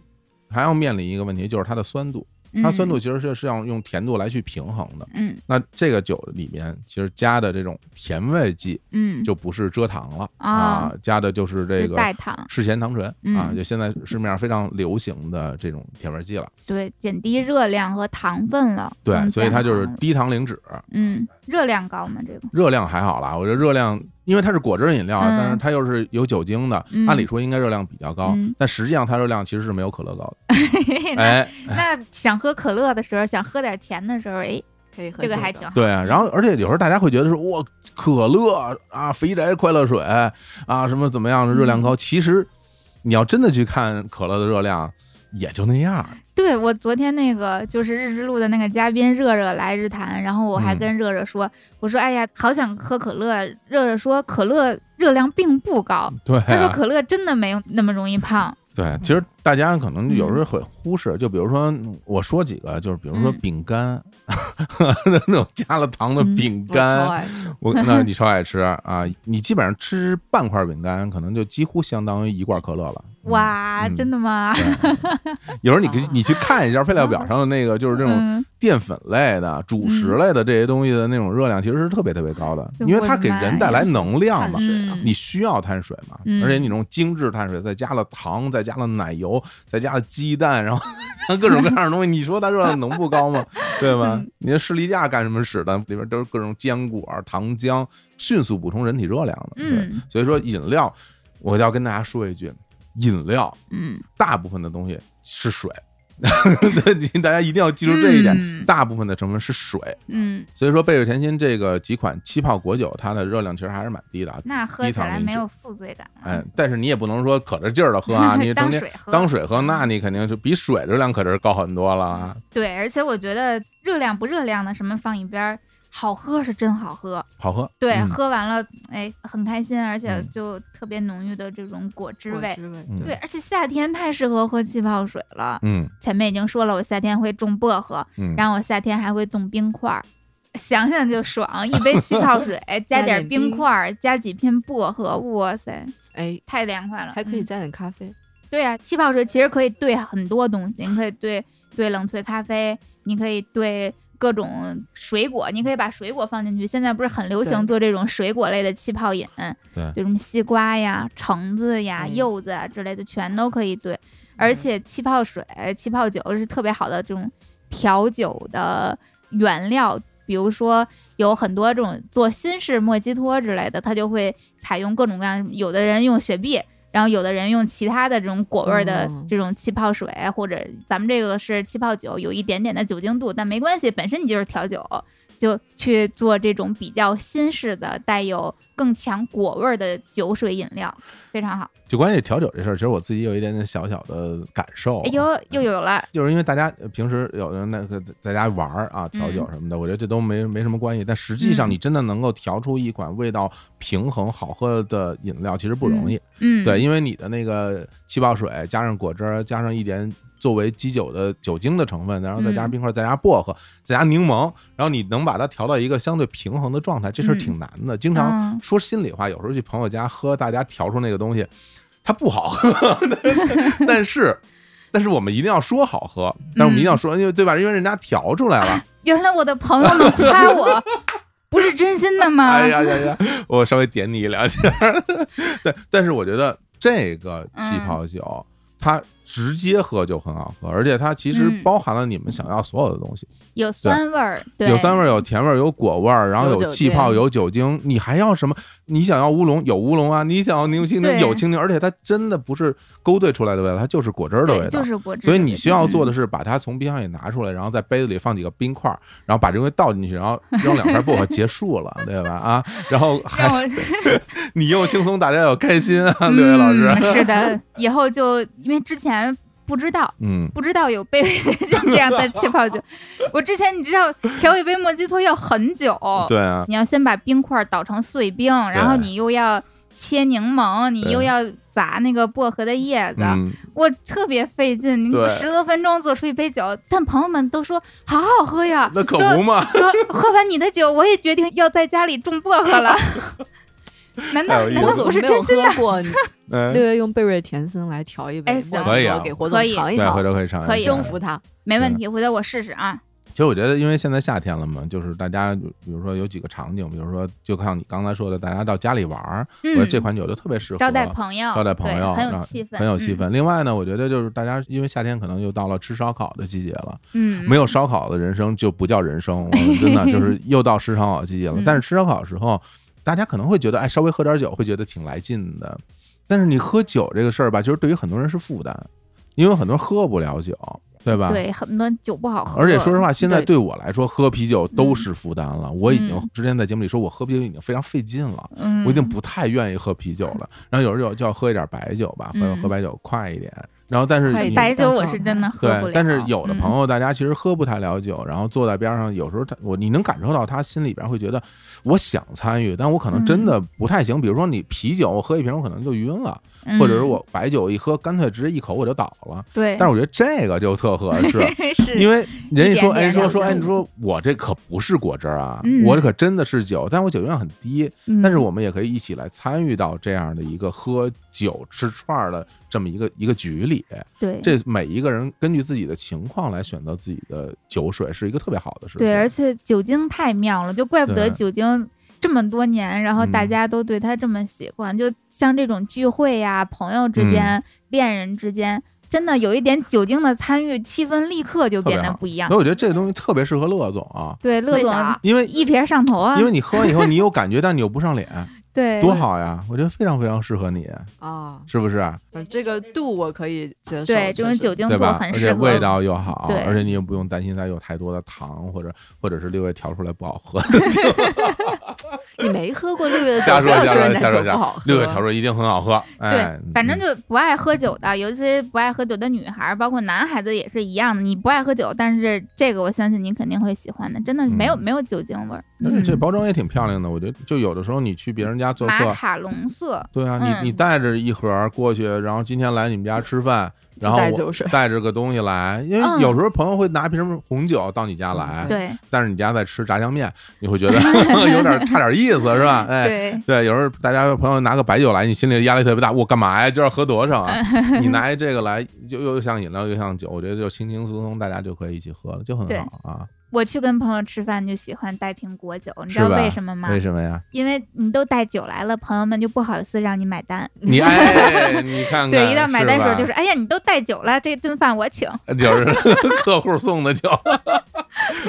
还要面临一个问题，就是它的酸度。它酸度
嗯
其实是是要用甜度来去平衡的。
嗯，
那这个酒里面其实加的这种甜味剂，
嗯嗯，
就不是蔗糖了
啊
啊，加的就是这
就
个
代糖，
赤藓糖醇啊，
嗯
就现在市面上非常流行的这种甜味剂了。
对，减低热量和糖分了，
对，
更
所以它就是
健康了
低糖零脂，
嗯，热量高吗？这个 [laughs]
热量还好啦。我觉得热量，因为它是果汁饮料啊，
嗯
但是它又是有酒精的，
嗯
按理说应该热量比较高
嗯，
但实际上它热量其实是没有可乐高的。
那
哎，
那想喝可乐的时候，想喝点甜的时候，哎，
可以喝
这个还挺好。
对，啊然后而且有时候大家会觉得说，哇，可乐啊，肥宅快乐水啊，什么怎么样，热
嗯
量高。其实你要真的去看可乐的热量，也就那样儿。
对我昨天那个就是日之路的那个嘉宾热热来日坛，然后我还
嗯
跟热热说，我说哎呀，好想喝可乐。热热说可乐热量并不高，
对、啊，
他说可乐真的没有那么容易胖。
对，啊其实大家可能有时
嗯
候会忽视，就比如说嗯我说几个，就是比如说
嗯
饼干， [laughs] 那种加了糖的
嗯
饼
我超
干，
爱吃。
我那你超爱吃啊！你基本上吃半块饼干，可能就几乎相当于一罐可乐了。嗯，
哇，
嗯
真的吗？
对有时候你可以你去看一下配料表上的那个， [laughs] 就是这种
嗯，
淀粉类的、主食类的这些东西的那种热量，其实是特别特别高的，
嗯
因为它给人带来能量嘛
碳。水
嗯
啊你需要碳水嘛？
嗯
而且你那种精致碳水，再加了糖，再加了奶油，再加了鸡蛋，然后 [laughs] 像各种各样的东西，你说它热量能不高
[laughs]
吗？对吧
嗯？
你的士力架干什么使的？里边都是各种坚果、糖浆，迅速补充人体热量的。对，
嗯
所以说饮料，我要跟大家说一句，饮料
嗯，
大部分的东西是水。 [laughs] 对大家一定要记住这一点，
嗯
大部分的成分是水，
嗯，
所以说贝尔甜心这个几款气泡果酒，它的热量其实还是蛮低的啊，
那喝
低
起
糖
来
零
没
脂
有负罪感啊。
哎，但是你也不能说可着劲儿的喝
[laughs]
啊，你成
当
天
水喝，嗯
当水喝，那你肯定就比水热量可是高很多了啊。
对，而且我觉得热量不热量的什么放一边儿，好喝是真好喝。
好喝，
对，
嗯
喝完了，哎，很开心，而且
嗯
就特别浓郁的这种果汁
果
味。
汁味
嗯
对，而且夏天太适合喝气泡水了。
嗯
前面已经说了，我夏天会种薄荷，
嗯，
然后我夏天还会冻冰块儿，想想就爽。一杯气泡
[laughs]
水，加
加
点
点
冰
冰
块儿，加几片薄荷，哇塞，
哎，
太凉快了。
还可以
嗯
加点咖
[laughs]
啡。
对啊，气泡水其实可以兑很多东西，你可以兑兑冷萃咖啡，你可以兑各种水果，你可以把水果放进去。现在不是很流行
对
做这种水果类的气泡饮，
对
就什么西瓜呀、橙子呀、
嗯
柚子啊之类的，全都可以兑。而且气泡水、气泡酒是特别好的这种调酒的原料，比如说有很多这种做新式莫吉托之类的，它就会采用各种各样，有的人用雪碧。然后有的人用其他的这种果味儿的
嗯
哦
这种气泡水，或者咱们这个是气泡酒，有一点点的酒精度，但没关系，本身你就是调酒，就去做这种比较新式的、带有更强果味儿的酒水饮料，非常好。
就关于调酒这事儿，其实我自己有一点点小小的感受。啊
哎呦，又有了，
就是因为大家呃平时有人那个在家玩儿啊，调酒什么的，我觉得这都没没什么关系。但实际上，
嗯
你真的能够调出一款味道平衡、好喝的饮料，其实不容易。
嗯，
对，，因为你的那个气泡水加上果汁儿，加上一点作为基酒的酒精的成分，然后再加上
嗯
冰块，再加薄荷，再加柠檬，然后你能把它调到一个相对平衡的状态，这事儿
嗯
挺难的。经常
嗯
说心里话，有时候去朋友家喝，大家调出那个东西，它不好喝，
[laughs]
但是。但是我们一定要说好喝，但是我们一定
嗯
要说，因为对吧？因为人家调出来了。
原来我的朋友们夸我 [laughs] 不是真心的吗？
哎呀呀呀！我稍微点你两下儿。对，但是我觉得这个气
嗯
泡酒，它直接喝就很好喝，而且它其实
嗯
包含了你们想要所有的东西，
有酸味儿，对，
有酸味儿、有甜味儿、有果味儿，然后
有
有
酒
气泡、
精
有酒精，你还要什么？你想要乌龙有乌龙啊，你想要柠檬青柠
对
有青柠，而且它真的不是勾兑出来的味道，它就是果汁儿的味道，
对，就是果汁。
所以你需要做的
嗯
是，
是把它从冰箱里拿出来，然后在杯子里放几个冰块儿，然后把这东西倒进去，然后扔两块薄荷， [laughs] 结束了，对吧？啊，然后
让
还 [laughs]
我
你又轻松，大家又开心啊，六位老师，
嗯
[laughs]
是的，以后就因为之前不知道。
嗯，
不知道有杯 [laughs] 这样的气泡酒，我之前你知道调一杯莫吉托要很久，
对啊，
你要先把冰块捣成碎冰，然后你又要切柠檬，你又要砸那个薄荷的叶子，
嗯，
我特别费劲，你
对
十多分钟做出一杯酒，但朋友们都说好好喝呀，
那可不嘛，
说喝完你的酒，我也决定要在家里种薄荷
[laughs]
了。难道
太有意思
难
了哎我
道
我总
不是
没
真
有
心？
喝
[laughs]
过，你
嗯，
六月用贝瑞甜心来调一杯，
哎
莫
行
吉
可以啊
托给活
可
动
以
尝一
对，回
尝，
头可以尝一
可以啊
尝
征服它。
没
嗯
问题，回头我试试啊。
其实我觉得，因为现在夏天了嘛，就是大家，比如说有几个场景，比如说就像你刚才说的，大家到家里玩儿，我
嗯
觉得，这款酒就特别适合
招待朋友，
招待朋友，
对很
然
有
后
气氛，嗯
很有气氛。另外呢，我觉得就是大家因为夏天可能又到了吃烧烤的季节了。
嗯。嗯，
没有烧烤的人生就不叫人生，我们
[laughs]
真的就是又到吃烧烤季节了
嗯。
但是吃烧烤的时候，大家可能会觉得，哎，稍微喝点酒会觉得挺来劲的。但是你喝酒这个事儿吧，其实对于很多人是负担，因为很多人喝不了酒，对吧？。
对，很多酒不好喝，
啊而且说实话，现在
对
对我来说，喝啤酒都是负担了。我已经之前在节目里说，我喝啤酒已经非常费劲了。
嗯，
我已经不太愿意喝啤酒了，然后有时候就要喝一点白酒吧，喝
嗯
喝白酒快一点。然后但是
快一
你
点
哎白酒，我是真的喝不
对
了，，
但是有的
嗯
朋友大家其实喝不太了酒，然后坐在边上，有时候他我你能感受到他心里边会觉得我想参与，但我可能真
嗯
的不太行。比如说你啤酒，我喝一瓶我可能就晕了，或者是
嗯
我白酒一喝，干脆直接一口我就倒了。
对，
但是我觉得这个就特合适。
[laughs] 是
因为人家说，
一点点
哎，说说，
小
哎，
酒
你说我这可不是果汁儿啊，
嗯
我这可真的是酒，但我酒量很低，
嗯
但是我们也可以一起来参与到这样的一个喝酒吃串儿的这么一个一个局里。
对
这每一个人根据自己的情况来选择自己的酒水，是一个特别好的事情。
对，而且酒精太妙了，就怪不得
对
酒精这么多年，然后大
嗯
家都对它这么喜欢。就像这种聚会呀、朋友之间、
嗯
恋人之间，真的有一点酒精的参与，气氛立刻就
特别
变得
好
不一样
所。以我觉得这个东西特别适合乐总啊，
对，乐
为
总
啥
因为
一瓶上头啊，
因为你喝完以后你有感觉，但你又不上脸，
[laughs] 对，
多好呀！我觉得非常非常适合你，
啊，
是不是？
嗯这个度我可以接受。
对，这
就
种
是
酒精
对
度
吧？而
很
且
适合
味道又好
对，
而且你也不用担心它有太多的糖或者或者是六月调出来不好喝。
你没喝过六月的酒，
瞎
不
说
要
瞎
说人
说瞎
家酒
说
不好
瞎
喝。
说， [laughs] 六月调出来一定很好喝。哎
对，，反正就不爱喝酒的，尤其是不爱喝酒的女孩儿，包括男孩子也是一样的。你不爱喝酒，但是这个我相信你肯定会喜欢的，真的是没有、
嗯
没有酒精味儿。
而且这
嗯
包装也挺漂亮的，我觉得就有的时候你去别人家做
马
客，
卡龙色，
对啊，你你
嗯
带着一盒儿过去，然后今天来你们家吃饭，
自
然后
带
我
酒水
带着个东西来，因为
嗯
有时候朋友会拿瓶红酒到你家来，
对
但是你家在吃炸酱面，你会觉
[laughs]
得 [laughs] 有点差点意思，是吧？哎。
对，
对，有时候大家朋友拿个白酒来，你心里压力特别大，我干嘛呀？今儿喝多少
[laughs]
啊？你拿一这个来，就又像饮料又像酒，我觉得就轻轻松松，大家就可以一起喝了，就很
对
好啊。
我去跟朋友吃饭就喜欢带瓶果酒，你知道
是吧
为什么吗？
为什么呀？
因为你都带酒来了，朋友们就不好意思让你买单。
你哎，你看看，
对，一到买单时候
吧
就是，哎呀，你都带酒了，这顿饭我请。
就是 [laughs] 客户送的酒。 [laughs]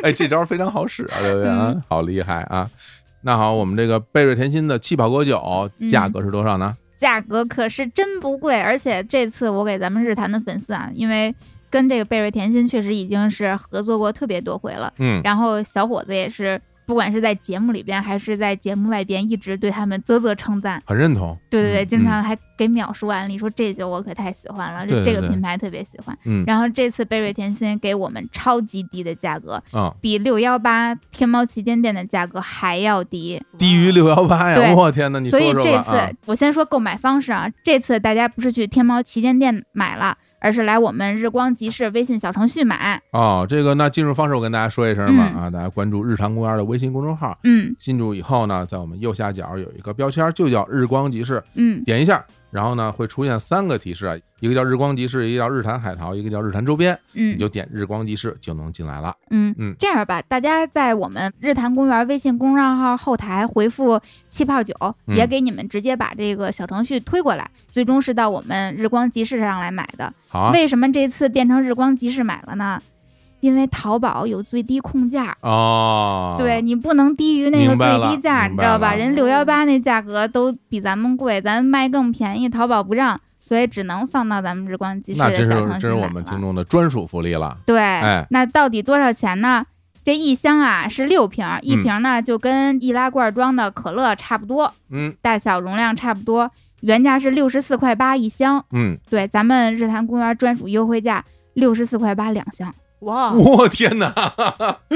哎，这招非常好使啊，对不对啊？
嗯
好厉害啊！那好，我们这个贝瑞甜心的气泡果酒
嗯
价格是多少呢？
价格可是真不贵，而且这次我给咱们日坛的粉丝啊，因为跟这个贝瑞甜心确实已经是合作过特别多回了，
嗯，
然后小伙子也是，不管是在节目里边还是在节目外边，一直对他们啧啧称赞。
很认同。
对对对，
嗯
经常还给秒叔案例说这酒我可太喜欢了，
对对
这个
对
品牌特别喜欢。
嗯
然后这次贝瑞甜心给我们超级低的价格，
嗯，
比六幺八天猫旗舰店的价格还要低。
低于六幺八呀！
对
我天哪，你
所
说
以
说吧
这
啊
次我先说购买方式啊，这次大家不是去天猫旗舰店买了，而是来我们日光集市微信小程序买。
哦，这个那进入方式我跟大家说一声吧
嗯
啊，大家关注日常公园的微信公众号，
嗯
进入以后呢，在我们右下角有一个标签，就叫日光集市，
嗯，
点一下，然后呢会出现三个提示啊，一个叫日光集市，一个叫日坛海淘，一个叫日坛周边，你
嗯
就点日光集市就能进来了。
嗯
嗯
这样吧，大家在我们日坛公园微信公众号后台回复“气泡酒”，
嗯
也给你们直接把这个小程序推过来，最终是到我们日光集市上来买的。
好啊，
为什么这次变成日光集市买了呢？因为淘宝有最低控价，
哦，
对，你不能低于那个
明白
最
了
低价，你
明
知
白
道吧？
了
人六幺八那价格都比咱们贵，咱卖更便宜，淘宝不让，所以只能放到咱们日光集市
那
的
真是
小程序
真是我
买
们
了
听众的专属福利了。
对，
哎
那到底多少钱呢？这一箱啊是六瓶，一瓶呢、就跟易拉罐装的可乐差不多，
嗯
大小容量差不多，原价是六十四块八一箱，
嗯，
对，咱们日坛公园专属优惠价六十四块八两
[laughs]
箱。
哇，
我天哪！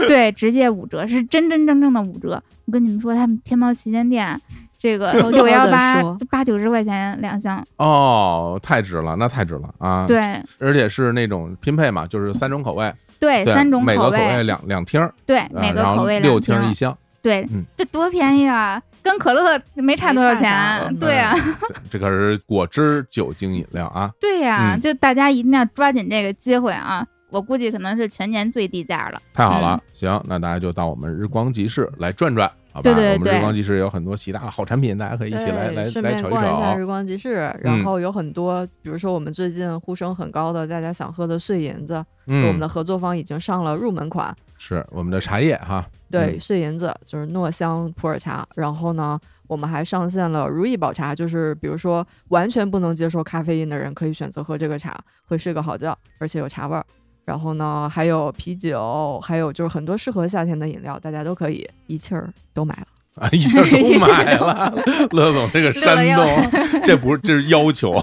对，直接五折，是真真正正的五折。我跟你们说，他们天猫旗舰店这个
悄悄
六
地
幺八
说
八九十块钱两箱，
哦，太值了，那太值了啊！，
对
而且是那种拼配嘛，就是三种口味，
对，
对
三种
每个
口
口味两两听儿，
对，
啊
每个
然后
口味
六
两
听
瓶
儿一箱，
对
嗯，
这多便宜啊，跟可乐没差
没
多少
差
钱
啥
啊，
嗯
对啊，
这这可是果汁酒精饮料啊！
对呀，
嗯
就大家一定要抓紧这个机会啊！我估计可能是全年最低价了，
太好了，行，那大家就到我们日光集市来转转，好吧？
对对
我们
对
日光集市有很多其他的好产品，大家可以一起来
对
来
顺
来
便
瞅
逛一下
瞅。
日光集市，
嗯
然后有很多，比如说我们最近呼声很高的，大家想喝的碎银子，就我们
嗯
的，合作方已经上了入门款，
是我们的茶叶哈，
对，
嗯
碎银子就是糯香普洱茶。然后呢，我们还上线了如意宝茶，就是比如说完全不能接受咖啡因的人可以选择喝这个茶，会睡个好觉，而且有茶味儿。然后呢，还有啤酒，还有就是很多适合夏天的饮料，大家都可以一气儿都买了。
啊， [laughs] 已经都买了。乐总这个山东，这不是这是要 [laughs] 求，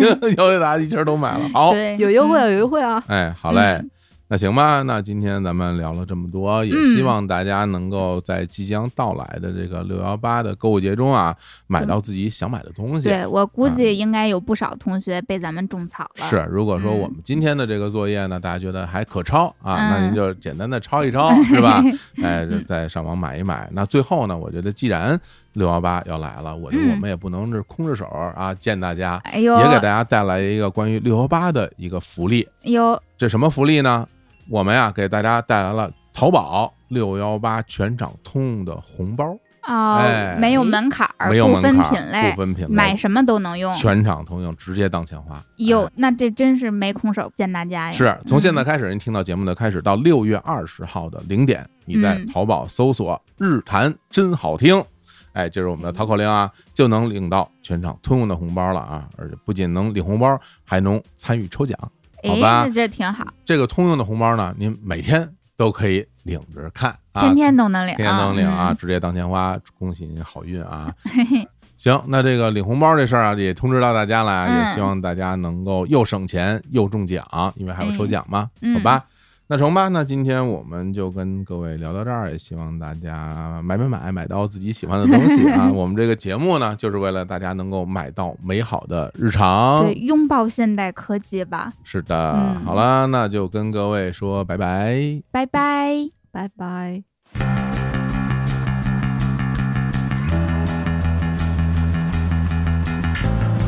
要求大家一圈都买了。好，
对，
有优惠啊，
嗯
有优惠啊！
哎，好嘞
嗯。
那行吧，那今天咱们聊了这么多，也
嗯
希望大家能够在即将到来的这个六幺八的购物节中啊，买到自己想买的东西。
对我估
啊
嗯
计应该有不少同学被咱们种草了，
是，如果说
嗯
我们今天的这个作业呢，大家觉得还可抄啊，那您
嗯
就简单的抄一抄，是
[laughs]
吧？哎，就再上网买一买。那最后呢，我觉得既然六幺八要来了，我觉得我
嗯
们也不能是空着手儿啊见大家，
哎呦，
也给大家带来一个关于六幺八的一个福利。
哎呦，
这什么福利呢？我们呀给大家带来了淘宝六幺八全场通的红包，
哦
哎，
没有门槛儿，
没有
不
门
分
槛
品
儿，
类
不，分品类，
买什么都能用。
全场通用，直接当钱花。
哟，那这真是没空手见大家呀！
是从现在
嗯
开始，您听到节目的开始到六月二十号的零点，你在
嗯
淘宝搜索“日谈真好听”，哎，这是我
嗯
们的淘口令啊，就能领到全场通用的红包了啊！而且不仅能领红包，还能参与抽奖。好
哎，
吧
那这挺好，
这个通用的红包呢，您每天都可以领着看啊，
天天都能领，
天天能领啊，
嗯！
直接当钱花，恭喜您好运啊！ [laughs] 行，那这个领红包这事儿啊，也通知到大家了啊，
嗯
也希望大家能够又省钱又中奖，因为还有抽奖嘛，
嗯
好吧？那成吧，那今天我们就跟各位聊到这儿，也希望大家买买买，买到自己喜欢的东西
[laughs]
啊！我们这个节目呢，就是为了大家能够买到美好的日常
嗯对，。拥抱现代科技吧，
是的，
嗯
好了，那就跟各位说拜拜。
拜拜。
拜拜。
我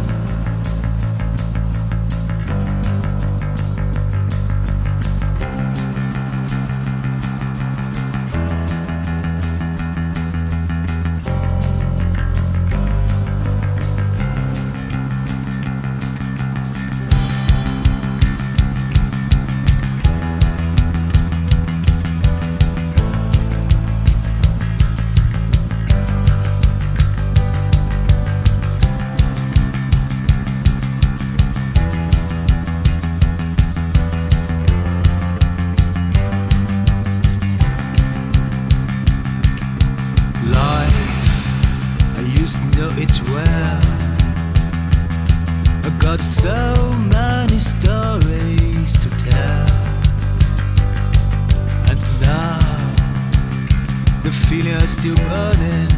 feeling are still burning.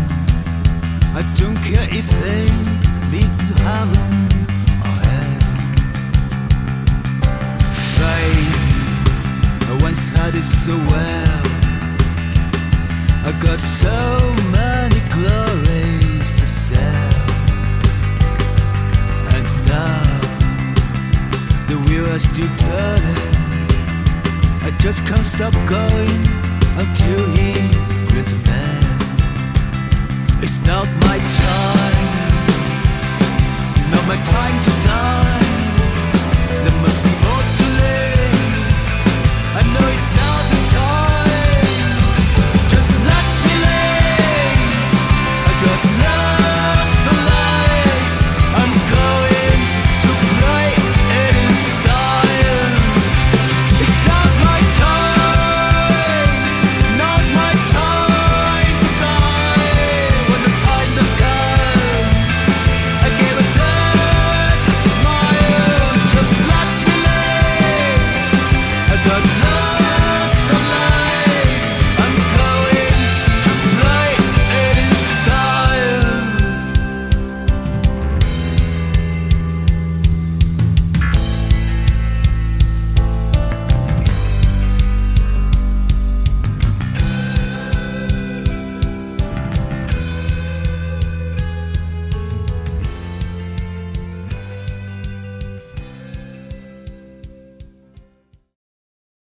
I don't care if they lead to heaven or hell. Faith, I once had it so well. I got so many glories to sell. And now, the wheels are still turning. I just can't stop going